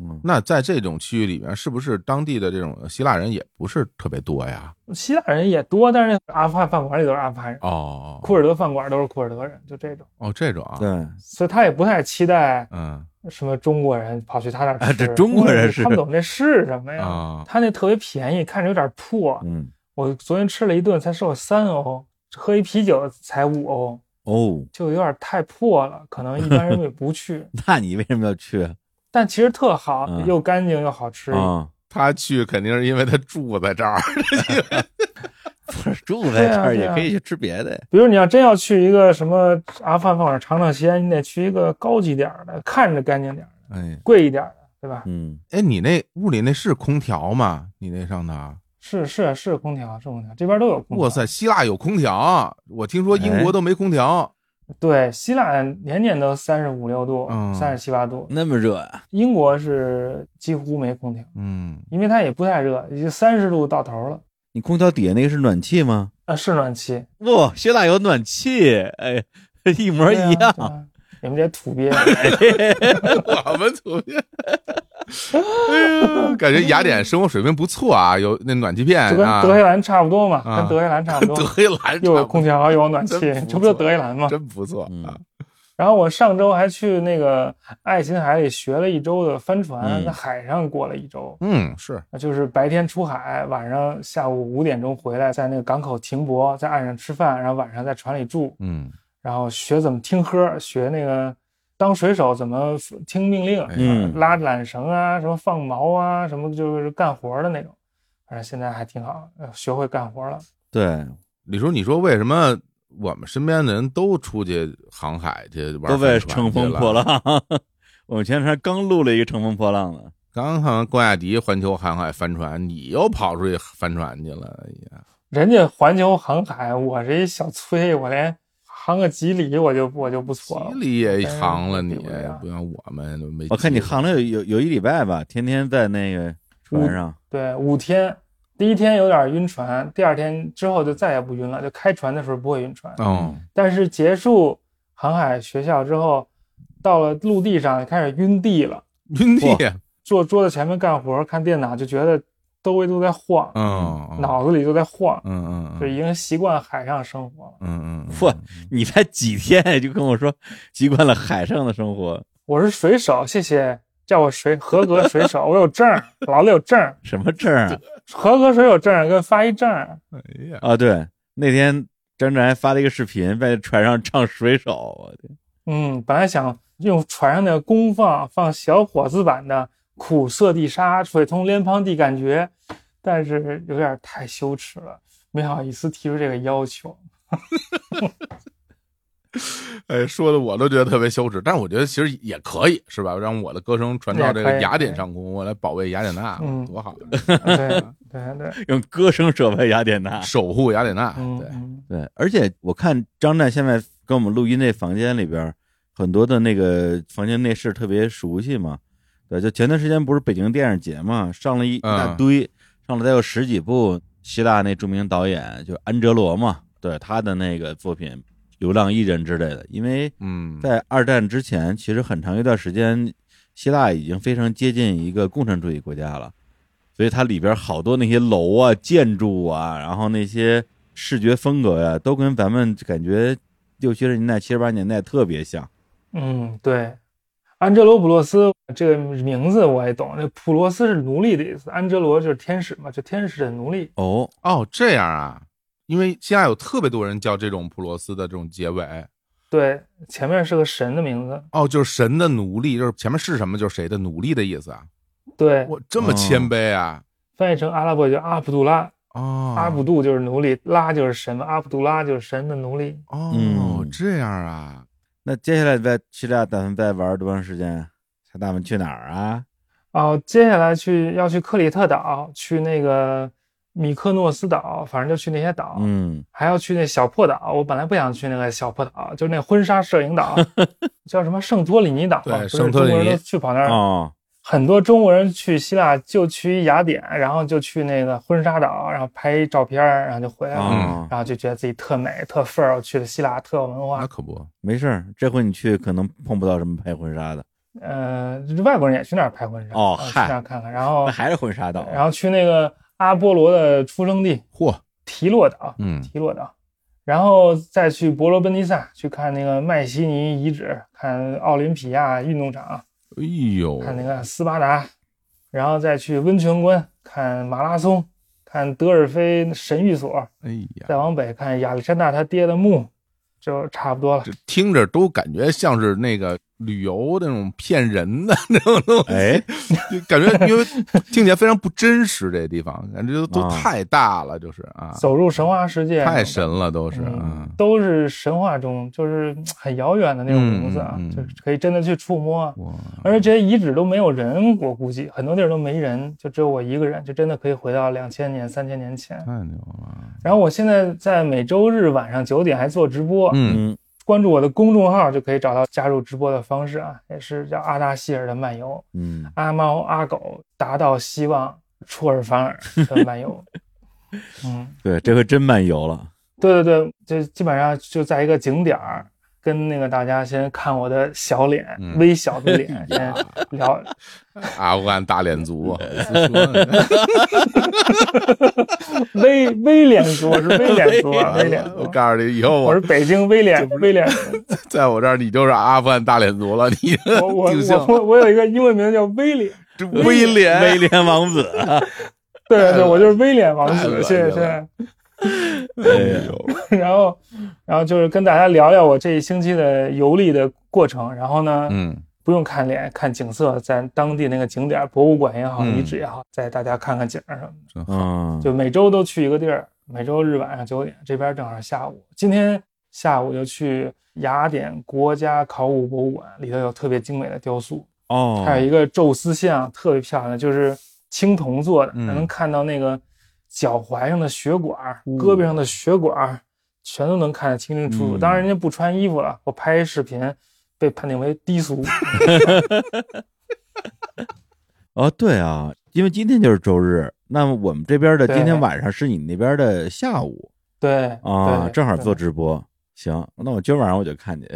S4: 嗯
S2: 那在这种区域里面，是不是当地的这种希腊人也不是特别多呀？
S3: 希腊人也多，但是那阿富汗饭馆里都是阿富汗人，
S2: 哦，
S3: 库尔德饭馆都是库尔德人，就这种，
S2: 哦，这种啊，
S4: 对，
S3: 所以他也不太期待
S2: 嗯
S3: 什么中国人跑去他那儿吃。
S4: 啊这中国人是
S3: 看不懂这是什么呀？
S2: 啊
S3: 他那特别便宜，看着有点破。
S4: 嗯，
S3: 我昨天吃了一顿才收了三欧，喝一啤酒才五欧，
S4: 哦，。
S3: 就有点太破了，可能一般人也不去
S4: 那你为什么要去啊？
S3: 但其实特好，
S4: 嗯
S3: 又干净又好吃。
S2: 他去肯定是因为他住在这儿，
S4: 不是住在这儿
S3: 对啊对
S4: 也
S3: 啊
S4: 可以去吃别的呀。
S3: 比如你要真要去一个什么阿富汗饭馆尝尝鲜，你得去一个高级点儿的，看着干净点儿的，
S2: 哎
S3: 贵一点儿的，对吧？
S4: 嗯，
S2: 哎，你那屋里那是空调吗？你那上头？
S3: 是是是，空调是空调，这边都有空调。
S2: 哇塞，！希腊有空调，我听说英国都没空调。
S3: 对，希腊年年都三十五六度
S2: 嗯，
S3: 三十七八度，
S4: 那么热啊，
S3: 英国是几乎没空调，
S2: 嗯，
S3: 因为它也不太热，已经三十度到头了。
S4: 你空调底下那个是暖气吗？
S3: 啊，是暖气，
S4: 不、希腊有暖气，哎， 一模
S3: 对啊
S4: 一样。
S3: 对啊你们这些土鳖，
S2: 哎我们组 员，哎呀，感觉雅典生活水平不错啊，有那暖气片
S3: 就跟
S2: 啊，
S3: 德黑兰差不多嘛，
S2: 啊
S3: 跟德黑兰差不
S2: 跟
S3: 多
S2: 德，黑兰
S3: 又
S2: 差
S3: 有
S2: 不
S3: 空
S2: 多，
S3: 调，又有暖气，
S2: 真不
S3: 这不就
S2: 错
S3: 德黑兰吗？
S2: 真不错啊。
S3: 然后我上周还去那个爱琴海里学了一周的帆船，
S4: 嗯
S3: 在海上过了一周，
S2: 嗯，是，
S3: 就是白天出海，晚上下午五点钟回来，在那个港口停泊，在岸上吃饭，然后晚上在船里住，
S2: 嗯，
S3: 然后学怎么听喝，学那个当水手怎么听命
S2: 哎
S3: 令，
S4: 嗯
S3: 拉缆绳啊，什么放锚啊，什么就是干活的那种。反正现在还挺好，呃学会干活了。
S4: 对，
S2: 李叔，你说为什么我们身边的人都出去航海去玩
S4: 都
S2: 帆
S4: 被
S2: 船去了？
S4: 乘风破浪。 我们前两天刚录了一个乘风破浪的，
S2: 刚好关雅迪环球航海帆船，你又跑出去帆船去了，哎呀，
S3: 人家环球航海，我这一小崔，我连航个几里我就我就不错了
S2: 吉。里也航了你，
S3: 哎对呀
S2: 不像我们都没。
S4: 我看你航了有有有一礼拜吧，天天在那个船上。
S3: 对，五天，第一天有点晕船，第二天之后就再也不晕了，就开船的时候不会晕船。
S2: 哦，
S4: 嗯
S3: 但是结束航海学校之后，到了陆地上开始晕地了，
S2: 晕地，啊
S3: 坐桌子前面干活看电脑，就觉得周围都在晃，
S2: 嗯，
S3: 脑子里都在晃，
S2: 嗯嗯
S3: 就
S2: 嗯
S3: 已经习惯海上生活了。
S2: 嗯嗯，
S4: 嚯、你才几天就跟我说 习惯了海上的生活，
S3: 我是水手，谢谢，叫我水合格水手，我有证儿，老子有证儿，
S4: 什么证啊？
S3: 合格水手证儿跟发一证儿。
S2: 哎呀，
S4: 啊，对，那天张震还发了一个视频，在船上唱水手，我的
S3: 嗯，本来想用船上的功放放小伙子版的“苦涩地沙，水通莲蓬地”感觉，但是有点太羞耻了，没好意思提出这个 要求。
S2: 哎，说的我都觉得特别羞耻，但是我觉得其实也可以，是吧？让我的歌声传到这
S3: 也可
S2: 个
S3: 以
S2: 雅典上空，我来保卫雅典娜，
S3: 嗯
S2: 多好，
S3: 对对对，
S4: 用歌声守卫雅典娜。
S2: 守护雅典娜，
S3: 嗯
S2: 对，
S3: 嗯，
S4: 对，而且我看张震现在跟我们录音那房间里边，很多的那个房间内饰特别熟悉嘛。对，就前段时间不是北京电影节嘛，上了一一大
S2: 嗯
S4: 堆，上了得有十几部希腊那著名导演，就是安哲罗嘛，对他的那个作品《流浪艺人》之类的，因为
S2: 嗯，
S4: 在二战之前，其实很长一段时间，希腊已经非常接近一个共产主义国家了，所以它里边好多那些楼啊、建筑啊，然后那些视觉风格呀、都跟咱们感觉六七十年代、七十八年代特别像。
S3: 嗯，对，安哲罗普洛斯这个名字我也懂，那普罗斯是奴隶的意思，安哲罗就是天使嘛，就天使的奴隶。
S4: 哦，
S2: 哦，这样啊，因为现在有特别多人叫这种普罗斯的这种结尾，
S3: 对，前面是个神的名字。
S2: 哦，就是神的奴隶，就是前面是什么就是谁的奴隶的意思啊。
S3: 对，
S2: 哇，这么谦卑啊！
S3: 翻译成阿拉伯就阿卜杜拉，
S2: 哦，
S3: 阿卜杜就是奴隶，拉就是神嘛，阿卜杜拉就是神的奴隶。
S2: 哦
S4: 嗯，
S2: 这样啊，
S4: 那接下来在希腊打算再玩多长时间啊？还打算去哪儿啊？
S3: 哦，接下来去要去克里特岛，去那个米克诺斯岛，反正就去那些岛，
S4: 嗯，
S3: 还要去那小破岛。我本来不想去那个小破岛，就是 那婚纱摄影岛，叫什么圣托里尼岛嘛，
S2: 对
S3: 不是
S2: 圣托里
S3: 中国人
S2: 尼
S3: 都去跑那儿
S4: 哦，
S3: 很多中国人去希腊就去雅典，然后就去那个婚纱岛，然后拍一照片儿，然后就回来了，
S4: 啊，
S3: 然后就觉得自己特美特范儿，我去了希腊特有文
S2: 那
S3: 化。
S2: 可不，
S4: 没事儿，这回你去可能碰不到什么拍婚纱的，
S3: 呃，就是外国人也去那儿拍婚纱，
S4: 哦
S3: 呃去
S4: 嗨
S3: 那儿看看，然后
S4: 那还是婚纱岛啊，
S3: 然后去那个阿波罗的出生地
S2: 嚯，
S3: 提洛岛，
S2: 嗯
S3: 提洛岛，然后再去伯罗奔尼撒去看那个麦西尼遗址，看奥林匹亚运动场，
S2: 哎呦，
S3: 看那个斯巴达，然后再去温泉关看马拉松，看德尔菲神谕所，
S2: 哎呀，
S3: 再往北看亚历山大他爹的墓，就差不多了。
S2: 这听着都感觉像是那个旅游那种骗人的 那种东西，
S4: 哎，
S2: 就感觉因为听起来非常不真实，这地方感觉都都
S4: 啊
S2: 太大了，就是啊，
S3: 走入神话世界，
S2: 太神了，都是啊
S3: 嗯，，都是神话中就是嗯很遥远的那种名字啊，
S2: 嗯嗯嗯嗯
S3: 就是可以真的去触摸。啊
S2: 哇，
S3: 而且这些遗址都没有人，我估计很多地儿都没人，就只有我一个人，就真的可以回到两千年、三千年前。
S2: 太牛了，
S3: 然后我现在在每周日晚上九点还做直播，
S2: 嗯，
S4: 嗯，
S3: 关注我的公众号就可以找到加入直播的方式啊，也是叫阿达希尔的漫游，
S4: 嗯，
S3: 阿猫阿狗达到希望，出尔反尔的漫 游。嗯，
S4: 对，这回真漫游了，
S3: 对对对，就基本上就在一个景点儿，跟那个大家先看我的小脸，
S2: 嗯
S3: 微小 的脸，先聊
S2: 阿富汗大脸族 啊，
S3: 微微脸 族，我是微脸族，啊，微脸
S2: 哎我
S3: 族，
S2: 告诉你，以后
S3: 我
S2: 我
S3: 是北京微脸微脸族，
S2: 在我这儿你就是阿富汗大脸族了，你
S3: 我我
S2: 定性
S3: 我我我有一个英文名叫 威廉，
S2: 这威廉，
S4: 威廉王子，
S3: 对对对，我就是威廉王
S2: 哎太恶
S3: 子，
S2: 心
S3: 谢
S2: 了
S3: 谢谢谢。
S4: 哎呀，
S3: 然后，然后就是跟大家聊聊我这一星期的游历的过程。然后呢，
S2: 嗯，
S3: 不用看脸，看景色，在当地那个景点儿、博物馆也好、
S2: 嗯
S3: 遗址也好，带大家看看景儿什么的。
S4: 嗯，
S3: 就每周都去一个地儿，每周日晚上九点，这边正好下午。今天下午就去雅典国家考古博物馆，里头有特别精美的雕塑，
S4: 哦，
S3: 还有一个宙斯像，特别漂亮，就是青铜做的，
S2: 嗯
S3: 能看到那个脚踝上的血管儿、
S4: 哦
S3: 胳膊上的血管儿，全都能看得清清楚楚。
S2: 嗯
S3: 当然，人家不穿衣服了，我拍一视频，被判定为低 俗。
S4: 哦，对啊，因为今天就是周日，那么我们这边的今天
S3: 对
S4: 晚上是你那边的下午
S3: 对
S4: 啊，
S3: 对
S4: 正好
S3: 对
S4: 做直播。行，那我今儿晚上我就看 去。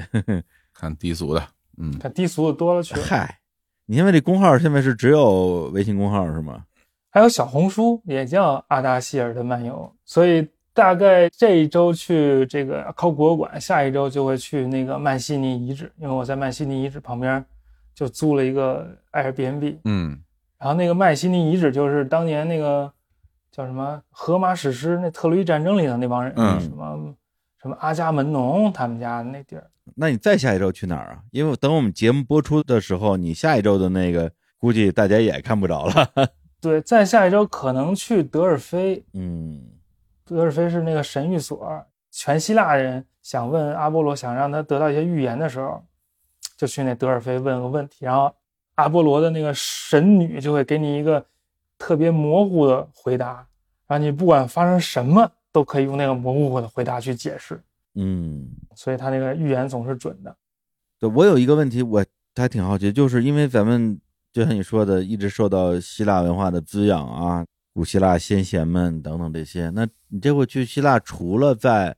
S2: 看低俗的，嗯，
S3: 看低俗的多了去了，
S4: 嗨，你因为这公号现在是只有微信公号是吗？
S3: 还有小红书也叫阿达希尔的漫游，所以。大概这一周去这个考古博物馆，下一周就会去那个曼西尼遗址，因为我在曼西尼遗址旁边就租了一个 Airbnb，
S2: 嗯，
S3: 然后那个麦西尼遗址就是当年那个叫什么荷马史诗那特洛伊战争里的那帮人，
S2: 嗯
S3: 什么什么阿伽门农他们家那地儿，
S4: 那你再下一周去哪儿啊？因为等我们节目播出的时候，你下一周的那个估计大家也看不着了。
S3: 对，再下一周可能去德尔菲，
S4: 嗯，
S3: 德尔菲是那个神谕所，全希腊人想问阿波罗，想让他得到一些预言的时候，就去那德尔菲问个问题，然后阿波罗的那个神女就会给你一个特别模糊的回答，然后你不管发生什么都可以用那个模糊的回答去解释。
S4: 嗯，
S3: 所以他那个预言总是准的。
S4: 对我有一个问题，我还挺好奇，就是因为咱们就像你说的，一直受到希腊文化的滋养啊，古希腊先贤们等等这些。那你这回去希腊，除了在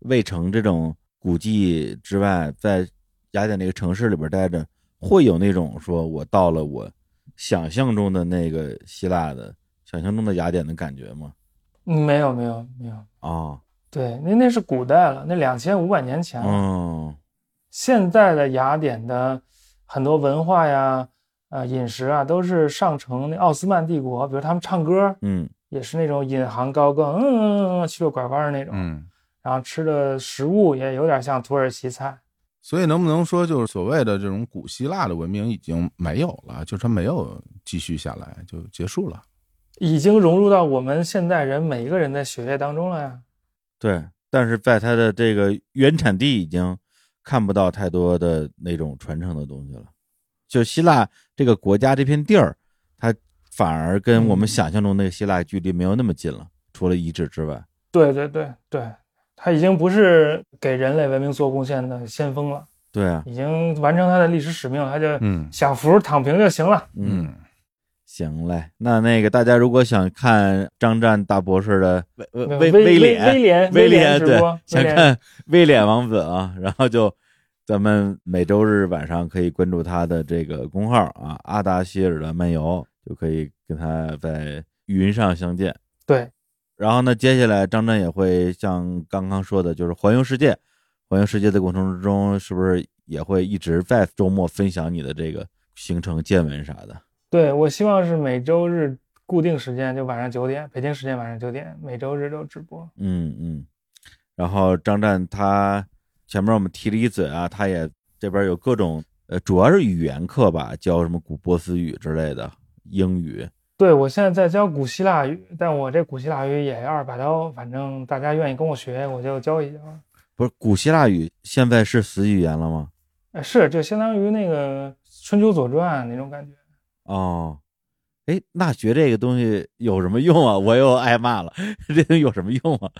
S4: 卫城这种古迹之外，在雅典这个城市里边待着，会有那种说我到了我想象中的那个希腊的、想象中的雅典的感觉吗？
S3: 嗯没有，没有，没有。
S4: 啊、
S3: 对，那那是古代了，那两千五百年前了。
S4: 嗯，
S3: 现在的雅典的很多文化呀、呃饮食啊，都是上承那奥斯曼帝国，比如他们唱歌
S4: 嗯，
S3: 也是那种引吭高歌，嗯嗯嗯嗯，曲溜拐弯儿那种。
S2: 嗯，
S3: 然后吃的食物也有点像土耳其菜。
S2: 所以能不能说，就是所谓的这种古希腊的文明已经没有了，就是它没有继续下来，就结束了。
S3: 已经融入到我们现代人每一个人的血液当中了呀。
S4: 对，但是在它的这个原产地已经看不到太多的那种传承的东西了。就希腊这个国家这片地儿，它反而跟我们
S3: 嗯
S4: 想象中那个希腊距离没有那么近了，除了遗址之外。
S3: 对对对对，它已经不是给人类文明做贡献的先锋了。
S4: 对啊，
S3: 已经完成他的历史使命了，他就
S5: 嗯
S3: 享福躺平就行了。
S4: 嗯，
S5: 嗯，
S4: 行嘞。那那个大家如果想看张战大博士的微
S3: 威
S4: 微
S3: 威威
S4: 脸
S3: 廉
S4: 呃威
S3: 廉
S4: 脸，
S3: 直
S4: 对
S3: 播，，
S4: 想
S3: 威廉
S4: 看 威脸王子啊，然后就咱们每周日晚上可以关注他的这个公号啊，阿达希尔的漫游，就可以跟他在云上相见。
S3: 对，
S4: 然后呢，接下来张震也会像刚刚说的，就是环游世界。环游世界的过程之中，是不是也会一直在周末分享你的这个行程见闻啥的？
S3: 对我希望是每周日固定时间，就晚上九点，北京时间晚上九点，每周日都直播。
S4: 嗯嗯。然后张湛他前面我们提了一嘴啊，他也这边有各种呃，主要是语言课吧，教什么古波斯语之类的英语。
S3: 对我现在在教古希腊语，但我这古希腊语也二把刀，反正大家愿意跟我学，我就教一教。
S4: 不是古希腊语现在是死语言了吗？
S3: 呃，是，就相当于那个《春秋左传》那种感觉。
S4: 哦，哎，那学这个东西有什么用啊？ 我又挨骂了，这东西有什么用啊？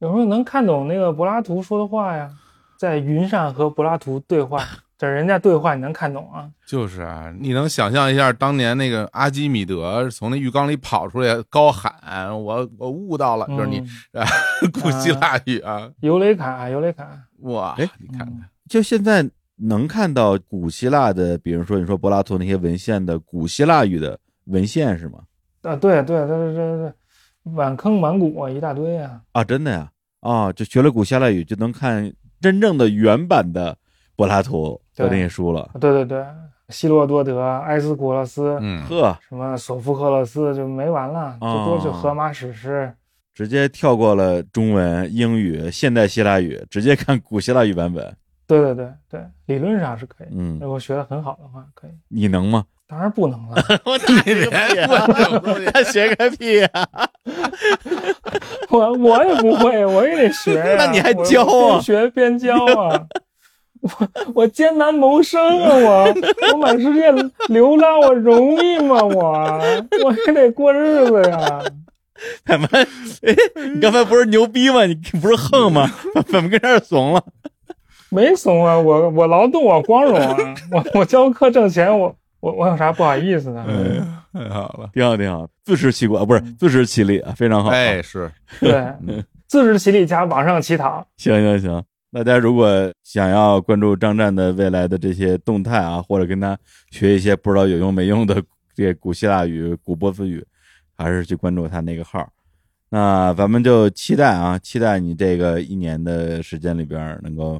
S3: 有时候能看懂那个柏拉图说的话呀，在云上和柏拉图对话，这人家对话你能看懂啊？
S2: 就是啊，你能想象一下当年那个阿基米德从那浴缸里跑出来高喊：“我我悟到了！”就是你啊
S3: 嗯
S2: 古希腊语啊，
S3: 尤雷卡，尤雷卡，
S2: 哇！
S4: 哎
S2: 你看看，
S4: 就现在能看到古希腊的，比如说你说柏拉图那些文献的古希腊语的文献是吗？
S3: 啊，对对对对对对，满坑满谷啊，一大堆啊。
S4: 啊，真的呀！啊，就学了古希腊语，就能看真正的原版的柏拉图的那
S3: 对
S4: 些书了。
S3: 啊对对对，希罗多德、埃斯库勒斯，
S2: 嗯，
S4: 呵，
S3: 什么索福克勒斯就没完了，最多就
S4: 哦
S3: 荷马史诗。
S4: 直接跳过了中文、英语、现代希腊语，直接看古希腊语版本。
S3: 对对对对，理论上是可以，
S4: 嗯
S3: 如果学得很好的话，可以。
S4: 你能吗？
S3: 当然不能了，
S4: 我打你
S2: 别问这种东西
S4: 学个屁呀、
S3: 我我也不会，我也得学呀、
S4: 那你还
S3: 我
S4: 教啊
S3: 边学边教啊！我我艰难谋生啊！我我满世界流浪，我容易吗？我我也得过日子呀！
S4: 怎么？ 哎，你刚才不是牛逼吗？你不是横吗？ 怎么跟这儿怂了？
S3: 没怂啊！我我劳动，我光荣啊！我我教课挣钱，我我我有啥不好意思的？
S2: 太好了，
S4: 挺好，挺好，自食其果，不是自食其力啊，非常好。
S2: 哎， 是
S3: 对，自食其力加往上乞讨。
S4: 行行行，大家如果想要关注张湛的未来的这些动态啊，或者跟他学一些不知道有用没用的这些古希腊语、古波斯语，还是去关注他那个号。那咱们就期待啊，期待你这个一年的时间里边儿能够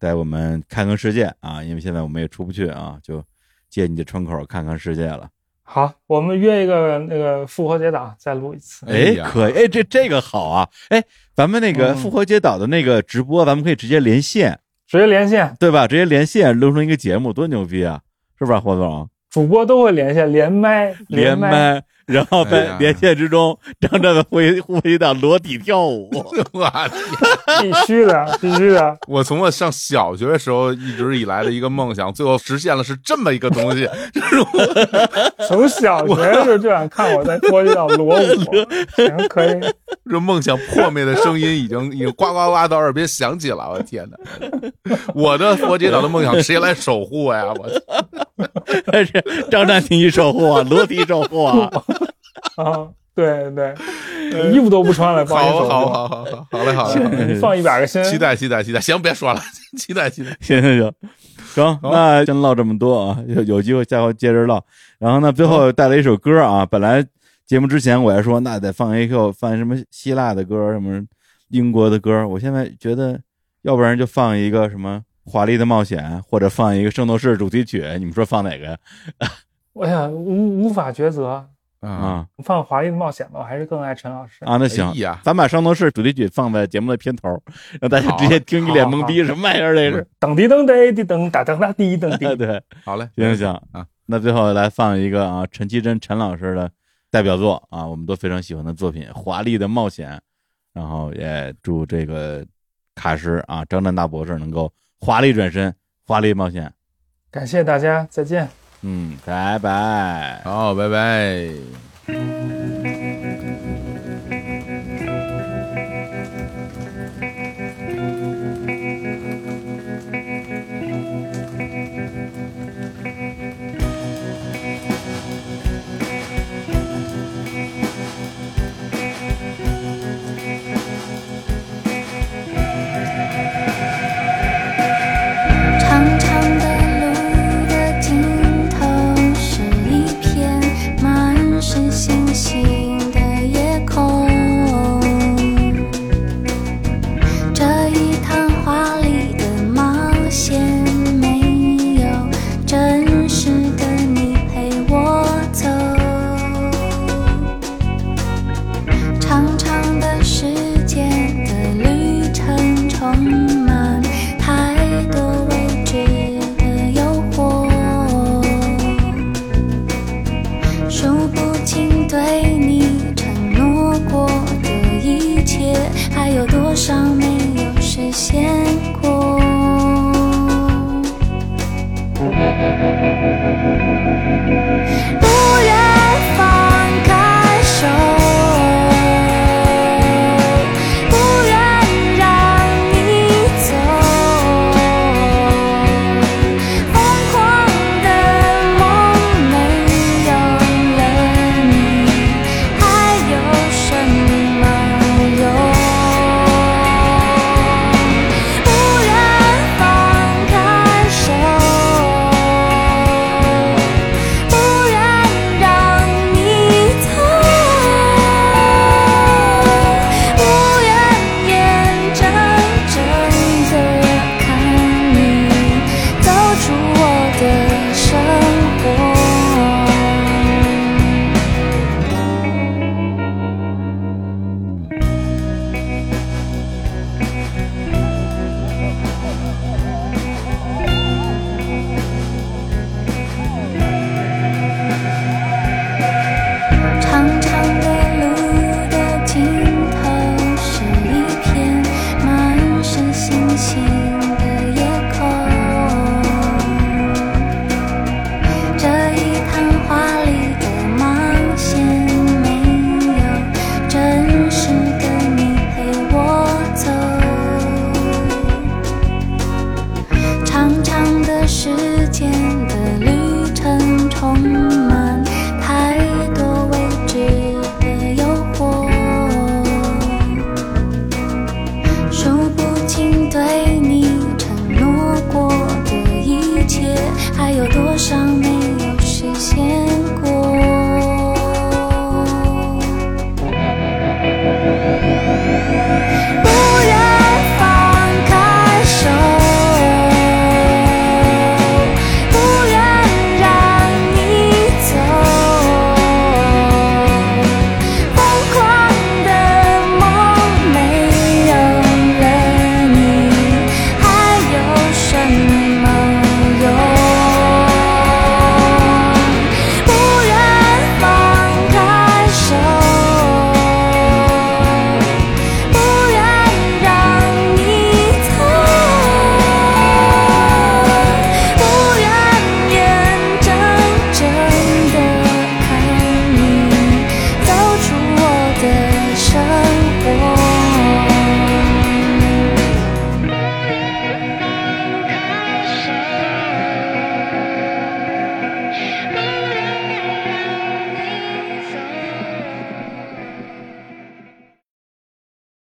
S4: 带我们看看世界啊，因为现在我们也出不去啊，就借你的窗口看看世界了。
S3: 好，我们约一个那个复活节档再录一次。
S2: 哎
S4: 哎，
S2: 呀
S4: 可以，哎，这这个好啊，哎，咱们那个
S3: 嗯
S4: 复活节岛的那个直播，咱们可以直接连线，
S3: 直接连线，
S4: 对吧？直接连线录成一个节目，多牛逼啊！是吧，霍总？
S3: 主播都会连线，连麦，
S4: 连
S3: 麦，
S4: 麦，然后
S2: 哎
S4: 在
S2: 呀
S4: 连线之中，张震的回回一档裸体跳 舞，
S2: 我天
S3: 必 须的，必须的。
S2: 我从我上小学的时候一直以来的一个梦想，最后实现了是这么一个东西，就是我
S3: 从小学就就想看我在脱衣到裸舞，行，可以。
S2: 这梦想破灭的声音已经已经呱呱呱到耳边响起了，我天哪！我的佛杰岛的梦想谁来守护呀？我
S4: 但是张震挺守护啊，裸体守护啊，
S3: 啊，对对，衣服都不穿了，
S2: 好
S3: 帮你手
S2: 呃好好
S3: 术
S2: 好好好好嘞好嘞，
S3: 你放一百个心，
S2: 期待期待期待，行，别说了， 期待期待，
S4: 行行行，行，那先唠这么多啊，有有机会下回接着唠。然后呢，最后带了一首歌啊，本来节目之前我还说那得放一个放什么希腊的歌，什么英国的歌，我现在觉得要不然就放一个什么《华丽的冒险》，或者放一个《圣斗士》主题曲，你们说放哪
S2: 啊
S4: 个呀？
S3: 我想无无法抉择，
S4: 啊
S3: 放《华丽的冒险》吧，我还是更爱陈老师。
S4: 啊，那行
S2: 哎呀，
S4: 咱把《圣斗士》主题曲放在节目的片头，让大家
S2: 好
S4: 直接听一脸懵逼，
S3: 好
S4: 什么玩意儿这是？哎
S3: 噔滴噔滴滴噔哒噔哒滴噔
S2: 嗯
S3: 滴，
S4: 对。
S2: 好嘞，
S4: 行行
S2: 啊，
S4: 那最后来放一个啊，陈绮贞陈老师的代表作啊，我们都非常喜欢的作品《华丽的冒险》，然后也祝这个卡诗啊张震大博士能够华丽转身，华丽冒险。
S3: 感谢大家，再见。
S4: 嗯，拜拜。
S2: 好，拜拜。
S5: 拜拜。